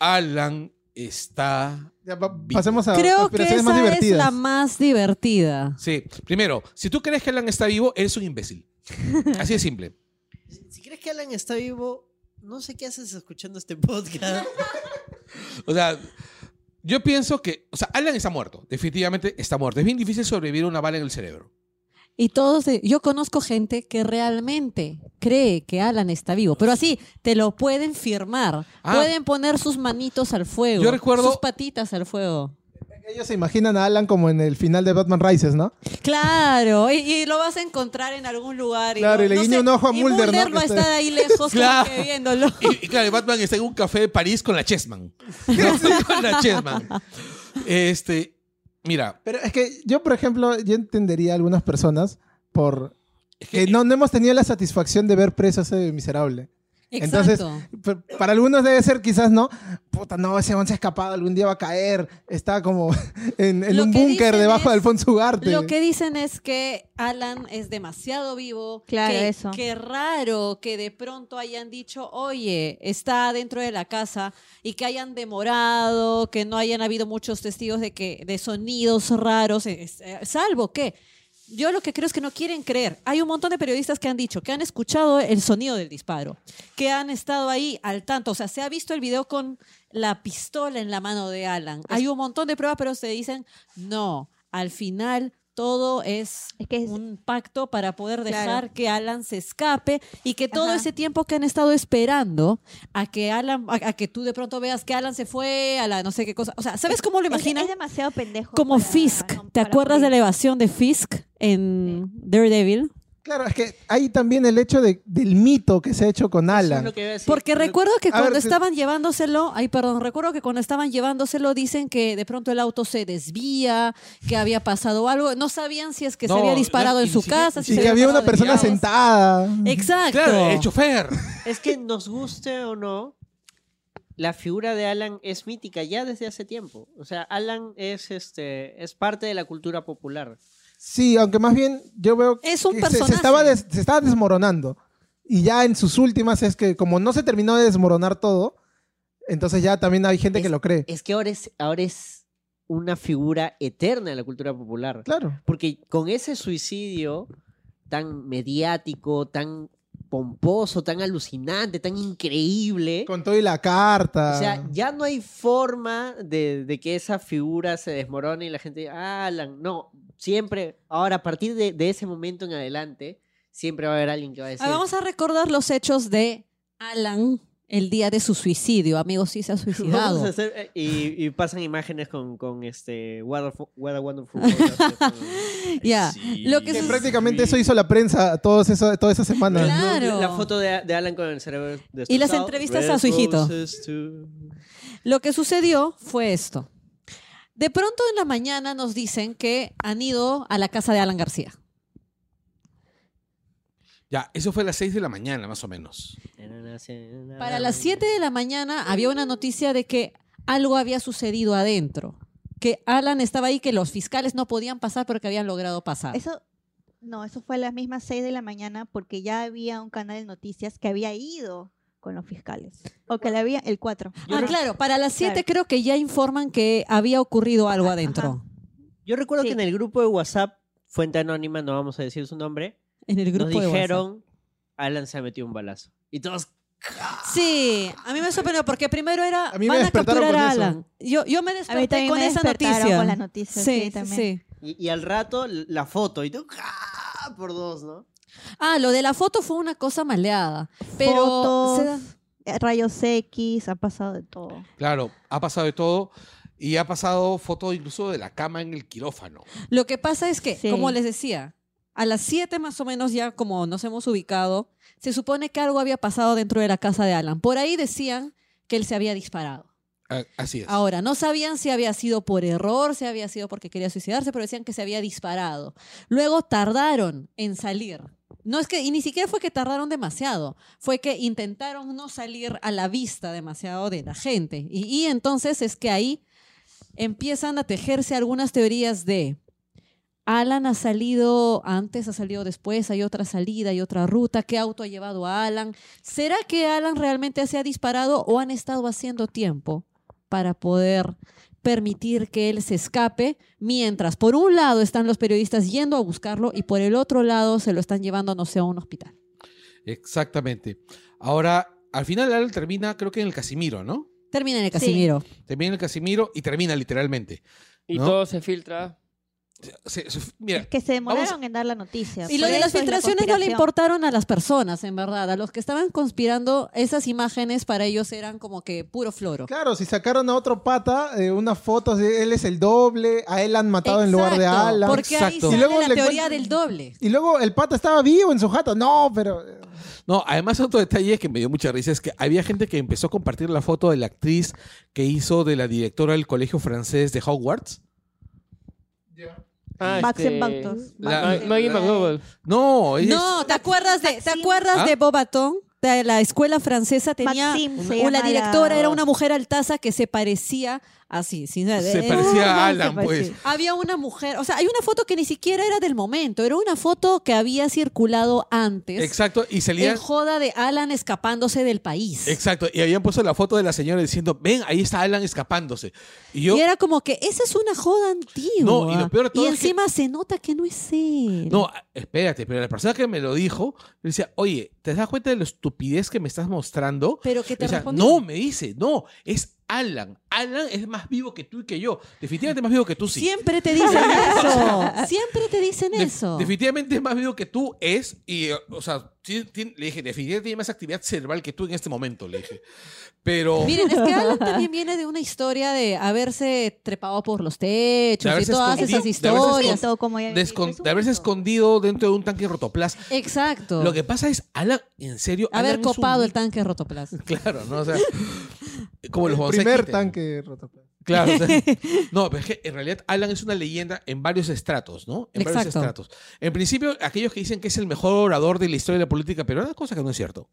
Alan está
Ya, pa- pasemos a
Creo que
conspiraciones
esa
Ah, más
es
divertidas.
la más divertida.
Sí, primero, si tú crees que Alan está vivo, eres un imbécil. Así de simple.
Si crees que Alan está vivo, no sé qué haces escuchando este podcast.
O sea, yo pienso que, o sea, Alan está muerto, definitivamente está muerto. Es bien difícil sobrevivir a una bala en el cerebro.
Y todos, de- yo conozco gente que realmente cree que Alan está vivo, pero así te lo pueden firmar,
Ah.
pueden poner sus manitos al fuego,
Yo recuerdo-
sus patitas al fuego.
Ellos se imaginan a Alan como en el final de Batman Rises, ¿no?
Claro, y, y lo vas a encontrar en algún lugar.
Claro,
no-
y le
no
guiña
sé,
un ojo a
y
Mulder, ¿no?
Mulder
Que
va a
está-
estar ahí lejos como
Claro.
que viéndolo.
Y, y claro, Batman está en un café de París con la Chessman. con la Chessman. Este, mira,
Pero es que yo, por ejemplo, yo entendería a algunas personas por
es
que no, no hemos tenido la satisfacción de ver preso a ese miserable.
Exacto.
Entonces, Pero Para algunos debe ser, quizás no. Puta, no, ese man se ha escapado, algún día va a caer. Está como [laughs] en, en
Lo
un
que
búnker
dicen
debajo
es-
de Alfonso Ugarte.
Lo que dicen es que Alan es demasiado vivo.
Claro,
que,
eso.
Qué raro que de pronto hayan dicho, oye, está dentro de la casa y que hayan demorado, que no hayan habido muchos testigos de que de sonidos raros, eh, eh, salvo que yo lo que creo es que no quieren creer. Hay un montón de periodistas que han dicho que han escuchado el sonido del disparo, que han estado ahí al tanto. O sea, se ha visto el video con la pistola en la mano de Alan. Hay un montón de pruebas, pero se dicen, no, al final todo es,
Es que es-
un pacto para poder dejar
Claro.
que Alan se escape y que todo
Ajá.
ese tiempo que han estado esperando a que Alan, a, a que tú de pronto veas que Alan se fue a la no sé qué cosa. O sea, ¿sabes cómo lo
Es-
imaginas?
Es, demasiado pendejo.
Como
para-
Fisk.
no,
¿Te
para
acuerdas de
morir.
la evasión de Fisk en Daredevil?
Claro, es que hay también el hecho de- del mito que se ha hecho con
Eso es
Alan.
lo que iba a decir.
Porque recuerdo que
A
cuando
ver, te-
estaban llevándoselo, ay, perdón, recuerdo que cuando estaban llevándoselo dicen que de pronto el auto se desvía, que había pasado algo, no sabían si es que
No,
se había disparado
no,
en su
ni siquiera-
casa, si
Y
se
que había una
pasado de
persona
viaje.
sentada.
Exacto.
claro, el chofer.
Es que nos guste o no, la figura de Alan es mítica ya desde hace tiempo. O sea, Alan es este es parte de la cultura popular.
Sí, aunque más bien yo veo
Es un
que se- se,
personaje.
estaba des- se estaba desmoronando. Y ya en sus últimas es que como no se terminó de desmoronar todo, entonces ya también hay gente que lo cree.
Es que ahora es, ahora es una figura eterna de la cultura popular.
Claro.
Porque con ese suicidio tan mediático, tan pomposo, tan alucinante, tan increíble.
Con todo y la carta.
O sea, ya no hay forma de, de que esa figura se desmorone y la gente diga, "Ah, Alan, no, siempre, ahora a partir de, de ese momento en adelante, siempre va a haber alguien que va a decir,
Ah,
[laughs]
vamos a recordar los hechos de Alan el día de su suicidio. Amigos,
[laughs]
sí se ha
"Vamos a
suicidado.
hacer", eh, y, y pasan imágenes con, con este, What a, Fu- What
[laughs]
a Wonderful World.
Ya, lo que
Que
sus-
prácticamente eso hizo la prensa todos eso, toda esa semana.
Claro.
La foto de, de Alan con el cerebro destrozado.
Y las entrevistas a su hijito.
roses to-
Lo que sucedió fue esto. De pronto en la mañana nos dicen que han ido a la casa de Alan García.
Ya, eso fue a las 6 de la mañana, más o menos.
Para las 7 de la mañana había una noticia de que algo había sucedido adentro. Que Alan estaba ahí, que los fiscales no podían pasar porque habían logrado pasar.
Eso, no, eso fue a las mismas 6 de la mañana porque ya había un canal de noticias que había ido con los fiscales. O que la había el 4.
Ah, claro, para las 7
Claro.
creo que ya informan que había ocurrido algo adentro.
Yo recuerdo
Sí.
que en el grupo de WhatsApp, fuente anónima, no vamos a decir su nombre,
En el grupo
nos
de WhatsApp.
dijeron, Alan se ha metido un balazo. Y todos,
Sí, a mí me sorprendió porque primero era
A mí me
van a
despertaron
capturar a
con eso.
Alan. Yo, yo me
A mí
desperté
también
con
me
esa
despertaron
noticia.
con la noticia. Sí,
sí,
también.
sí.
y, y al rato l- la foto, y tú, ¡ah! por dos, ¿no?
Ah, lo de la foto fue una cosa maleada. Pero
Fotos,
se da-
eh, rayos X, ha pasado de todo.
Claro, ha pasado de todo y ha pasado fotos incluso de la cama en el quirófano.
lo que pasa es que,
Sí.
como les decía, a las 7 más o menos ya como nos hemos ubicado, se supone que algo había pasado dentro de la casa de Alan. Por ahí decían que él se había disparado.
Ah, Así es.
Ahora, no sabían si había sido por error, si había sido porque quería suicidarse, pero decían que se había disparado. Luego tardaron en salir. No es que, y ni siquiera fue que tardaron demasiado, fue que intentaron no salir a la vista demasiado de la gente. Y, y entonces es que ahí empiezan a tejerse algunas teorías de Alan ha salido antes, ha salido después, hay otra salida, hay otra ruta, ¿qué auto ha llevado a Alan? ¿Será que Alan realmente se ha disparado o han estado haciendo tiempo? para poder permitir que él se escape, mientras por un lado están los periodistas yendo a buscarlo y por el otro lado se lo están llevando, no sé, a un hospital.
Exactamente. Ahora, al final Alan termina, creo que en el Casimiro, ¿no?
Termina en el
Sí.
Casimiro.
Termina en el Casimiro y termina literalmente.
Y
¿No?
todo se filtra.
Se- se- mira,
Que se
Vamos a-
demoraron en dar la noticia.
Y lo
Por
de las
eso es la
filtraciones no le
conspiración.
importaron a las personas, en verdad. A los que estaban conspirando, esas imágenes para ellos eran como que puro floro.
Claro, si sacaron a otro pata, eh, unas fotos de él es el doble, a él han matado en lugar de
Exacto,
Alan.
Porque ahí
Exacto.
sale
Y luego
la
le
teoría
encuentran-
del doble.
Y luego el pata estaba vivo en su jato. No, pero. eh,
No, además otro detalle que me dio mucha risa es que había gente que empezó a compartir la foto de la actriz que hizo de la directora del colegio francés de Hogwarts.
Ah,
Bugs
este,
and Buttons.
la-
Ma- Maggie McDowell.
No, ella
No, ¿te acuerdas de, ¿te
Maxine.
acuerdas
¿Ah?
de Bobatón? De la escuela francesa tenía
Maxim se
una,
llama
la directora,
la-
era una mujer altaza que se parecía así, sin
se
eh,
parecía a
se
Alan, pues.
parecía.
había una mujer, o sea, hay una foto que ni siquiera era del momento, era una foto que había circulado antes.
Exacto, y
En
salía...
joda de Alan escapándose del país.
Exacto, y habían puesto la foto de la señora diciendo, ven, ahí está Alan escapándose. Y yo...
Y era como que esa es una joda antigua.
No, y lo peor de todo es que-
encima se nota que no es él.
No, espérate, pero la persona que me lo dijo, me decía, oye, ¿te das cuenta de la estupidez que me estás mostrando?
pero que te
O sea,
respondió.
no, me dice, no, es Alan. Alan es más vivo que tú y que yo. Definitivamente más vivo que tú, sí.
Siempre te
[laughs]
dicen eso. Siempre te dicen
De-
eso.
Definitivamente es más vivo que tú es, y, eh, o sea, ti- ti- le dije, definitivamente tiene más actividad cerebral que tú en este momento, le dije. Pero
Miren, es que Alan también viene de una historia de haberse trepado por los techos
De
y
haberse
todas
escondido,
esas
de haberse
Sí,
historias.
escondi-
todo como ya-
de, escon-
es un
de haberse
mito.
escondido dentro de un tanque rotoplas.
Exacto.
Lo que pasa es, Alan, en serio.
Haber
Alan es un
copado el
mito.
tanque Rotoplas.
[laughs] Claro, ¿no?
[laughs]
O sea, como los
el
bonsai
eh, primer
kitten.
tanque roto. pues.
Claro. o sea,
[laughs]
no, pero es que en realidad Alan es una leyenda en varios estratos, ¿no? En varios
Exacto.
estratos. En principio, aquellos que dicen que es el mejor orador de la historia de la política peruana, cosa que no es cierto.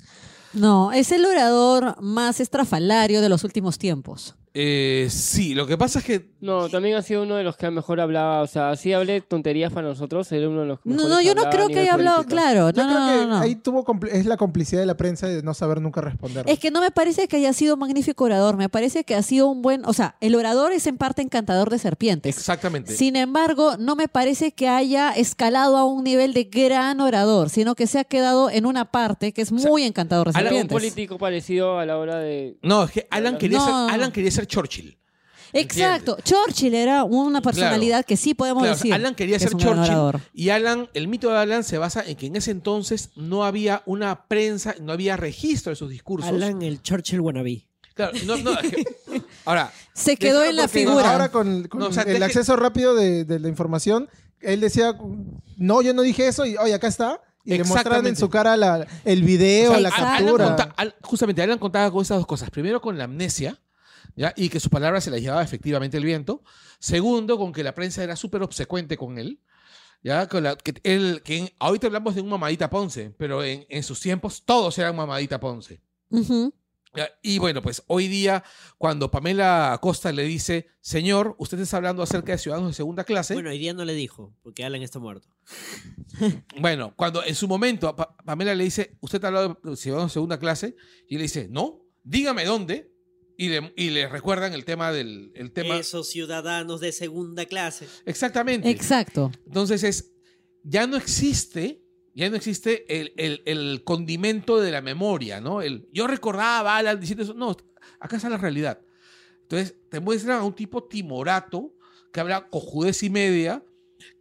No, es el orador más estrafalario de los últimos tiempos.
Eh, sí, lo que pasa es que
No, también ha sido uno de los que mejor hablaba. O sea, sí hablé tonterías para nosotros. Era uno de los que
No,
mejores
no, yo no
hablaba a
creo que
nivel
haya hablado
político.
claro.
Yo
No,
creo
no,
que
no, no.
ahí tuvo compl- es la complicidad de la prensa de no saber nunca responder.
Es que no me parece que haya sido magnífico orador. Me parece que ha sido un buen. O sea, el orador es en parte encantador de serpientes.
Exactamente.
Sin embargo, no me parece que haya escalado a un nivel de gran orador, sino que se ha quedado en una parte que es muy encantador de
Alan,
Era un
serpientes.
político parecido a la hora de.
No, es que Alan quería,
No,
ser,
no, no.
Alan quería ser Churchill.
Exacto. Churchill era una personalidad que sí podemos
Claro,
decir.
Alan quería
que
ser
es un gran
Churchill.
orador.
Y Alan, el mito de Alan se basa en que en ese entonces no había una prensa, no había registro de sus discursos.
Alan el Churchill wannabe.
Claro, no, no, es
[laughs]
que- ahora,
Se quedó
creo
en la
porque
figura.
Ahora con, con
No, o sea,
el
deje-
acceso rápido de, de la información, él decía, no, yo no dije eso, y oye, acá está. Y le mostraron en
Exactamente.
su cara la- el video,
O sea,
la
Al- Alan
captura.
conta- Al- justamente, Alan contaba con esas dos cosas. Primero, con la amnesia, ¿ya? y que sus palabras se las llevaba efectivamente el viento. Segundo, con que la prensa era súper obsecuente con él. ¿ya? Con la, que él que en- ahorita hablamos de un mamadita Ponce, pero en, en sus tiempos todos eran mamadita Ponce.
Ujú.
Ya, Y bueno, pues hoy día, cuando Pamela Acosta le dice, señor, usted está hablando acerca de ciudadanos de segunda clase. Bueno,
Bueno, hoy día no le dijo, porque Alan está muerto.
cuando en su momento Pa- Pamela le dice, usted ha hablado de ciudadanos de segunda clase, y le dice, no, dígame dónde. Y le, y le recuerdan el tema del el tema.
Esos ciudadanos de segunda clase.
Exactamente.
Exacto.
Entonces es, ya no existe, ya no existe el, el- el condimento de la memoria, ¿no? El, yo recordaba, Alan, diciendo eso. No, acá está la realidad. Entonces te muestran a un tipo timorato que habla cojudez y media,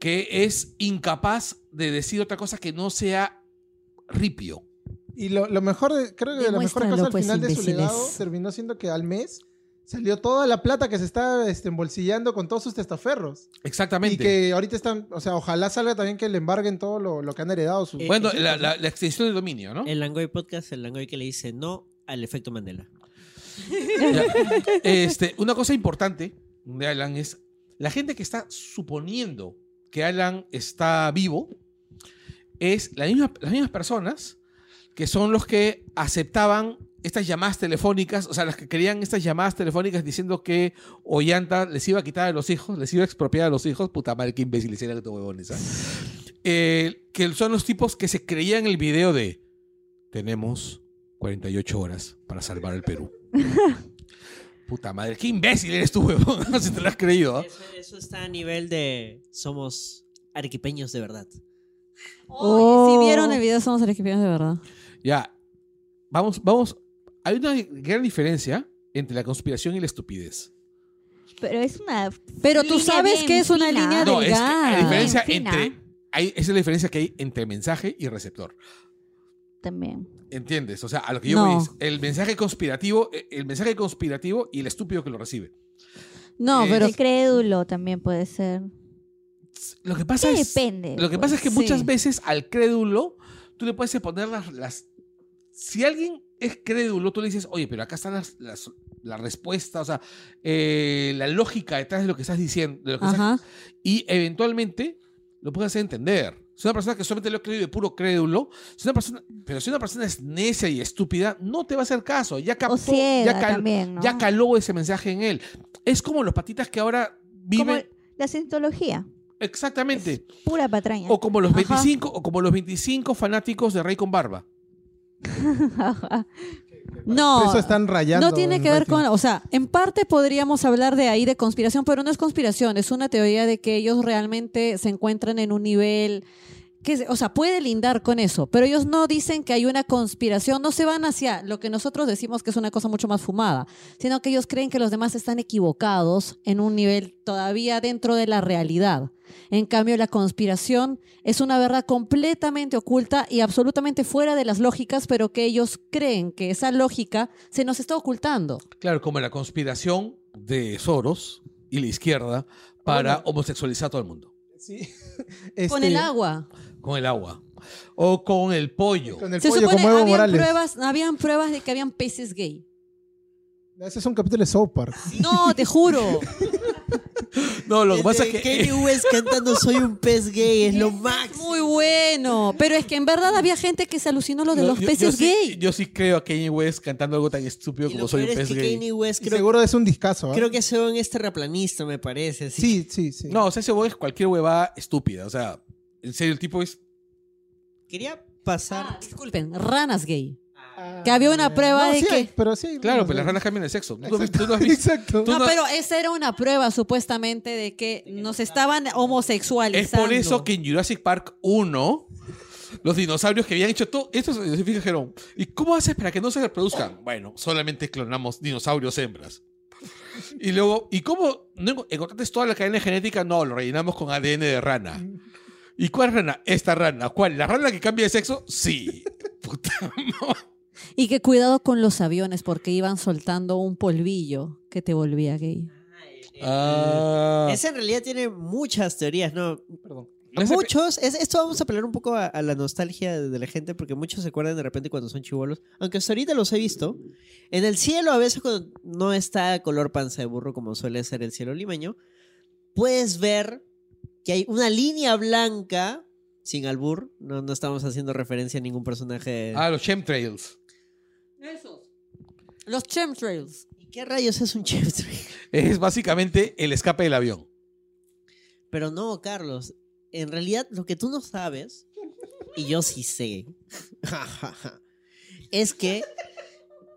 que es incapaz de decir otra cosa que no sea ripio.
Y lo, lo mejor, de- creo que la mejor
Demuéstralo,
cosa al
pues,
final de su
imbéciles.
legado terminó siendo que al mes salió toda la plata que se está este, embolsillando con todos sus testaferros.
Exactamente.
Y que ahorita están, o sea, ojalá salga también que le embarguen todo lo, lo eh, que han heredado.
Eh,
Sus,
bueno,
sus
la,
hijos,
la- la extensión del dominio,
[laughs]
¿no?
El Langoy Podcast, el Langoy que le dice no al efecto Mandela.
Ya. Este, una cosa importante de Alan es la gente que está suponiendo que Alan está vivo es la misma- las mismas personas que son los que aceptaban estas llamadas telefónicas, o sea, las que querían estas llamadas telefónicas diciendo que Ollanta les iba a quitar a los hijos, les iba a expropiar a los hijos, puta madre, qué imbéciles eran estos huevones. ¿ah? Eh, que son los tipos que se creían el video de tenemos 48 horas para salvar al Perú. Puta madre, qué imbécil eres tú, huevón. [laughs] No sé si te lo has creído. ¿ah?
Eso, eso está a nivel de somos arequipeños de verdad.
Oye, Si
Oh.
vieron el video, somos arequipeños de verdad.
Ya, vamos, vamos. Hay una gran diferencia entre la conspiración y la estupidez.
Pero es una.
Pero tú
Línea
sabes
bien
que es una
fina.
línea
No, es que
delgada.
hay diferencia
Bien fina.
entre. Hay, esa es la diferencia que hay entre mensaje y receptor.
También.
¿Entiendes? O sea, a lo que yo
No.
voy es el mensaje conspirativo, eh, el mensaje conspirativo y el estúpido que lo recibe.
no,
es-
pero
El crédulo también puede ser.
Lo que pasa
¿Qué
es.
depende?
Lo que
pues?
pasa es que
sí.
muchas veces al crédulo, tú le puedes poner las, las- Si alguien es crédulo, tú le dices, oye, pero acá están las, las- la respuesta, o sea, eh, la lógica detrás de lo que estás diciendo. de lo que estás-
Ajá.
y eventualmente lo puedes hacer entender. Si una persona que solamente lo cree de puro crédulo, si una persona, pero si una persona es necia y estúpida, no te va a hacer caso. Ya captó,
O ciega
ya, cal-
también, ¿no?
ya caló ese mensaje en él. Es como los patitas que ahora
Como
viven.
la cientología.
Exactamente.
Pura patraña.
O como los
Ajá.
25, o como los 25 fanáticos de Rey con barba.
por
No.
eso están rayando.
No tiene
el
que ver
rating.
con, o sea, en parte podríamos hablar de ahí de conspiración, pero no es conspiración, es una teoría de que ellos realmente se encuentran en un nivel que, se- o sea, puede lindar con eso, pero ellos no dicen que hay una conspiración, no se van hacia lo que nosotros decimos que es una cosa mucho más fumada, sino que ellos creen que los demás están equivocados en un nivel todavía dentro de la realidad. En cambio, la conspiración es una verdad completamente oculta y absolutamente fuera de las lógicas, pero que ellos creen que esa lógica se nos está ocultando.
Claro, como la conspiración de Soros y la izquierda para homosexualizar a todo el mundo.
Sí. [laughs] Este,
Con el agua.
Con el agua. O con el pollo.
Con el
Se
pollo,
supone
como Evo
habían
Morales.
pruebas, habían pruebas de que habían peces gay.
Ese es un capítulo de South Park.
No, te [laughs] juro.
No, lo que pasa es
Desde
que.
Kanye West cantando Soy un pez gay [laughs] es lo máximo.
Muy bueno. Pero es que en verdad había gente que se alucinó lo de
yo-
los
yo-
peces
yo sí-
gay.
yo sí creo a Kanye West cantando algo tan estúpido
Y
como
lo
soy
peor
un
es
pez
que
gay.
Kanye West
Y
creo,
seguro es un discazo. ¿ah?
creo que se en este terraplanista, me parece. así
Sí, sí, sí.
No, o sea, ese huevo es cualquier huevada estúpida. O sea, en serio, el tipo es.
que Quería pasar.
Ah, disculpen, ranas gay. Que había una prueba
No,
de
Ah, sí
que.
hay, pero sí hay
Claro,
unos
pero las
de-
ranas cambian de sexo. ¿Tú, no-
Exacto.
tú no has visto?
Exacto.
tú
No,
no-
pero esa era una prueba supuestamente de que nos estaban
Es
homosexualizando.
por eso que en Jurassic Park 1, los dinosaurios que habían hecho todo, estos científicos dijeron, ¿y cómo haces para que no se reproduzcan? Bueno, solamente clonamos dinosaurios hembras. Y luego, ¿y cómo no enco- encontraste toda la cadena genética? No, lo rellenamos con ADN de rana. ¿Y cuál rana? Esta rana. ¿Cuál? ¿La rana que cambia de sexo? Sí. Puta madre.
Y que cuidado con los aviones porque iban soltando un polvillo que te volvía gay.
Eh, Ah.
Ese en realidad tiene muchas teorías, ¿no?
Ese-
Muchos, es- esto vamos a pelear un poco a, a la nostalgia de, de la gente, porque muchos se acuerdan de repente cuando son chivolos, aunque hasta ahorita los he visto. En el cielo, a veces cuando no está color panza de burro como suele ser el cielo limeño, puedes ver que hay una línea blanca, sin albur, no, no estamos haciendo referencia a ningún personaje.
Ah, los chemtrails.
Los chemtrails.
¿Y qué rayos es un chemtrail?
Es básicamente el escape del avión.
Pero no, Carlos. En realidad, lo que tú no sabes, y yo sí sé, [laughs] es que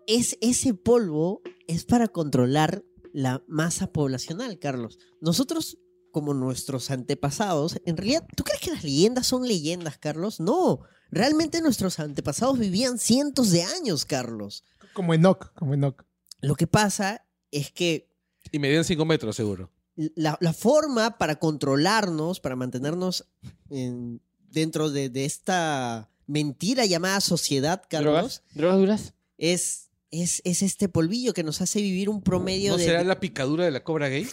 es, ese polvo es para controlar la masa poblacional, Carlos. Nosotros, como nuestros antepasados, en realidad, ¿tú crees que las leyendas son leyendas, Carlos? No. Realmente nuestros antepasados vivían cientos de años, Carlos.
Como Enoch, como Enoch.
Lo que pasa es que
Y medían 5 metros, seguro.
la, la forma para controlarnos, para mantenernos en- dentro de, de esta mentira llamada sociedad, Carlos,
¿Drogas? ¿Drogas duras?
es, es, es este polvillo que nos hace vivir un promedio
¿No
de...
será la picadura de la cobra gay?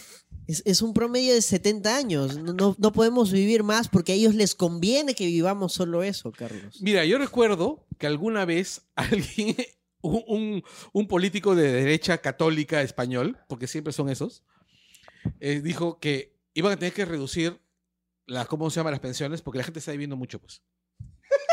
Es, es un promedio de 70 años. No, no, no podemos vivir más porque a ellos les conviene que vivamos solo eso, Carlos.
Mira, yo recuerdo que alguna vez [laughs] alguien, un, un- un político de derecha católica español, porque siempre son esos, eh, dijo que iban a tener que reducir las, ¿cómo se llama? Las pensiones, porque la gente está viviendo mucho, pues. [laughs]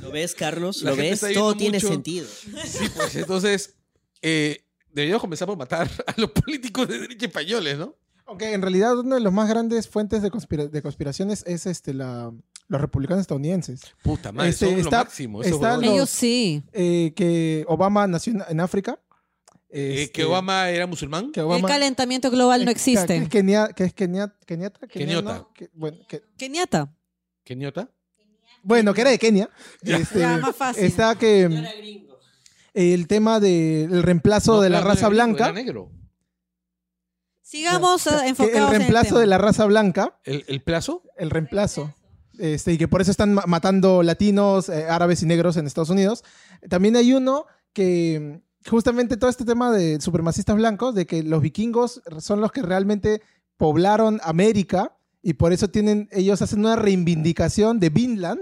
¿Lo ves, Carlos?
La
¿Lo
gente
ves?
está
Todo
viviendo
tiene
mucho.
sentido.
Sí, pues entonces, eh, deberíamos comenzar por matar a los políticos de derecha españoles, ¿no?
Aunque en realidad una de las más grandes fuentes de, conspira- de conspiraciones es este, la, los republicanos estadounidenses.
Puta madre,
Este,
son lo
está-
máximo. esos
está
huevones.
lo-
Ellos sí.
Eh, que Obama nació en, en África.
Eh,
Este,
que Obama era musulmán.
que
El
Obama-
calentamiento global no
eh, Que
existe.
es Kenia- que es Kenia-
Keniota.
Keniata, keniano, que- bueno, que,
Kenyatta.
Keniota.
bueno, que era
[laughs]
de Kenia. Este,
Ya, más fácil.
Está que el tema del reemplazo
No,
de la
claro,
raza
no era gringo,
blanca.
era negro.
Sigamos eh,
que el
enfocados en el
reemplazo
tema.
de la raza blanca.
¿El, el plazo?
el reemplazo. Este, y que por eso están ma- matando latinos, eh, árabes y negros en Estados Unidos. También hay uno que mm, justamente todo este tema de supremacistas blancos, de que los vikingos son los que realmente poblaron América y por eso tienen, ellos hacen una reivindicación de Vinland,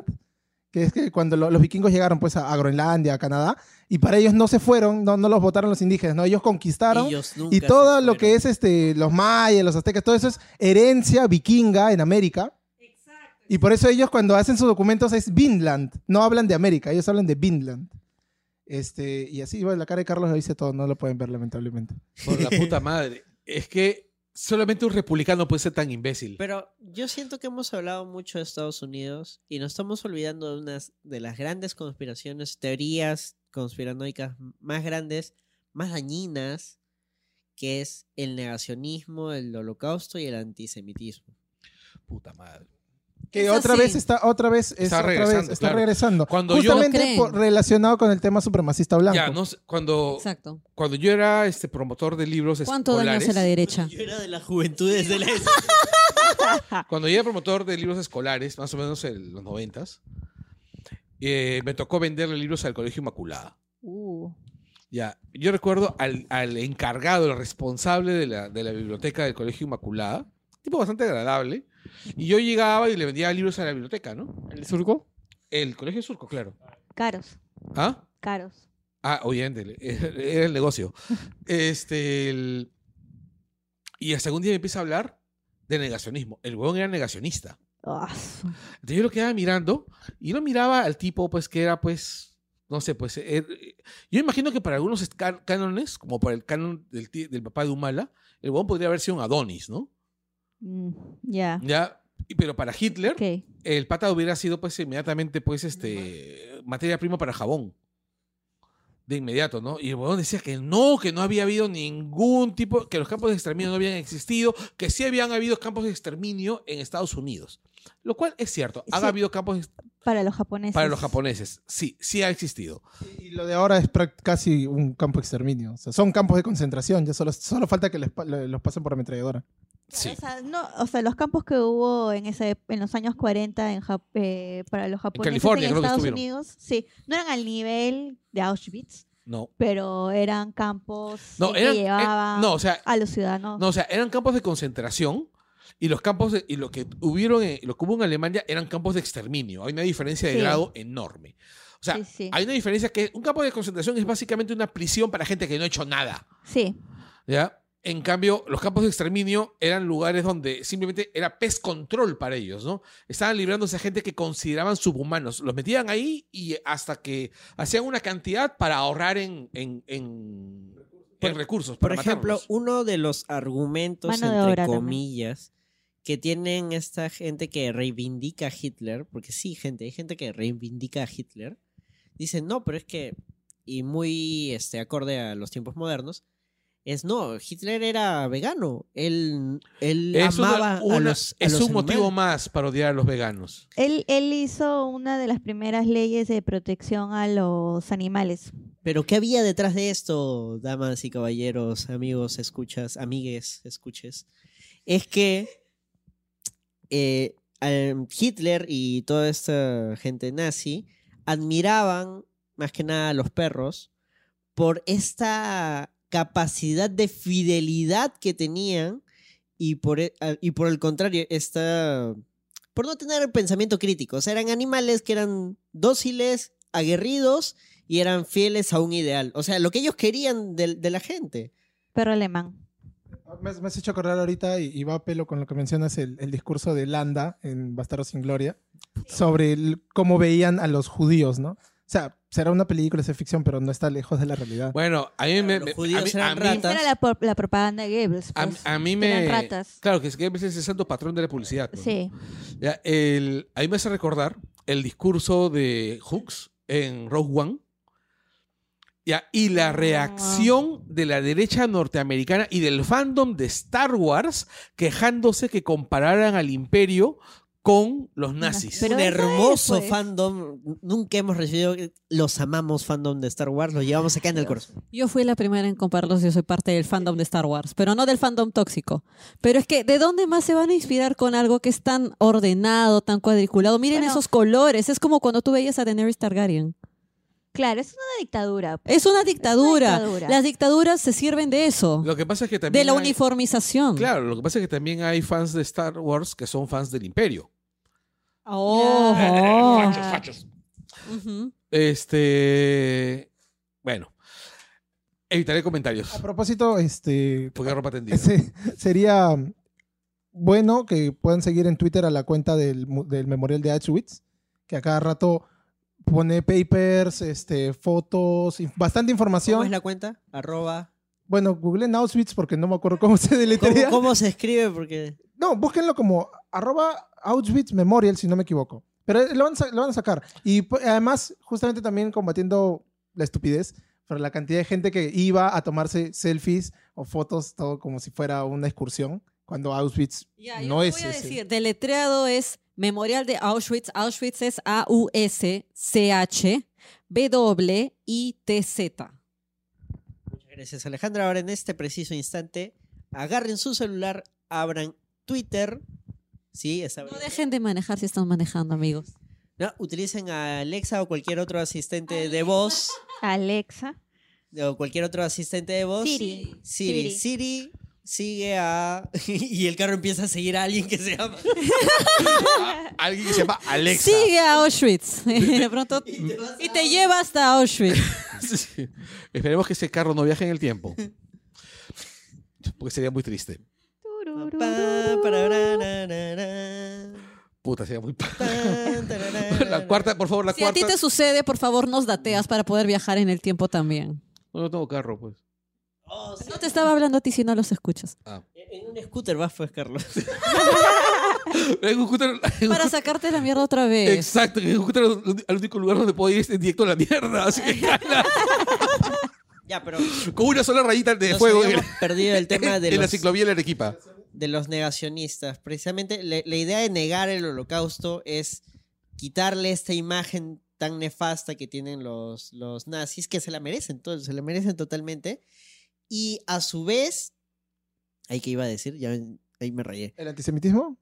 que es que cuando lo- los vikingos llegaron pues a, a Groenlandia, a Canadá, y para ellos no se fueron, no, no los votaron los indígenas, no, ellos conquistaron
Ellos nunca
y
se
todo lo
fueron.
que es este, los mayas, los aztecas, todo eso es herencia vikinga en América. Y por eso ellos cuando hacen sus documentos es Vinland. No hablan de América, ellos hablan de Vinland. Este, y así, bueno, la cara de Carlos lo dice todo, no lo pueden ver lamentablemente.
Por la puta madre. Es que solamente un republicano puede ser tan imbécil.
Pero yo siento que hemos hablado mucho de Estados Unidos y nos estamos olvidando de unas de las grandes conspiraciones, teorías conspiranoicas más grandes, más dañinas, que es el negacionismo, el holocausto y el antisemitismo.
puta madre.
Que
Eso
otra
sí.
vez está otra vez es-
Está
otra vez,
regresando,
está
claro.
regresando.
Cuando yo-
¿Lo
Justamente
creen?
por- relacionado con el tema supremacista blanco.
Ya, no sé, cuando,
Exacto.
cuando yo era este promotor de libros
¿Cuánto daño
escolares,
hace la derecha?
Yo era de la juventud desde [laughs] la
cuando yo era promotor de libros escolares, más o menos en los noventas, eh, me tocó venderle libros al Colegio Inmaculada.
[laughs] Uh,
Ya, yo recuerdo al, al encargado, el responsable de la, de la biblioteca del Colegio Inmaculada, tipo bastante agradable, y yo llegaba y le vendía libros a la biblioteca, ¿no?
¿El surco?
El Colegio Surco, claro.
caros,
¿Ah?
caros.
Ah, obviamente, [laughs] era el negocio. Este, el- Y hasta algún día me empieza a hablar de negacionismo. El huevón era negacionista.
Ah, su-
Entonces yo lo quedaba mirando y lo miraba al tipo, pues, que era, pues, no sé, pues, er- yo imagino que para algunos esca- cánones, como para el canon del, ti- del papá de Humala, el huevón podría haber sido un Adonis, ¿no?
mm, Ya.
Ya, y- pero para Hitler,
Ok.
el pata hubiera sido, pues, inmediatamente, pues, este, materia prima para jabón. De inmediato, ¿no? Y el huevón decía que no, que no había habido ningún tipo, que los campos de exterminio no habían existido, que sí habían habido campos de exterminio en Estados Unidos. Lo cual es cierto, han
Sí.
habido campos de
Para los japoneses.
para los japoneses, sí, sí ha existido.
Y lo de ahora es prac- casi un campo de exterminio. O sea, son campos de concentración, ya solo, solo falta que les pa- le- los pasen por ametralladora.
Sí.
O sea, no, o sea, los campos que hubo en ese ep- en los años 40 en Jap- eh, para los japoneses
California, creo que
Estados
estuvieron.
Unidos, sí, no eran al nivel de Auschwitz,
No.
pero eran campos
No,
que
eran, eh,
llevaban
no, o sea,
a los ciudadanos.
no, o sea, eran campos de concentración y los campos de- y lo que hubieron en- lo que hubo en Alemania eran campos de exterminio. Hay una diferencia de
Sí.
grado enorme. O sea,
Sí, sí.
hay una diferencia que un campo de concentración es básicamente una prisión para gente que no ha hecho nada.
Sí,
¿Ya? En cambio, los campos de exterminio eran lugares donde simplemente era pez control para ellos, ¿no? Estaban librándose a gente que consideraban subhumanos. Los metían ahí y hasta que hacían una cantidad para ahorrar en, en, en- en recursos.
Por
para
ejemplo,
matarlos.
uno de los argumentos,
Mano de
entre
obra también.
comillas, que tienen esta gente que reivindica a Hitler, porque sí, gente, hay gente que reivindica a Hitler, dicen, no, pero es que, y muy este, acorde a los tiempos modernos, es no, Hitler era vegano, él, él
es, una-
amaba a
una-
los, a
es
los
un motivo
animales.
más para odiar a los veganos.
Él, él hizo una de las primeras leyes de protección a los animales.
Pero ¿qué había detrás de esto, damas y caballeros, amigos, escuchas, amigues, escuches? Es que eh, al- Hitler y toda esta gente nazi admiraban más que nada a los perros por esta capacidad de fidelidad que tenían y por, e- a- y por el contrario, esta por no tener pensamiento crítico. O sea, eran animales que eran dóciles, aguerridos y eran fieles a un ideal. O sea, lo que ellos querían de, de la gente.
Perro alemán.
Me, has- me has hecho acordar ahorita y, y va a pelo con lo que mencionas el, el discurso de Landa en Bastardos sin Gloria sobre el- cómo veían a los judíos, ¿no? O sea, será una película, es ficción, pero no está lejos de la realidad.
Bueno, a mí me...
Los
me- a
judíos
mí-
eran
a mí-
ratas.
Era la, por- la propaganda de Goebbels.
a-
pues,
a mí
que
me...
Eran ratas.
Claro, que es que es el santo patrón de la publicidad. ¿no?
Sí.
Ya, el, ahí me hace recordar el discurso de Hooks en Rogue One. Ya, y la
Ah.
reacción de la derecha norteamericana y del fandom de Star Wars quejándose que compararan al imperio con los nazis.
Pero
un
eso es,
hermoso
pues.
fandom. Nunca hemos recibido. Los amamos fandom de Star Wars. Los llevamos acá en el corazón.
Yo fui la primera en compararlos, yo soy parte del fandom de Star Wars, pero no del fandom tóxico. Pero es que, ¿de dónde más se van a inspirar con algo que es tan ordenado, tan cuadriculado? Miren
Bueno.
esos colores, es como cuando tú veías a Daenerys Targaryen.
Claro, es una dictadura. pues.
Es una dictadura.
dictadura.
Las dictaduras se sirven de eso,
Lo que pasa es que también
de la
hay-
uniformización.
Claro, lo que pasa es que también hay fans de Star Wars que son fans del imperio.
Oh.
Ah.
Ujú.
Este, bueno, evitaré comentarios
A propósito, este,
porque ropa tendida.
ese- sería bueno que puedan seguir en Twitter a la cuenta del, mu- del Memorial de Auschwitz, que a cada rato pone papers, este, fotos, inf- bastante
¿Cómo
información.
es la cuenta? Arroba.
Bueno, googleen Auschwitz porque no me acuerdo cómo se deletrea.
¿Cómo, cómo se escribe? Porque.
No, búsquenlo como arroba Auschwitz Memorial, si no me equivoco. Pero eh, lo van, a sa- lo van a sacar. Y pu- además, justamente también combatiendo la estupidez, pero la cantidad de gente que iba a tomarse selfies o fotos, todo como si fuera una excursión, cuando Auschwitz
Ya, yo
no
te
es
voy a
ese.
decir, deletreado es Memorial de Auschwitz. Auschwitz es A-U-S-C-H-W-I-T-Z.
Muchas gracias, Alejandra. Ahora en este preciso instante, agarren su celular, abran Twitter. Sí, está
No
abierto.
dejen de manejar si están manejando, amigos.
No, utilicen a Alexa o cualquier otro asistente de voz.
Alexa.
o cualquier otro asistente de voz.
Siri.
Siri.
Siri.
Siri sigue a. [laughs] y el carro empieza a seguir a alguien que se llama.
A- Alguien que se llama Alexa.
Sigue a Auschwitz. [laughs] De pronto. Y te lleva hasta Auschwitz.
Sí. Esperemos que ese carro no viaje en el tiempo. Porque sería muy triste.
Pa, para, ra, ra, ra, ra,
Puta, sería muy... pa-
tan, ta, ra, ra, ra,
La
ra.
cuarta, por favor, la
Si a
cuarta.
ti te sucede, por favor, nos dateas para poder viajar en el tiempo también.
No, no tengo carro, pues.
Oh, sí.
No te estaba hablando a ti si no los escuchas.
En un scooter vas,
[laughs]
pues, Carlos.
En Cúcuta- en
Para
Cúcuta-
sacarte la mierda otra vez.
Exacto, en Cúcuta era el único lugar donde puedo ir es en directo a la mierda. Así que jala,
Ya, pero.
con una sola rayita de
nos
fuego en,
habíamos perdido
[laughs]
el tema de
en la
los,
ciclovía de la Arequipa.
de los negacionistas. Precisamente la, la idea de negar el holocausto es quitarle esta imagen tan nefasta que tienen los, los nazis, que se la merecen, to- se la merecen totalmente. Y a su vez, ahí que iba a decir, ya ven, ahí me rayé.
¿El antisemitismo?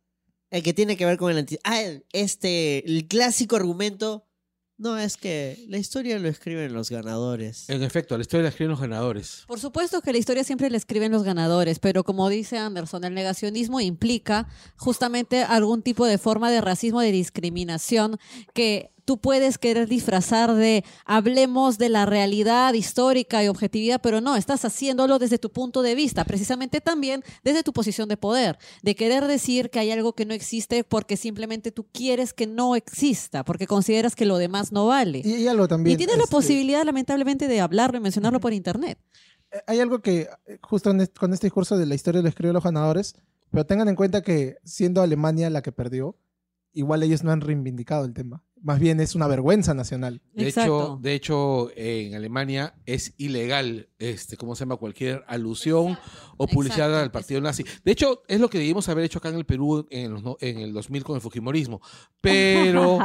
El que tiene que ver con el anti... Ah, el- este, el clásico argumento. No, es que la historia lo escriben los ganadores.
En efecto, la historia la escriben los ganadores.
Por supuesto que la historia siempre la escriben los ganadores, pero como dice Anderson, el negacionismo implica justamente algún tipo de forma de racismo, de discriminación, que tú puedes querer disfrazar de hablemos de la realidad histórica y objetividad, pero no, estás haciéndolo desde tu punto de vista, precisamente también desde tu posición de poder, de querer decir que hay algo que no existe porque simplemente tú quieres que no exista, porque consideras que lo demás no vale.
Y, y algo también.
Y tienes la
este,
posibilidad, lamentablemente, de hablarlo y mencionarlo por internet.
eh, Hay algo que, eh, justo en est- con este discurso de la historia de los criollos ganadores, pero tengan en cuenta que siendo Alemania la que perdió, igual ellos no han reivindicado el tema. Más bien es una vergüenza nacional.
De hecho,
Exacto.
de hecho, eh, en Alemania es ilegal, este, ¿cómo se llama? Cualquier alusión o publicidad
exacto,
al partido nazi. De hecho, es lo que debimos haber hecho acá en el Perú en, los no- en el 2000 con el Fujimorismo. Pero,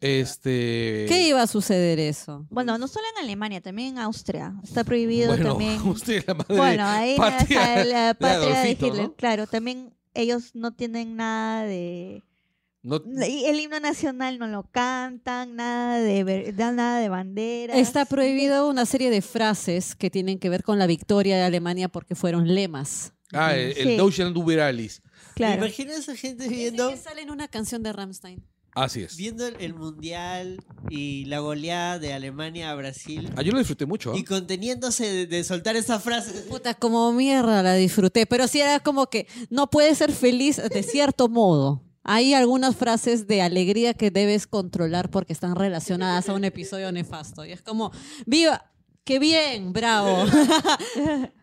este...
¿Qué iba a suceder eso?
Bueno, no solo en Alemania, también en Austria. Está prohibido
Bueno,
también.
[laughs] usted es la madre de-
Bueno, ahí
patria
está la patria de
Adolfito,
Hitler.
¿no?
Claro, también ellos no tienen nada de...
no-
y El himno nacional no lo cantan, nada de, ver- da- nada de bandera.
Está prohibido una serie de frases que tienen que ver con la victoria de Alemania porque fueron lemas.
ah, el, el
Sí.
Deutschland Uber Alice.
Claro.
Imagina a esa gente viendo,
sale en una canción de Rammstein.
Así es.
viendo el- el Mundial y la goleada de Alemania a Brasil
Ah, yo lo disfruté mucho. ¿ah?
y conteniéndose de, de soltar esa frase.
Puta, como mierda la disfruté, pero sí era como que no puedes ser feliz de cierto modo. Hay algunas frases de alegría que debes controlar porque están relacionadas a un episodio nefasto. Y es como, viva, qué bien, bravo. [laughs]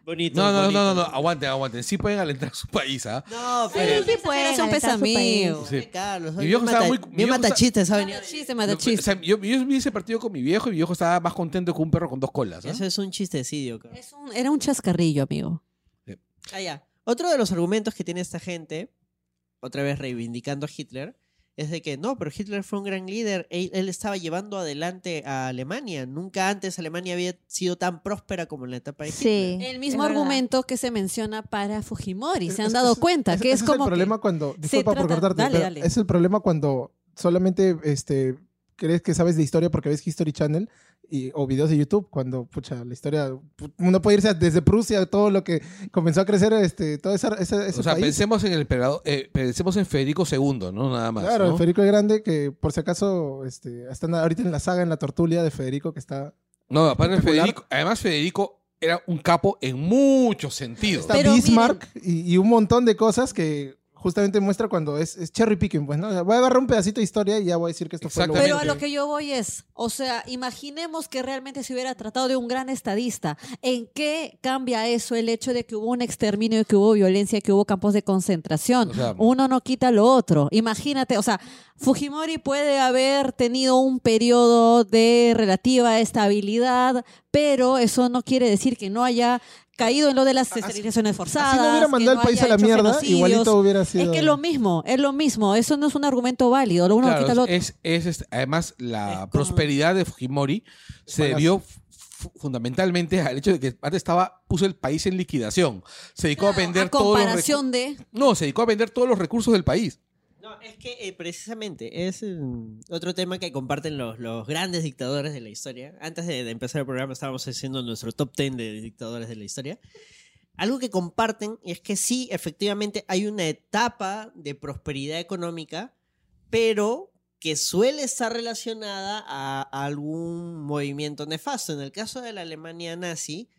Bonito.
No, no,
bonito.
no, no, no, aguanten, aguanten. Sí pueden alentar su país, ¿ah?
No,
Sí,
pero.
sí pueden
Exageración
alzar su país.
pesamío.
Sí.
Carlos,
Mi
oye,
viejo
bien
estaba
mata-
muy- mi
bien
viejo ¿Ah?
matachistas, ha venido.
Chiste,
No,
matachiste.
o sea, yo, yo vi ese partido con mi viejo y mi viejo estaba más contento que un perro con dos colas. ¿ah?
Eso es un chistecidio, Carlos.
Es un- era un chascarrillo, amigo.
Ah, ya. Otro de los argumentos que tiene esta gente, otra vez reivindicando a Hitler, es de que no, pero Hitler fue un gran líder. Él, él estaba llevando adelante a Alemania. Nunca antes Alemania había sido tan próspera como en la etapa de
Sí.
Hitler.
El mismo
Es verdad.
argumento que se menciona para Fujimori. Se han
Es-
dado
es-
cuenta
es-
que es,
ese
como.
el problema
que-
cuando disculpa por
trata-
cortarte
dale,
pero
dale.
es el problema cuando solamente este crees que sabes de historia porque ves History Channel y, o videos de YouTube cuando pucha la historia pu- uno puede irse a- desde Prusia todo lo que comenzó a crecer este todo esa, esa- ese
O sea,
país.
pensemos en el emperador, eh, pensemos en Federico II, ¿no? Nada más.
claro
¿no?
Federico el Grande que por si acaso este están ahorita en la saga en la tortulia de Federico que está
No, aparte de
Popular.
Federico, además Federico era un capo en muchos sentidos.
está
Pero
Bismarck y, y un montón de cosas que justamente muestra cuando es, es cherry picking pues no O sea, voy a agarrar un pedacito de historia y ya voy a decir que esto fue lo
Exactamente.
Pero a
bueno.
lo que yo voy es, o sea, imaginemos que realmente se hubiera tratado de un gran estadista. ¿En qué cambia eso el hecho de que hubo un exterminio, que hubo violencia, que hubo campos de concentración?
O sea,
Uno no quita lo otro. Imagínate, o sea, Fujimori puede haber tenido un periodo de relativa estabilidad, pero eso no quiere decir que no haya caído en lo de las esterilizaciones forzadas.
Así no hubiera
que
mandado el
haya
país a la
hecho
mierda,
genocidios.
igualito hubiera
Es
sido.
que es lo mismo, es lo mismo. Eso no es un argumento válido. Lo uno no
claro,
quita lo otro.
es, es, este- además
Es
la
como-
prosperidad de Fujimori se
Palacio.
debió fu- fundamentalmente al hecho de que antes estaba puso el país en liquidación. Se dedicó a vender
Ah, a
todos los
comparación de
recu- No, se dedicó a vender todos los recursos del país.
No, es que eh, precisamente es mm, otro tema que comparten los, los grandes dictadores de la historia. Antes de, de empezar el programa estábamos haciendo nuestro top 10 de dictadores de la historia. Algo que comparten es que sí, efectivamente hay una etapa de prosperidad económica, pero que suele estar relacionada a, a algún movimiento nefasto. En el caso de la Alemania nazi,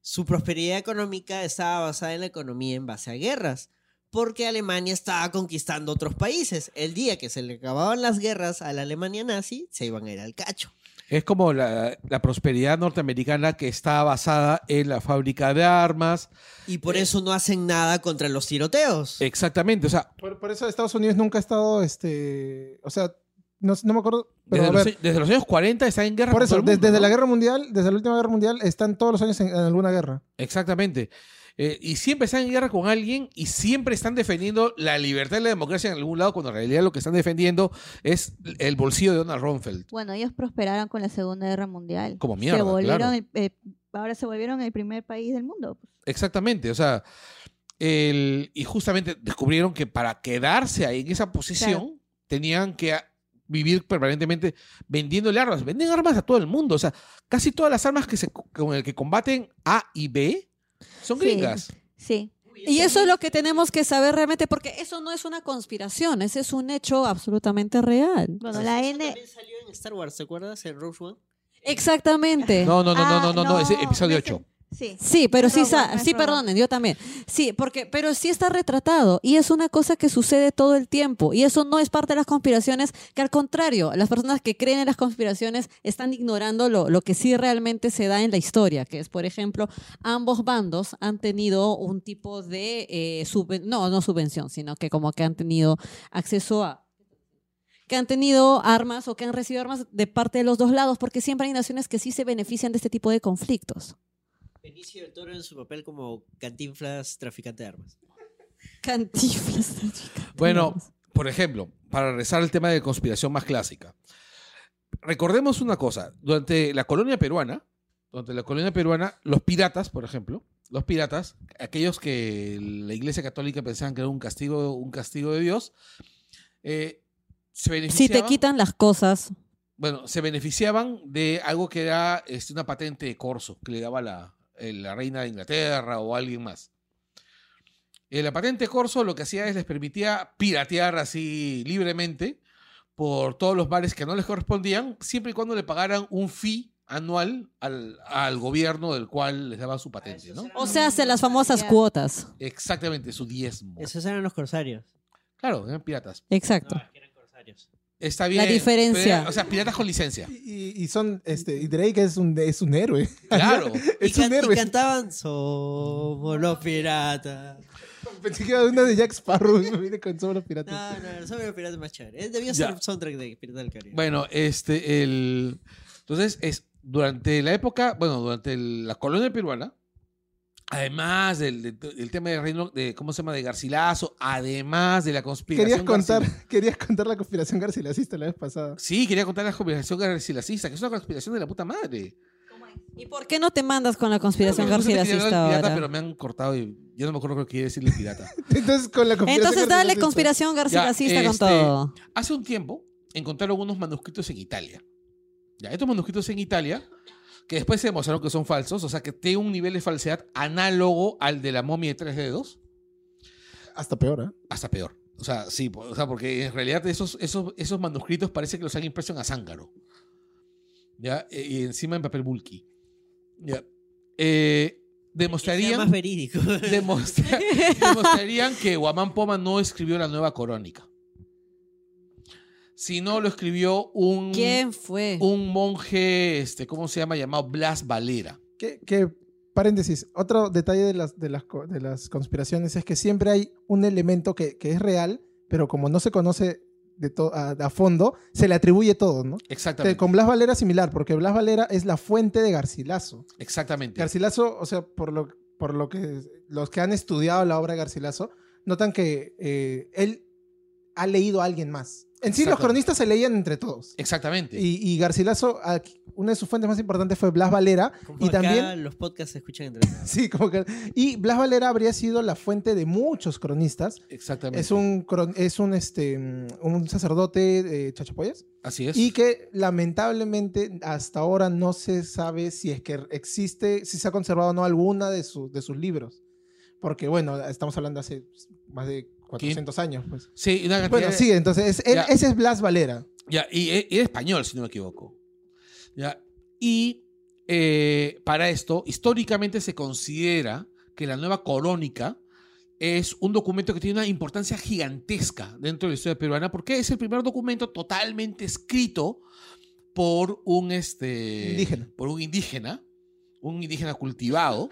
su prosperidad económica estaba basada en la economía en base a guerras porque Alemania estaba conquistando otros países. El día que se le acababan las guerras a la Alemania nazi, se iban a ir al cacho.
Es como la, la prosperidad norteamericana que está basada en la fábrica de armas.
Y por eso no hacen nada contra los tiroteos.
Exactamente, o sea,
Por, por eso Estados Unidos nunca ha estado, este, o sea, no, no me acuerdo, pero
desde,
a
los,
ver,
desde los años 40 está en guerra.
por
con
eso,
todo el mundo,
desde
¿no?
la guerra mundial, desde la última guerra mundial, están todos los años en, en alguna guerra.
Exactamente. Eh, y siempre están en guerra con alguien y siempre están defendiendo la libertad y la democracia en algún lado, cuando en realidad lo que están defendiendo es el bolsillo de Donald Rumsfeld.
Bueno, ellos prosperaron con la Segunda Guerra Mundial.
Como mierda,
Se volvieron
claro.
el- eh, ahora se volvieron el primer país del mundo. pues.
Exactamente, o sea, el, y justamente descubrieron que para quedarse ahí en esa posición tenían que a- vivir permanentemente vendiéndole armas. Venden armas a todo el mundo, o sea, casi todas las armas que se, con el que combaten A y B son
Sí.
gringas.
Sí.
Y eso es lo que tenemos que saber realmente, porque eso no es una conspiración, ese es un hecho absolutamente real.
Bueno, la N.
También salió en Star Wars, ¿se acuerdas? En Rogue One.
Exactamente.
No, no, no, no, no, no, no,
Ah,
es episodio
no es que-
8.
Sí.
Sí, pero sí,
Rogue
sa-
One, no es
sí,
Rogue One.
perdonen, yo también. Sí, porque, pero sí está retratado y es una cosa que sucede todo el tiempo y eso no es parte de las conspiraciones, que al contrario, las personas que creen en las conspiraciones están ignorando lo, lo que sí realmente se da en la historia, que es, por ejemplo, ambos bandos han tenido un tipo de, eh, subven- no, no subvención, sino que como que han tenido acceso a que han tenido armas o que han recibido armas de parte de los dos lados, porque siempre hay naciones que sí se benefician de este tipo de conflictos.
Benicio del Toro en su papel como cantinflas traficante de armas.
Cantiflas.
Bueno, por ejemplo, para regresar al tema de conspiración más clásica. Recordemos una cosa, durante la colonia peruana, durante la colonia peruana, los piratas, por ejemplo, los piratas, aquellos que la Iglesia Católica pensaban que era un castigo, un castigo de Dios, eh, se
Si te
beneficiaban,
quitan las cosas.
bueno, se beneficiaban de algo que era este, una patente de corso que le daba la, eh, la reina de Inglaterra o alguien más. Eh, la patente Corso lo que hacía es les permitía piratear así libremente por todos los bares que no les correspondían, siempre y cuando le pagaran un fee anual al, al gobierno del cual les daba su patente, ¿no?
O sea, hacen las famosas
Ya.
cuotas.
Exactamente, su diezmo.
Esos eran los corsarios.
Claro, eran piratas.
Exacto.
que eran corsarios.
Está bien.
diferencia.
pero eran- o sea, piratas con licencia.
Y, y son, este, y Drake es un, es un héroe. [laughs]
Claro.
Y,
Es un
can- y
héroe.
cantaban Somos los
[laughs]
piratas.
Pensé que era una de Jack Sparrow. Me vine con solo pirata.
No, no, no, somos los piratas más chévere. Eh, Debió
Ya.
ser un soundtrack de Piratas del Caribe.
Bueno, este, el. Entonces, es durante la época, bueno, durante el- la colonia peruana, además del, del- del tema de reino, de, ¿cómo se llama? De Garcilaso, además de la conspiración.
Querías contar,
garcila-
querías contar la conspiración garcilacista la vez
[laughs]
pasada.
Sí, quería contar la conspiración garcilacista, que es una conspiración de la puta madre.
¿Y por qué no te mandas con la conspiración
Yo puse
García
pirata,
Racista
pirata,
ahora?
pero me han cortado y yo no me acuerdo lo que quiere decirle pirata.
Entonces, con la conspiración
Entonces dale
garcilacista.
conspiración García
Ya,
Racista con
este,
todo.
Hace un tiempo encontraron unos manuscritos en Italia. Ya, estos manuscritos en Italia, que después se demostraron que son falsos, o sea que tiene un nivel de falsedad análogo al de la momia de tres dedos,
Hasta peor, ¿eh?
hasta peor. O sea, sí, po- o sea, porque en realidad esos, esos, esos manuscritos parece que los han impreso en azángaro. ¿Ya? E- Y encima en papel bulky. ¿Ya? Eh,
Que sea
demostrarían,
más
[laughs]
verídico.
demostra- demostrarían que Guamán Poma no escribió la nueva corónica. Sino lo escribió un
¿Quién fue?
un monje, este, ¿cómo se llama? Llamado Blas Valera.
Que, que, paréntesis, otro detalle de las, de, las, co- de las conspiraciones es que siempre hay un elemento que, que es real, pero como no se conoce de to- a, a fondo, se le atribuye todo, ¿no? Te-
Exactamente.
Con Blas Valera similar, porque Blas Valera es la fuente de Garcilaso.
Exactamente.
Garcilaso, o sea, por lo, por lo que los que han estudiado la obra de Garcilaso, notan que eh, él ha leído a alguien más. En sí, los
Exactamente.
cronistas se leían entre todos.
Exactamente.
Y, y Garcilaso, aquí- una de sus fuentes más importantes fue Blas Valera.
Como
Y
acá
también,
los podcasts se escuchan entre todos.
sí, como que- Y Blas Valera habría sido la fuente de muchos cronistas.
Exactamente.
Es un, cron- es un, este, mm, un sacerdote eh, chachapoyas.
Así es.
Y que lamentablemente hasta ahora no se sabe si es que existe, si se ha conservado o no alguna de, sus de sus libros. Porque bueno, estamos hablando hace más de 400 años. Pues.
sí, una cantidad
Bueno,
de-
sigue, entonces es- él-
Ya.
ese es Blas Valera.
Ya, y e- era español, si no me equivoco. Ya, Y eh, para esto, históricamente se considera que la nueva corónica es un documento que tiene una importancia gigantesca dentro de la historia peruana, porque es el primer documento totalmente escrito por un este
Indígena.
por un indígena, un indígena cultivado,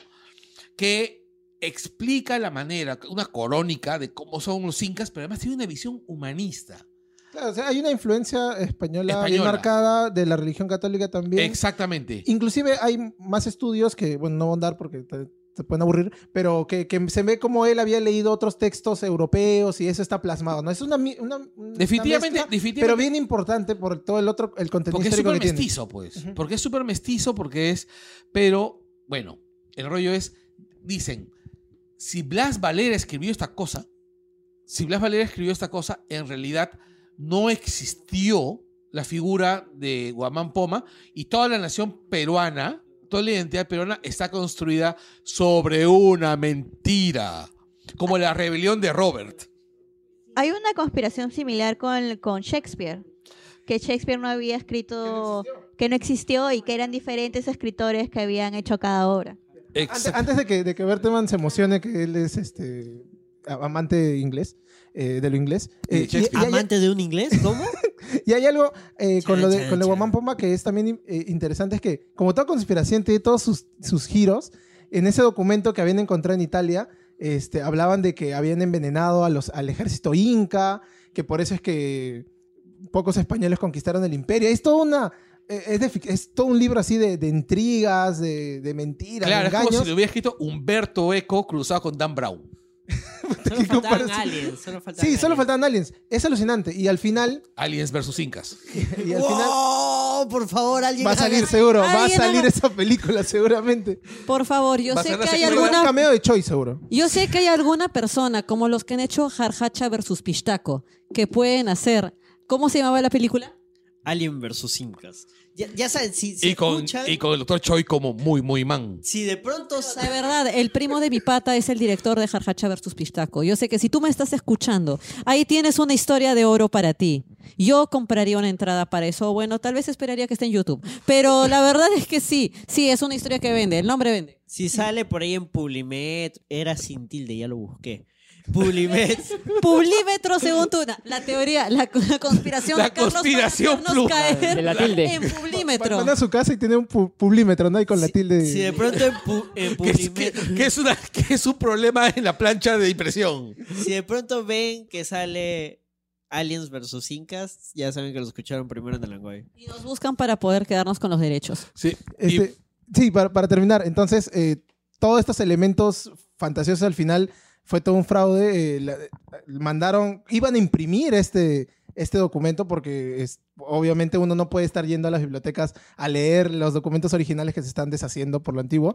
que explica la manera, una corónica de cómo son los incas, pero además tiene una visión humanista.
Claro, o sea, hay una influencia española, bien
Española.
marcada de la religión católica también.
Exactamente.
Inclusive hay más estudios que, bueno, no voy a andar porque te, te pueden aburrir, pero que, que se ve como él había leído otros textos europeos y eso está plasmado, ¿no? Es una... mi- una- una
Definitivamente,
mezcla,
definitivamente.
Pero bien importante por todo el otro, el contenido
porque es
histórico
súper
que tiene.
mestizo, pues.
Ujú.
Porque es súper mestizo, porque es. Pero, bueno, el rollo es. Dicen, si Blas Valera escribió esta cosa, si Blas Valera escribió esta cosa, en realidad no existió la figura de Guamán Poma y toda la nación peruana, toda la identidad peruana está construida sobre una mentira. Como la rebelión de Robert.
Hay una conspiración similar con, con Shakespeare, que Shakespeare no había escrito, que no existió y que eran diferentes escritores que habían hecho cada obra.
Ex-
Antes, antes de que, de que Berteman se emocione que él es este a- amante de inglés, eh, de lo inglés.
Y de
eh,
Shakespeare.
hay-
¿Amante de un inglés?
[laughs]
¿Cómo?
Y hay algo eh, con
Chan,
lo de,
chan,
con lo
chan.
de Guamán Pomba que es también eh, interesante, es que como toda conspiración tiene todos sus, sus giros, en ese documento que habían encontrado en Italia, este, hablaban de que habían envenenado a los, al ejército inca, que por eso es que pocos españoles conquistaron el imperio. Es toda una... eh, Es, de fic- es todo un libro así de, de intrigas, de, de mentiras,
Claro,
de
es como si
engaños.
le hubiera escrito Humberto Eco cruzado con Dan Brown.
Solo faltaban
comparación?
aliens. Solo faltaban
Sí, solo
aliens.
faltan aliens. Es alucinante. Y al final,
Aliens versus Incas.
y [laughs] al final
¡Wow! ¡Oh, Por favor, alguien
va a
haga-
salir seguro. Va a
alguien
salir
haga-
esa película seguramente.
Por favor, yo
Va a
sé
ser
que
la
hay
secuela.
Algún
alguna
cameo de Choi seguro.
Yo sé que hay alguna persona, como los que han hecho Jarjacha versus Pistaco, que pueden hacer. ¿Cómo se llamaba la película?
Alien versus Incas. Ya, ya saben, si, si
Y con,
escuchan,
y con el doctor Choi como muy, muy man.
si de pronto
De
saben...
verdad, el primo de mi pata es el director de Jarjacha versus Pistaco. Yo sé que si tú me estás escuchando, ahí tienes una historia de oro para ti. Yo compraría una entrada para eso. Bueno, tal vez esperaría que esté en YouTube. Pero la verdad es que sí, sí, es una historia que vende. El nombre vende.
Si sale por ahí en Publimet, era sin tilde, ya lo busqué. Publimet.
[laughs]
Publímetro según tú. na- La teoría, la, co- la conspiración
La
de Carlos
conspiración
para hacernos
pluma.
caer
De la tilde.
en publímetro.
Van a su casa y tiene un pu- publímetro, ¿no? Y con la tilde.
si de pronto en, Pu-
[laughs]
en
Que es, que-
Publimet,
que es una- que es un problema en la plancha de impresión.
si de pronto ven que sale Aliens versus Incas, ya saben que lo escucharon primero en el Langoy.
Y nos buscan para poder quedarnos con los derechos.
Sí. y-
Este, Sí, para, para terminar. Entonces, eh, todos estos elementos fantasiosos al final fue todo un fraude. eh, la- mandaron, iban a imprimir este, este documento porque es, obviamente uno no puede estar yendo a las bibliotecas a leer los documentos originales que se están deshaciendo por lo antiguo.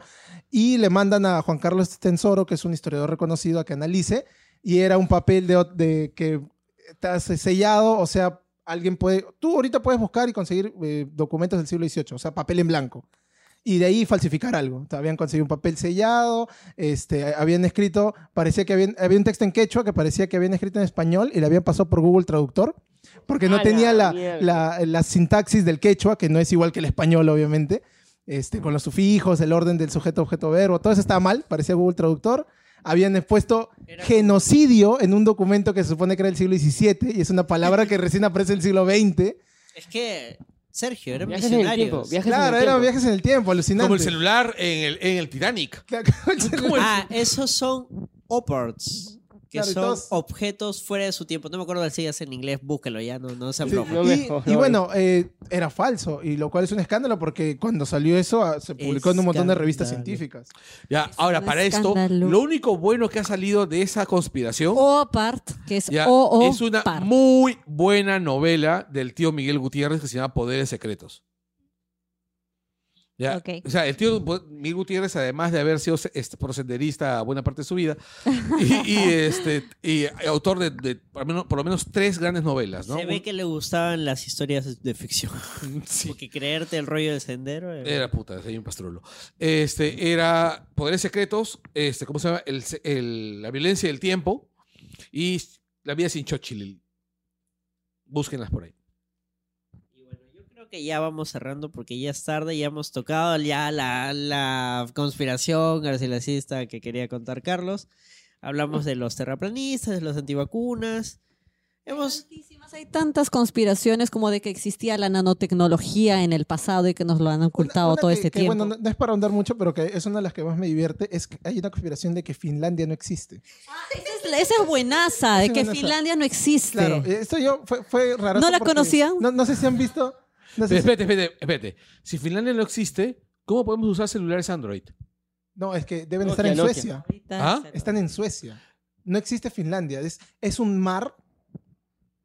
Y le mandan a Juan Carlos Tensoro, que es un historiador reconocido, a que analice. Y era un papel de, ot- de que está sellado, o sea, alguien puede, tú ahorita puedes buscar y conseguir eh, documentos del siglo XVIII, o sea, papel en blanco. Y de ahí falsificar algo. O sea, habían conseguido un papel sellado, este, habían escrito, parecía que habían, había un texto en quechua que parecía que habían escrito en español y le habían pasado por Google Traductor, porque no
¡A la
tenía la,
mierda!
la- la sintaxis del quechua, que no es igual que el español, obviamente, este, con los sufijos, el orden del sujeto, objeto, verbo, todo eso estaba mal, parecía Google Traductor. Habían puesto genocidio en un documento que se supone que era del siglo XVII y es una palabra que recién aparece en el siglo XX.
Es que, Sergio, eran
Viajes en el tiempo.
visionarios.
[laughs] Viajes
Claro,
en el
eran
tiempo.
viajes en el tiempo, alucinante.
como el celular en el, en el Titanic.
Claro,
[laughs]
como el celular.
Pues,
Ah, esos son oparts. Que
Claro, y
son
todos-
objetos fuera de su tiempo. No me acuerdo las siglas en inglés, búsquelo ya, no, no se
Sí,
apropian.
No me
y,
jodas.
y bueno, eh, era falso, y lo cual es un escándalo porque cuando salió eso ah, se publicó en un montón de revistas
Escándalo.
científicas.
Ya, ahora,
un
para
escándalo.
esto, lo único bueno que ha salido de esa conspiración
Oh,
O part, que es
Oh. ya,
o o
es una
part.
muy buena novela del tío Miguel Gutiérrez que se llama Poderes Secretos. Ya,
Ok.
O sea, el tío Bu- Miguel Gutiérrez, además de haber sido se- este, prosenderista buena parte de su
[laughs]
vida, y, y, este, y autor de, de por, lo menos, por lo menos tres grandes novelas, ¿no?
Se ve que le gustaban las historias de
[laughs]
ficción.
Sí.
Porque creerte el rollo del sendero. eh.
Era puta, soy un pastrulo. Este, era Poderes Secretos, este, ¿cómo se llama? El, se- el- la violencia del tiempo y La vida sin Chochilil. Búsquenlas por ahí.
Y bueno, yo creo que ya vamos cerrando porque ya es tarde, ya hemos tocado ya la, la conspiración garcilasista que quería contar Carlos. Hablamos de los terraplanistas, de los antivacunas. Hemos...
Tantísimas, Hay tantas conspiraciones como de que existía la nanotecnología en el pasado y que nos lo han ocultado
Una- una
todo
que-
este
que,
tiempo.
Bueno, no, no es para ahondar mucho, pero que es una de las que más me divierte, es que hay una conspiración de que Finlandia no existe.
Esa es- Esa es buenaza, de
Esa es
que
buenaza.
Finlandia no existe.
Claro, eh, esto yo fue, fue raro.
¿No la
porque-
conocían?
No, no sé si han visto.
Pero
No, sé si-
espérate, espérate, espérate. Si Finlandia no existe, ¿cómo podemos usar celulares Android?
no, es que deben
Nokia,
estar en
Nokia.
Suecia.
Ahorita
¿Ah?
se lo-
Están en Suecia. No existe Finlandia. Es, es un mar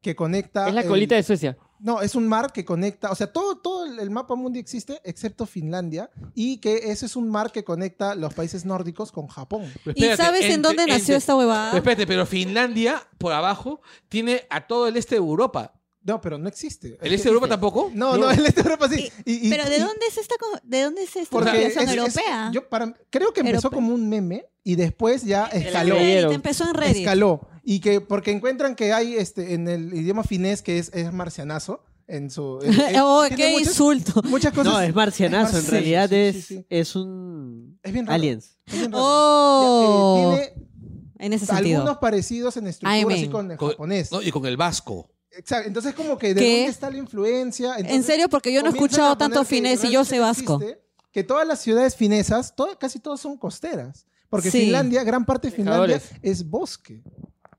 que conecta.
Es la
el-
colita de Suecia.
No, es un mar que conecta. O sea, todo, todo el- el mapa mundi existe, excepto Finlandia. Y que ese es un mar que conecta los países nórdicos con Japón.
Pero
¿Y
espérate,
sabes en
entre-
dónde
entre-
nació esta
Pero
huevada?
espérate, pero Finlandia, por abajo, tiene a todo el este de Europa.
No, pero no existe.
¿El este de Europa tampoco?
No, no, el este de Europa sí. Y- y-
Pero ¿de
y-
dónde es esta, co- de dónde es esta
Porque
asociación
es- es-
europea?
yo para- creo que empezó
Europea.
como un meme y después ya escaló.
Reddit, empezó en Reddit.
Escaló. Y que porque encuentran que hay este en el idioma finés que es, es marcianazo en
[laughs]
su en- en-
oh,
eh, tiene
qué
muchas- [laughs]
insulto.
Muchas cosas.
No, es marcianazo.
es
En
marci-
realidad
sí,
es,
sí, sí.
es un.
Es bien raro.
Aliens.
es bien raro.
Oh,
Ya, eh, tiene
en ese
algunos
sentido.
parecidos en estructura
Ay, men.
así con el
Con-
japonés.
No, y con el vasco.
Exacto, Entonces como que de
¿Qué?
dónde está la influencia.
En
Entonces,
serio, porque yo no he
comienzan
escuchado
a poner
tanto
que
finés y yo
realmente
sé
no
vasco.
existe, Que todas las ciudades finesas, to- casi todas son costeras. Porque
Sí.
Finlandia, gran parte de Finlandia
Pescadores.
es bosque.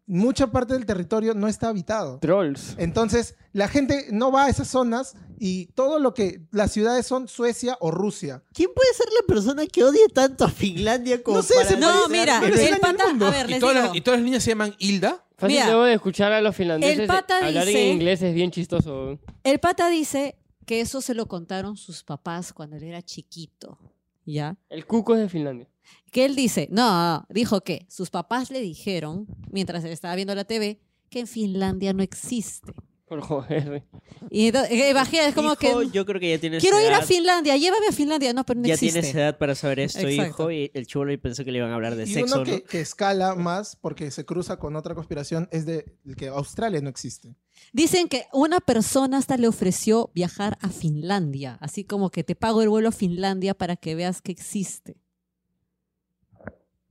Mucha parte del territorio no está habitado.
Trolls.
Entonces, la gente no va a esas zonas y todo lo que las ciudades son Suecia o Rusia.
¿Quién puede ser la persona que odie tanto a Finlandia como
No sé,
para
se parece-
No,
analizar
mira,
que-
Pero es el
el pata,
mundo.
a ver,
Y
les
todas,
digo.
las, y todas las niñas se llaman Hilda.
Fácil
Mira,
luego de escuchar a los finlandeses
el pata
hablar
dice-
en inglés es bien chistoso.
El pata dice que eso se lo contaron sus papás cuando él era chiquito, ¿ya?
El cuco es de Finlandia.
Que él dice, no, dijo que sus papás le dijeron, mientras él estaba viendo la TV, que en Finlandia no existe.
Por joder.
Y entonces, eh, bajé, es como
Hijo,
que,
Yo creo que ya tienes
quiero ir a
edad-
Finlandia, llévame a Finlandia. No, pero no
Ya
existe.
tienes edad para saber esto,
Exacto.
hijo. Y el chulo pensó que le iban a hablar de
y
sexo,
uno que,
¿no?
que escala más porque se cruza con otra conspiración es de que Australia no existe.
Dicen que una persona hasta le ofreció viajar a Finlandia, así como que te pago el vuelo a Finlandia para que veas que existe.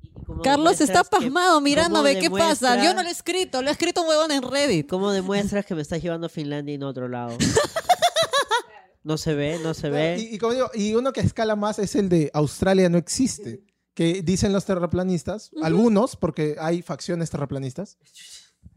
Y cómo
Carlos está
demuestras que-
pasmado mirándome, ¿qué pasa?
demuestra-
Yo no lo he escrito, lo he escrito un huevón en Reddit.
¿Cómo demuestras que me estás llevando a Finlandia y no a otro
[laughs]
lado? No se ve, no se ve.
Y, y como digo, y uno que escala más es el de Australia no existe, que dicen los terraplanistas, algunos, porque hay facciones terraplanistas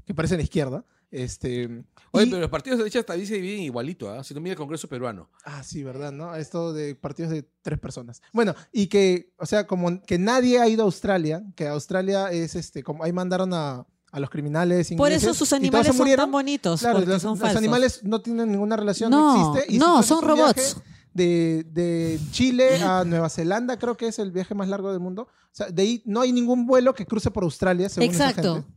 que parecen izquierda. Este,
Oye,
y-
pero los partidos de derecha hasta ahí se dividen igualito, ¿ah? Si no mira el Congreso peruano.
Ah, sí, verdad, ¿no? Esto de partidos de tres personas. Bueno, y que, o sea, como que nadie ha ido a Australia, que Australia es este, como ahí mandaron a, a los criminales ingleses.
Por eso sus
y todos se
animales son
murieron.
tan bonitos.
Claro,
porque
los,
son
los
falsos.
animales no tienen ninguna relación, no,
No,
existe.
no,
si tú
son
haces un
robots.
viaje De, de Chile a Nueva Zelanda, creo que es el viaje más largo del mundo. O sea, de ahí no hay ningún vuelo que cruce por Australia, según esa
Exacto.
gente.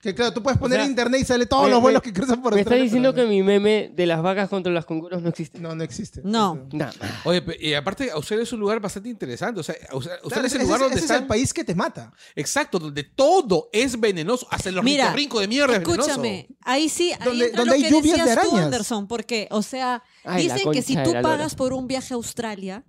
Que claro, tú puedes poner
sea,
en internet y sale todos
me-
los
me-
vuelos que cruzan por
Me está
Australia.
diciendo que
pero
mi meme de las vacas contra los canguros no existe.
No, no existe.
No.
Nada.
Oye, pe- y aparte, Australia es un lugar bastante interesante. O sea, Australia Australia
Claro,
es el
ese-
lugar
ese-
donde
ese es
están.
el país que te mata.
Exacto, donde todo es venenoso. Hasta el
Mira,
ornitorrinco de mierda es venenoso.
Escúchame, ahí sí, ahí
Donde-
entra
donde
lo
hay
que
lluvias de
decías tú,
arañas.
Anderson, porque, o sea,
Ay, la
dicen que si
concha
tú
de la lora.
pagas por un viaje a Australia,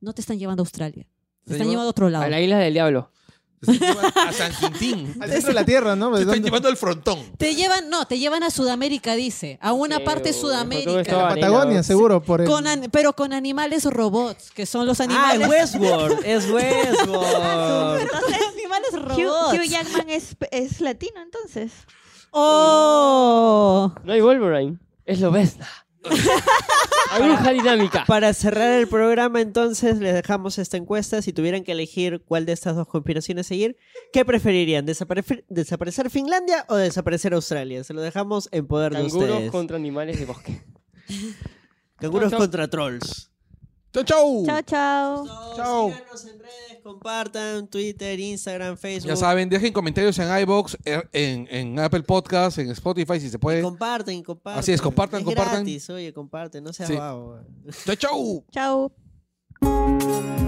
no te están llevando a Australia, te
Te
están
llevan-
llevando a otro lado.
A la isla del diablo.
Se están llevando a San Quintín.
Al centro de la tierra, ¿no?
Se están
¿Dónde?
llevando al frontón.
Te llevan, no, te llevan a Sudamérica, dice, a una
Qué
parte de
bueno, todo
Sudamérica.
esto va-
Patagonia, seguro, por el-
Con an- pero con animales robots, que son los
Ah,
animales. [laughs]
es Westworld. Es Westworld.
Entonces, animales robots.
Hugh, Hugh Jackman es, es latino, entonces.
Oh.
No hay Wolverine. Es Lobezna.
[laughs]
Aguja dinámica.
Para cerrar el programa, entonces les dejamos esta encuesta. Si tuvieran que elegir cuál de estas dos conspiraciones seguir, ¿qué preferirían? ¿Desaparecer, desaparecer Finlandia o desaparecer Australia? Se lo dejamos en poder de
Canguros
ustedes.
contra animales de bosque.
Canguros
Chau, chau.
contra trolls.
¡Chau, chau!
Chao, chao.
Chau.
Síganos en redes, compartan Twitter, Instagram, Facebook.
Ya saben, dejen comentarios en iBox, en, en Apple Podcast, en Spotify, si se puede.
Comparten, comparten.
Así es, compartan,
Es
compartan.
gratis, oye, comparten, no seas
Sí.
vago.
¡Chau, chau!
Chao.
Sat